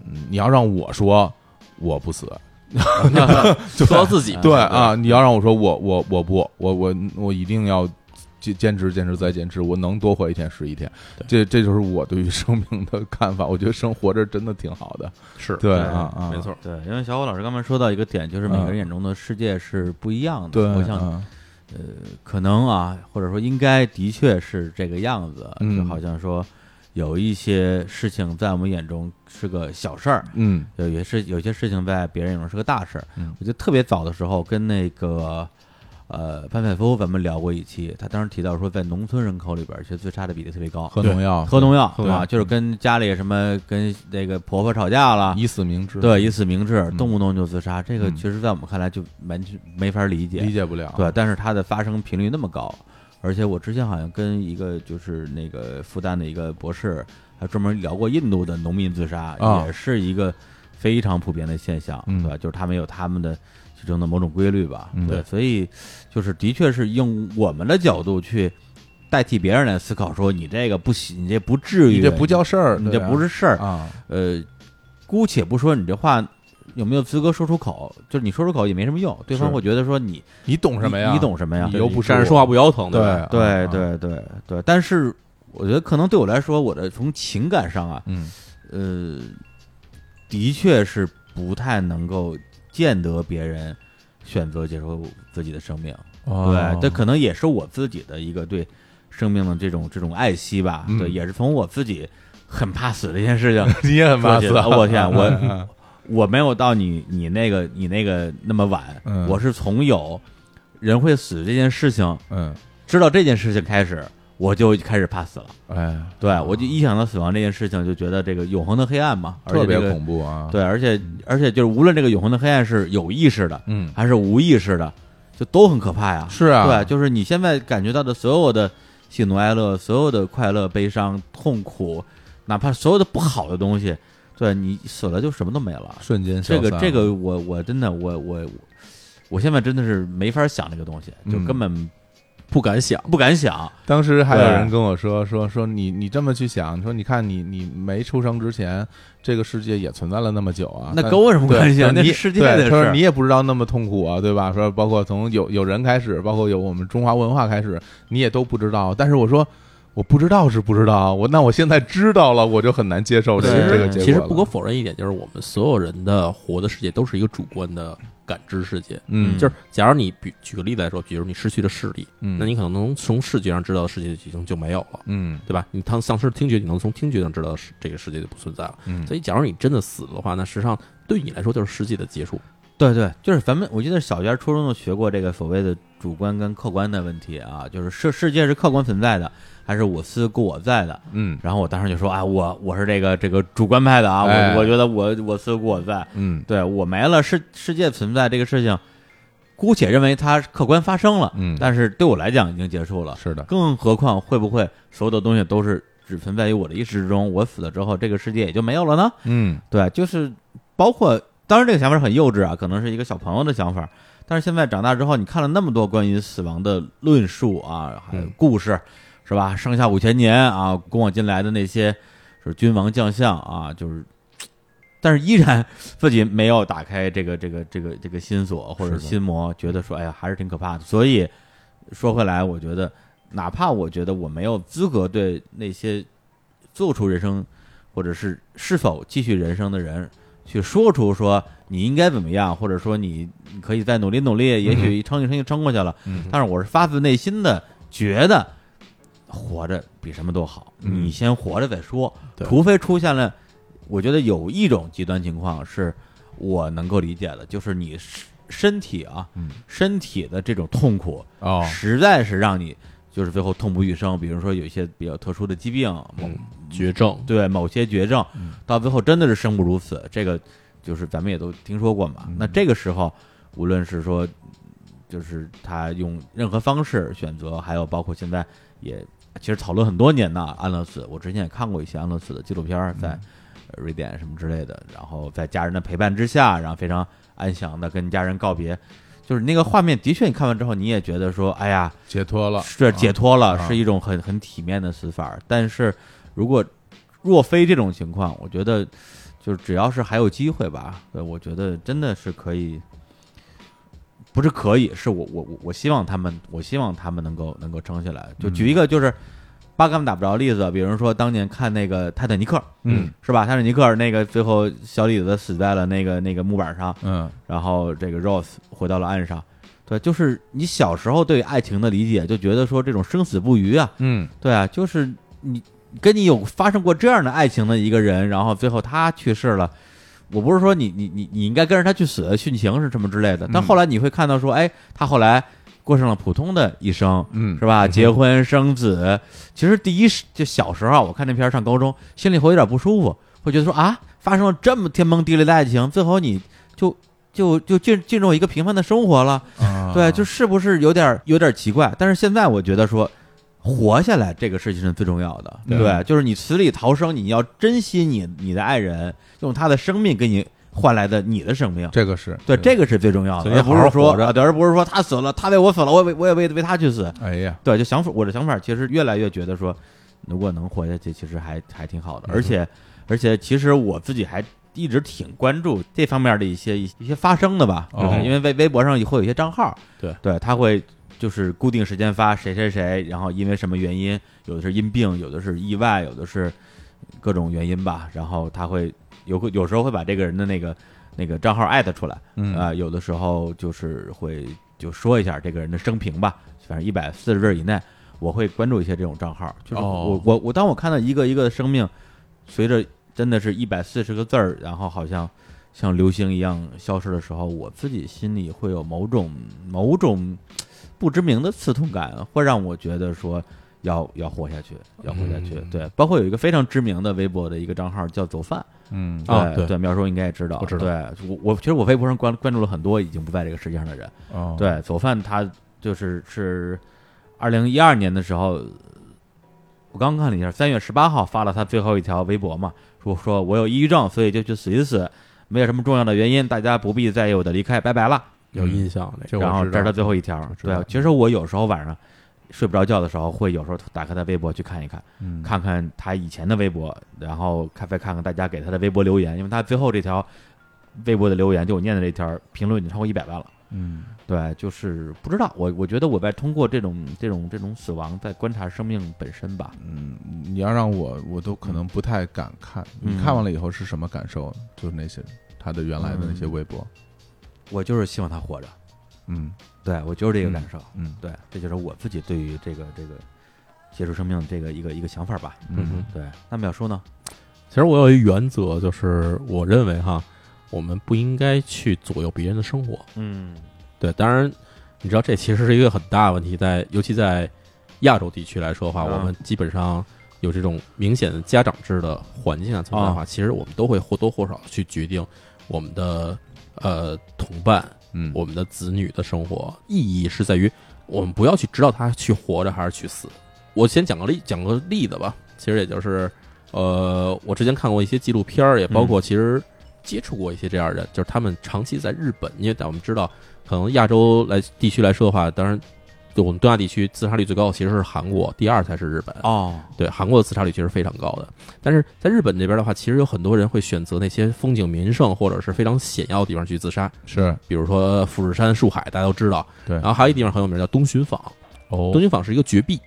C: 嗯，你要让我说，我不死，
A: 就说到自
B: [laughs]
A: 己，
C: 对啊，你要让我说我我我不我我我一定要坚坚持坚持再坚持，我能多活一天是一天。这这就是我对于生命的看法。我觉得生活着真的挺好的。
A: 是
C: 对
B: 对
C: 啊啊，
A: 没，错，
B: 对，因为小伙老师刚才说到一个点，就是每个人眼中的世界是不一样的。
C: 对，
B: 我想
C: 嗯
B: 可能啊，或者说应该的确是这个样子，
C: 嗯
B: 就好像说有一些事情在我们眼中是个小事儿，
C: 嗯
B: 有些事有些事情在别人眼中是个大事儿。
C: 嗯
B: 我记得特别早的时候跟那个呃潘佩夫咱们聊过一期，他当时提到说，在农村人口里边儿，其实自杀的比例特别高，
C: 喝农药，
B: 喝农药
C: 喝农
B: 啊，
C: 药
B: 就是跟家里什么跟那个婆婆吵架了。
C: 以死明志，，
B: 对，以死明志，
C: 嗯
B: 动不动就自杀，这个
C: 嗯
B: 其实，在我们看来就完全没法理解，
C: 理解不了。
B: 对，但是它的发生频率那么高，而且我之前好像跟一个就是那个复旦的一个博士，还专门聊过印度的农民自杀，
C: 啊
B: 也是一个非常普遍的现象，
C: 嗯
B: 对吧？就是他们有他们的其中的某种规律吧，
C: 嗯
B: 对，所以就是的确是用我们的角度去代替别人来思考，说你这个不行，你这不至于，
C: 你这不叫事儿，
B: 你
C: 对
B: 这
C: 啊
B: 不是事儿，
C: 啊，
B: 呃，姑且不说你这话有没有资格说出口，就是你说出口也没什么用，对方
C: 是
B: 会觉得说你
C: 你懂什么呀？
B: 你你懂什么呀
C: 你？又不
A: 站着
C: 是
A: 说话不腰疼，
C: 对
A: 对吧
B: 对
C: 嗯
B: 对对对，但是我觉得可能对我来说，我的从情感上啊，
C: 嗯
B: 呃，的确是不太能够见得别人选择结束自己的生命。
C: 哦
B: 对，这可能也是我自己的一个对生命的这种这种爱惜吧。
C: 嗯
B: 对，也是从我自己很怕死这件事情
C: [laughs]
B: [laughs]
C: 你也很
B: 说
C: 怕
B: 起
C: 死
B: 的。
C: 啊，
B: 我天，
C: 嗯
B: 我
C: 嗯
B: 我没有到你你那个你那个那么晚，
C: 嗯
B: 我是从有人会死这件事情
C: [laughs] 嗯，
B: 知道这件事情开始，我就开始怕死了。
C: 哎，
B: 对我就一想到死亡这件事情，就觉得这个永恒的黑暗嘛，而
C: 特
B: 且
C: 别
B: 这个
C: 恐怖啊！，
B: 对，而且而且就是无论这个永恒的黑暗是有意识的
C: 嗯，
B: 还是无意识的，就都很可怕呀。
C: 是啊，
B: 对，就是你现在感觉到的所有的喜怒哀乐，所有的快乐、悲伤、痛苦，哪怕所有的不好的东西，对你死了就什么都没了。
C: 瞬间消
B: 这个
C: 散
B: 这个，我我真的我我我现在真的是没法想这个东西，就
C: 嗯
B: 根本
A: 不敢想。
B: 不敢想。
C: 当时还有
B: 对
C: 人跟我说说说你你这么去想，你说你看你你没出生之前，这个世界也存在了那么久啊，
B: 那
C: 但
B: 跟我有什么
C: 对
B: 关系啊
C: 对
B: 那
C: 你
B: 是世界的
C: 对他
B: 事
C: 说你也不知道那么痛苦啊，对吧？说包括从有有人开始，包括有我们中华文化开始，你也都不知道。但是我说我不知道是不知道，我那我现在知道了，我就很难接受
A: 其
C: 这
B: 对
C: 个这个
A: 实
C: 结果
A: 其实
C: 了
A: 不可否认一点，就是我们所有人的活的世界都是一个主观的感知世界。
C: 嗯，
A: 就是假如你比举个例子来说，比如你失去了视力，
C: 嗯
A: 那你可能能从视觉上知道的世界已经就没有了。
C: 嗯
A: 对吧？你当丧失听觉，你能从听觉上知道是这个世界就不存在了。
C: 嗯
A: 所以，假如你真的死了的话，那实际上对你来说就是世界的结束。
B: 对对，就是咱们，我记得小学、初中都学过这个所谓的主观跟客观的问题啊，就是世世界是客观存在的，还是我思故我在的？
C: 嗯
B: 然后我当时就说啊，我我是这个这个主观派的啊，
C: 哎
B: 我我觉得我我思故我在，
C: 嗯
B: 对我没了世世界存在这个事情，姑且认为它客观发生了，
C: 嗯
B: 但是对我来讲已经结束了，
C: 是的，
B: 更何况会不会所有的东西都是只存在于我的意识之中，我死了之后这个世界也就没有了呢？
C: 嗯
B: 对，就是包括，当然这个想法很幼稚啊，可能是一个小朋友的想法。但是现在长大之后，你看了那么多关于死亡的论述啊，还有
A: 嗯
B: 故事，是吧？上下五千年啊，古往今来的那些就是君王将相啊，就是，但是依然自己没有打开这个这个这个这个心锁或者
C: 是的
B: 心魔，觉得说，哎呀，还是挺可怕的。所以说回来，我觉得，哪怕我觉得我没有资格对那些做出人生或者是是否继续人生的人去说出说你应该怎么样，或者说你你可以再努力努力，也许一撑一撑就撑过去了。
C: 嗯
B: 但是我是发自内心的觉得，活着比什么都好，
C: 嗯
B: 你先活着再说。
A: 对
B: 除非出现了，我觉得有一种极端情况是我能够理解的，就是你身身体啊，
C: 嗯
B: 身体的这种痛苦，
C: 哦
B: 实在是让你就是最后痛不欲生。比如说有一些比较特殊的疾病，某
A: 嗯，绝症。
B: 对某些绝症
C: 嗯，
B: 到最后真的是生不如死。这个就是咱们也都听说过嘛。
C: 嗯
B: 那这个时候，无论是说，就是他用任何方式选择，还有包括现在也其实讨论很多年呢，安乐死。我之前也看过一些安乐死的纪录片儿，
C: 嗯
B: 在呃瑞典什么之类的，然后在家人的陪伴之下，然后非常安详的跟家人告别。就是那个画面，的确，你看完之后，你也觉得说，哎呀，
C: 解脱了，
B: 是解脱了，
C: 啊
B: 是一种很很体面的死法儿。但是如果若非这种情况，我觉得就是只要是还有机会吧，对，我觉得真的是可以，不是可以，是我我我我希望他们，我希望他们能够能够撑下来。就举
C: 嗯
B: 一个就是八竿子打不着的例子，比如说当年看那个《泰坦尼克》，
C: 嗯
B: 是吧？《泰坦尼克》那个最后小李子死在了那个那个木板上，
C: 嗯
B: 然后这个 Rose 回到了岸上。对，就是你小时候对爱情的理解，就觉得说这种生死不渝啊，
C: 嗯
B: 对啊，就是你跟你有发生过这样的爱情的一个人，然后最后他去世了，我不是说你你你你应该跟着他去死殉情是什么之类的，但
C: 嗯
B: 后来你会看到说，哎，他后来过上了普通的一生，
C: 嗯
B: 是吧？结婚生子，其实第一是就小时候啊，我看那片儿上高中，心里会有点不舒服，会觉得说啊，发生了这么天崩地裂的爱情，最后你就就就进进入一个平凡的生活了，
C: 啊
B: 对，就是不是有点有点奇怪？但是现在我觉得说，活下来这个事情是最重要的，
C: 对
B: 对，就是你死里逃生，你要珍惜你你的爱人，用他的生命给你换来的你的生命。
C: 这个是
B: 对，这个是最重要的，
A: 所以
B: 而
A: 好
B: 不
A: 好
B: 是说，
A: 活着
B: 啊对而不是说他死了，他为我死了，我也为我也为为他去死，
C: 哎呀，
B: 对，就想法，我的想法其实越来越觉得说，如果能活下去，其实还还挺好的。而且，而且，其实我自己还一直挺关注这方面的一些一一些发生的吧，
C: 哦
B: 就是因为微微博上也会有一些账号，
A: 对
B: 对，他会就是固定时间发谁谁谁，然后因为什么原因，有的是因病，有的是意外，有的是各种原因吧，然后他会有个有时候会把这个人的那个那个账号艾特出来，
C: 嗯
B: 啊、有的时候就是会就说一下这个人的生平吧，反正一百四十字以内，我会关注一些这种账号。就是我、
C: 哦
B: 我我当我看到一个一个的生命，随着真的是一百四十个字儿，然后好像像流星一样消失的时候，我自己心里会有某种某种不知名的刺痛感，会让我觉得说。要要活下去，要活下去。
A: 嗯
B: 对，包括有一个非常知名的微博的一个账号叫“走饭”，
C: 嗯
A: 啊
B: 对
A: 对
B: 对，苗叔应该也知道，
A: 我知道
B: 对我我其实我微博上关关注了很多已经不在这个世界上的人。
C: 哦，
B: 对，左范他就是是二零一二年的时候，我刚看了一下，三月十八号发了他最后一条微博嘛，说说我有抑郁症，所以就去死一死，没有什么重要的原因，大家不必在意我的离开，拜拜了。
A: 有印象嗯这
C: 这
B: 然
C: 哎我
B: 后
C: 知
B: 这是他
C: 道，
B: 最后一条
C: 我，知
B: 对
C: 道
B: 啊，其实我有时候晚上睡不着觉的时候，会有时候打开他微博去看一看。
C: 嗯
B: 看看他以前的微博，然后看再看看大家给他的微博留言，因为他最后这条微博的留言，就我念的这条评论已经超过一百万了。
C: 嗯
B: 对，就是不知道我，我觉得我在通过这种这种这种死亡，在观察生命本身吧。
C: 嗯，你要让我，我都可能不太敢看。
B: 嗯
C: 你看完了以后是什么感受？就是那些他的原来的那些微博，
B: 我就是希望他活着，
C: 嗯
B: 对我就是这个感受。
C: 嗯
B: 对，这就是我自己对于这个这个结束生命这个一个一个想法吧。
A: 嗯哼。
B: 对，那淼叔呢？
A: 其实我有一原则，就是我认为哈，我们不应该去左右别人的生活。
B: 嗯
A: 对，当然，你知道这其实是一个很大的问题，在尤其在亚洲地区来说的话，
B: 嗯
A: 我们基本上有这种明显的家长制的环境啊存在的话，其实我们都会或多或少去决定我们的呃同伴、
C: 嗯，
A: 我们的子女的生活意义是在于我们不要去知道他去活着还是去死。我先讲个例，讲个例子吧。其实也就是，呃，我之前看过一些纪录片儿，也包括其实接触过一些这样的人，就是他们长期在日本，因为在我们知道，可能亚洲来地区来说的话，当然，对我们东亚地区自杀率最高的其实是韩国，第二才是日本。
B: 哦，
A: 对，韩国的自杀率其实非常高的。但是在日本这边的话，其实有很多人会选择那些风景名胜或者是非常险要的地方去自杀，
C: 是
A: 比如说富士山、树海，大家都知道。
C: 对
A: 然后还有一地方很有名叫东巡坊，
C: 哦
A: 东巡坊是一个绝壁，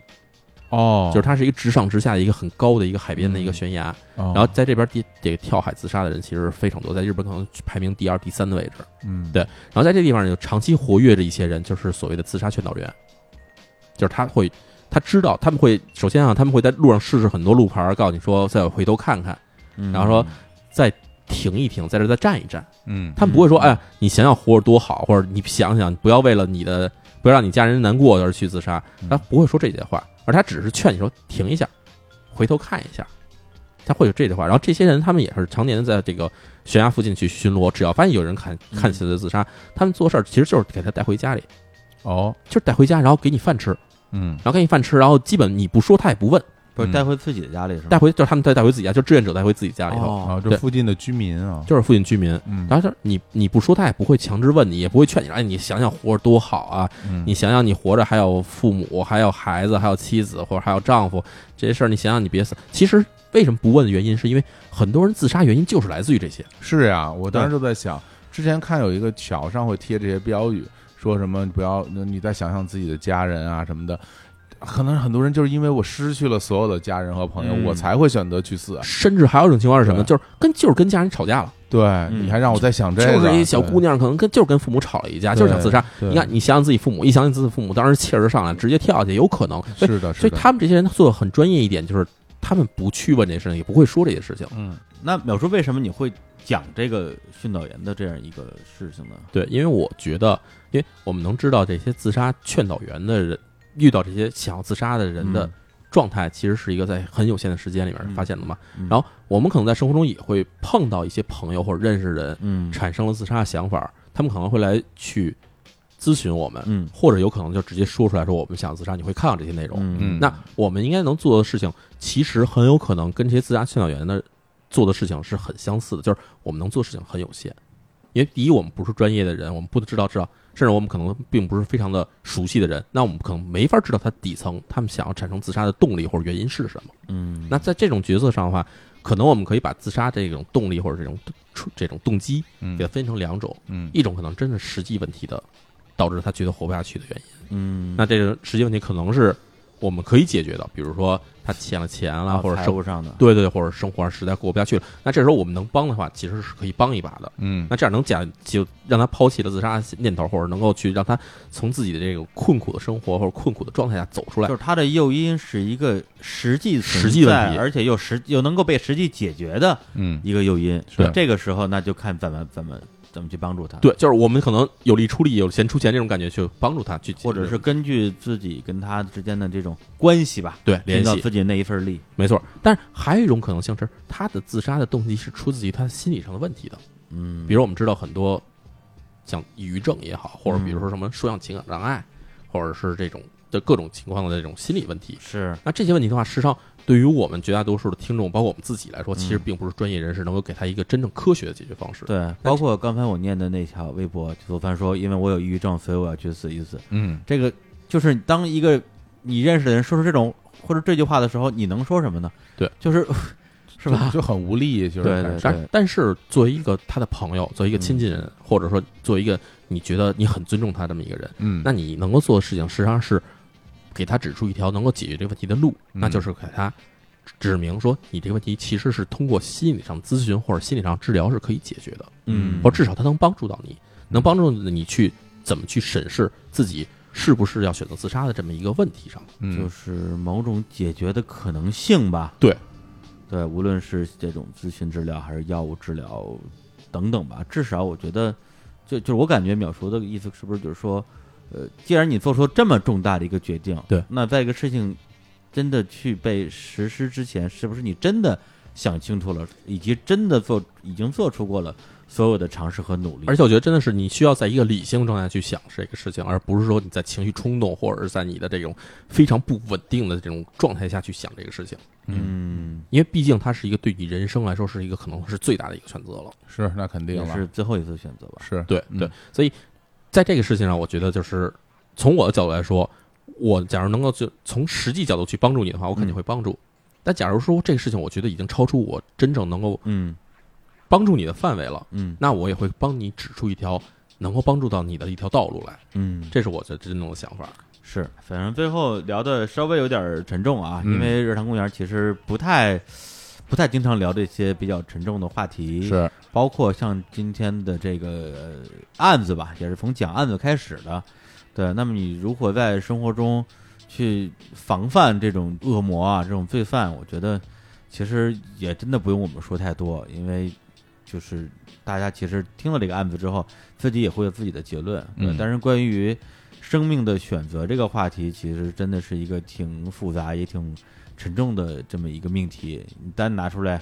C: 哦，嗯
A: 就是它是一个直上直下的一个很高的一个海边的一个悬崖。
C: 然
A: 然后在这边这这个跳海自杀的人其实非常多，在日本可能排名第二、第三的位置。
C: 嗯
A: 对然后在这地方有长期活跃着一些人，就是所谓的自杀劝导员，就是他会，他知道他们会首先啊，他们会在路上试试很多路牌儿，告诉你说再回头看看，然后说再停一停，在这再站一站。
C: 嗯
A: 他们不会说，
B: 嗯
A: 哎，你想想活着多好，或者你想想，不要为了你的，不要让你家人难过而去自杀
C: 嗯。
A: 他不会说这些话，而他只是劝你说停一下，回头看一下，他会有这些话。然后这些人他们也是常年在这个悬崖附近去巡逻，只要发现有人看
B: 嗯
A: 看起来自杀，他们做事儿其实就是给他带回家里，
C: 哦
A: 就是带回家，然后给你饭吃，然
C: 嗯
A: 后给你饭吃，然后基本你不说他也不问，
B: 不是
C: 嗯
B: 带回自己的家里是吗？
A: 带回就是他们再带回自己家，就志愿者带回自己家里头，
B: 哦
C: 啊，这
A: 对
C: 附近的居民啊，
A: 就是附近居民。
C: 嗯
A: 然后就是你你不说，他也不会强制问你，也不会劝你，哎，你想想活着多好啊！
C: 嗯
A: 你想想你活着还有父母，还有孩子，还有妻子或者还有丈夫这些事儿，你想想你别死。其实为什么不问的原因，是因为很多人自杀原因就是来自于这些。
C: 是呀，我当时就在想，之前看有一个桥上会贴这些标语，说什么你不要，你在想象自己的家人啊什么的。可能很多人就是因为我失去了所有的家人和朋友，
B: 嗯
C: 我才会选择去死。啊
A: 甚至还有一种情况是什么？就
C: 对
A: 是跟就是跟家人吵架了，
C: 对，你还让我再想这个，啊
A: 就是一小姑娘可能跟就是跟父母吵了一架，
C: 对
A: 就是想自杀。
C: 对
A: 你看，你想想自己父母，一想想自己父母，当时气儿就上来，直接跳下去，有可能。所
C: 对，
A: 以，
C: 是的，
A: 所
C: 是
A: 以
C: 的，
A: 他们这些人做的很专业一点，就是他们不去问这些事情，也不会说这些事情。
C: 嗯，
B: 那淼叔为什么你会讲这个训导员的这样一个事情呢？
A: 对，因为我觉得，因为我们能知道这些自杀劝导员的人遇到这些想要自杀的人的
B: 嗯
A: 状态，其实是一个在很有限的时间里面发现的嘛。
B: 嗯
A: 然后我们可能在生活中也会碰到一些朋友或者认识人
B: 嗯
A: 产生了自杀的想法，他们可能会来去咨询我们，
B: 嗯
A: 或者有可能就直接说出来说我们想自杀，你会看到这些内容。
B: 嗯
A: 那我们应该能做的事情，其实很有可能跟这些自杀劝导员的做的事情是很相似的，就是我们能做的事情很有限。因为第一，我们不是专业的人，我们不知道知道，甚至我们可能并不是非常的熟悉的人，那我们可能没法知道他底层他们想要产生自杀的动力或者原因是什么。
B: 嗯
A: 那在这种角色上的话，可能我们可以把自杀这种动力或者这种出这种动机
C: 嗯
A: 给它分成两种，
C: 嗯
A: 一种可能真是实际问题的导致他觉得活不下去的原因。
B: 嗯，
A: 那这个实际问题可能是我们可以解决的，比如说他欠了钱啦，
B: 啊
A: 或者
B: 财
A: 生
B: 务上的，
A: 对对，或者生活上实在过不下去了。那这时候我们能帮的话，其实是可以帮一把的。
C: 嗯
A: 那这样能减就让他抛弃了自杀念头，或者能够去让他从自己的这个困苦的生活或者困苦的状态下走出来
B: 就。是它的诱因是一个实际存
A: 实际问
B: 在
A: 题
B: 而且又实又能够被实际解决的
C: 嗯
B: 一个诱因。
C: 是
B: 这个时候，那就看怎么怎么怎么去帮助他，，
A: 对，就是我们可能有力出力，有钱出钱这种感觉去帮助他去解决，
B: 或者是根据自己跟他之间的这种关系吧，
A: 对
B: 尽
A: 联
B: 到
A: 系，
B: 自己那一份力。
A: 没错。但是还有一种可能性是，他的自杀的动机是出自于他心理上的问题的。
B: 嗯，
A: 比如我们知道很多像抑郁症也好，或者
B: 嗯
A: 比如说什么双向情感障碍，或者是这种的各种情况的这种心理问题，
B: 是
A: 那这些问题的话，事实上对于我们绝大多数的听众，包括我们自己来说，
B: 嗯
A: 其实并不是专业人士能够给他一个真正科学的解决方式。
B: 对，包括刚才我念的那条微博，就范说，因为我有抑郁症，所以我要去死一死。
C: 嗯
B: 这个就是当一个你认识的人说出这种或者这句话的时候，你能说什么呢？
A: 对，
B: 就是是吧？
C: 就就很无力，就是
B: 对对
C: 感觉嗯
A: 但但是作为一个他的朋友，作为一个亲近人，或者说作为一个你觉得你很尊重他这么一个人，
C: 嗯
A: 那你能够做的事情，实际上是给他指出一条能够解决这个问题的路，
C: 嗯
A: 那就是给他指明说，你这个问题其实是通过心理上咨询或者心理上治疗是可以解决的，
B: 嗯
A: 或者至少他能帮助到你，能帮助你去怎么去审视自己是不是要选择自杀的这么一个问题上。
B: 就
C: 嗯
B: 是某种解决的可能性吧。
A: 对，
B: 对，无论是这种咨询治疗还是药物治疗等等吧，至少我觉得，就就是我感觉淼叔的意思是不是就是说，呃，既然你做出这么重大的一个决定，
A: 对
B: 那在一个事情真的去被实施之前，是不是你真的想清楚了，以及真的做已经做出过了所有的尝试和努力？
A: 而且我觉得真的是你需要在一个理性状态去想这个事情，而不是说你在情绪冲动或者是在你的这种非常不稳定的这种状态下去想这个事情，
B: 嗯，
A: 因为毕竟它是一个对你人生来说是一个可能是最大的一个选择了。
C: 是那肯定
B: 也
C: 了，
B: 是最后一次选择吧。
C: 是
A: 对
C: 嗯
A: 对，所以在这个事情上，我觉得就是从我的角度来说，我假如能够就从实际角度去帮助你的话，我肯定会帮助。但假如说这个事情，我觉得已经超出我真正能够
B: 嗯
A: 帮助你的范围了，
B: 嗯
A: 那我也会帮你指出一条能够帮助到你的一条道路来。
B: 嗯，
A: 这是我的真正的想法。
B: 是，反正最后聊的稍微有点儿沉重啊，因
C: 嗯
B: 为日常公园其实不太不太经常聊这些比较沉重的话题，
C: 是
B: 包括像今天的这个呃案子吧，也是从讲案子开始的。对，那么你如何在生活中去防范这种恶魔啊，这种罪犯？我觉得其实也真的不用我们说太多，因为就是大家其实听了这个案子之后，自己也会有自己的结论。对
C: 嗯
B: 但是关于生命的选择这个话题，其实真的是一个挺复杂也挺沉重的这么一个命题。你单拿出来。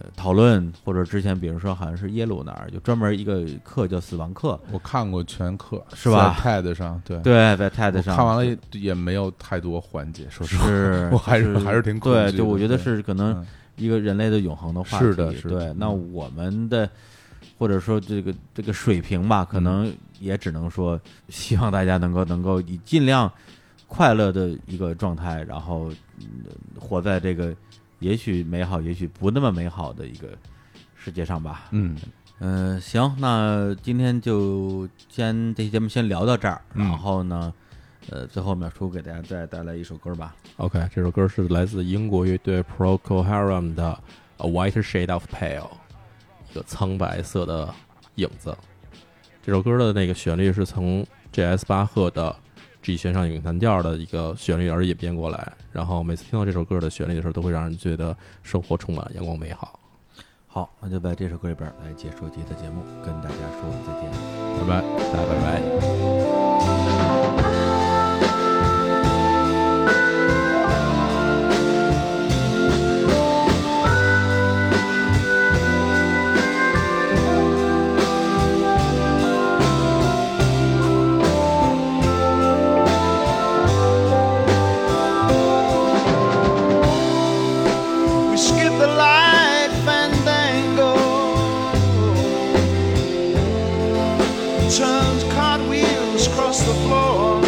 B: 呃讨论或者之前，比如说好像是耶鲁那儿有专门一个课叫死亡课，
C: 我看过全课
B: 是吧
C: 在 TED 上对
B: 对，在 TED
C: 嗯我
B: 上
C: 看完了也也没有太多缓解，说实话，，
B: 是 [laughs]
C: 我还
B: 就是是
C: 还是挺恐
B: 对，
C: 惧
B: 就
C: 的
B: 我觉得
C: 对
B: 是可能
C: 嗯
B: 一个人类的永恒的嗯话题。
C: 是的是的
B: 对。那我们的或者说这个这个水平吧，可能也只能说，希望大家能够能够以尽量快乐的一个状态，然后嗯活在这个也许美好，也许不那么美好的一个世界上吧。
C: 嗯
B: 嗯、行，那今天就先这期节目先聊到这儿，然后呢，呃，最后淼叔给大家再带来一首歌吧。
A: OK，这首歌是来自英国乐队 Procol Harum 的《A White Shade of Pale》，一个苍白色的影子。这首歌的那个旋律是从 J.S. 巴赫的 G 弦上咏叹调的一个旋律而演变过来。然后每次听到这首歌的旋律的时候，都会让人觉得生活充满阳光美好。
B: 好，那就在这首歌里边儿来结束今天的节目，跟大家说再见。
A: 拜拜，大家拜拜。
D: We skip the light fandango. Turns cartwheels across the floor.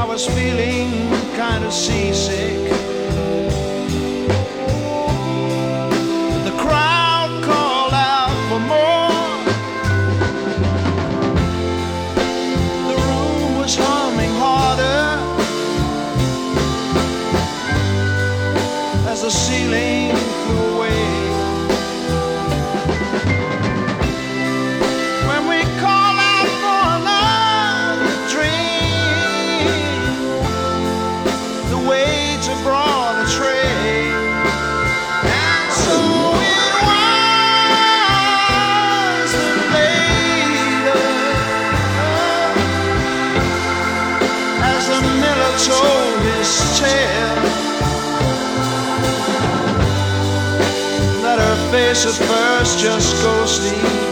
D: I was feeling kind of seasick. this at first, just go sleep.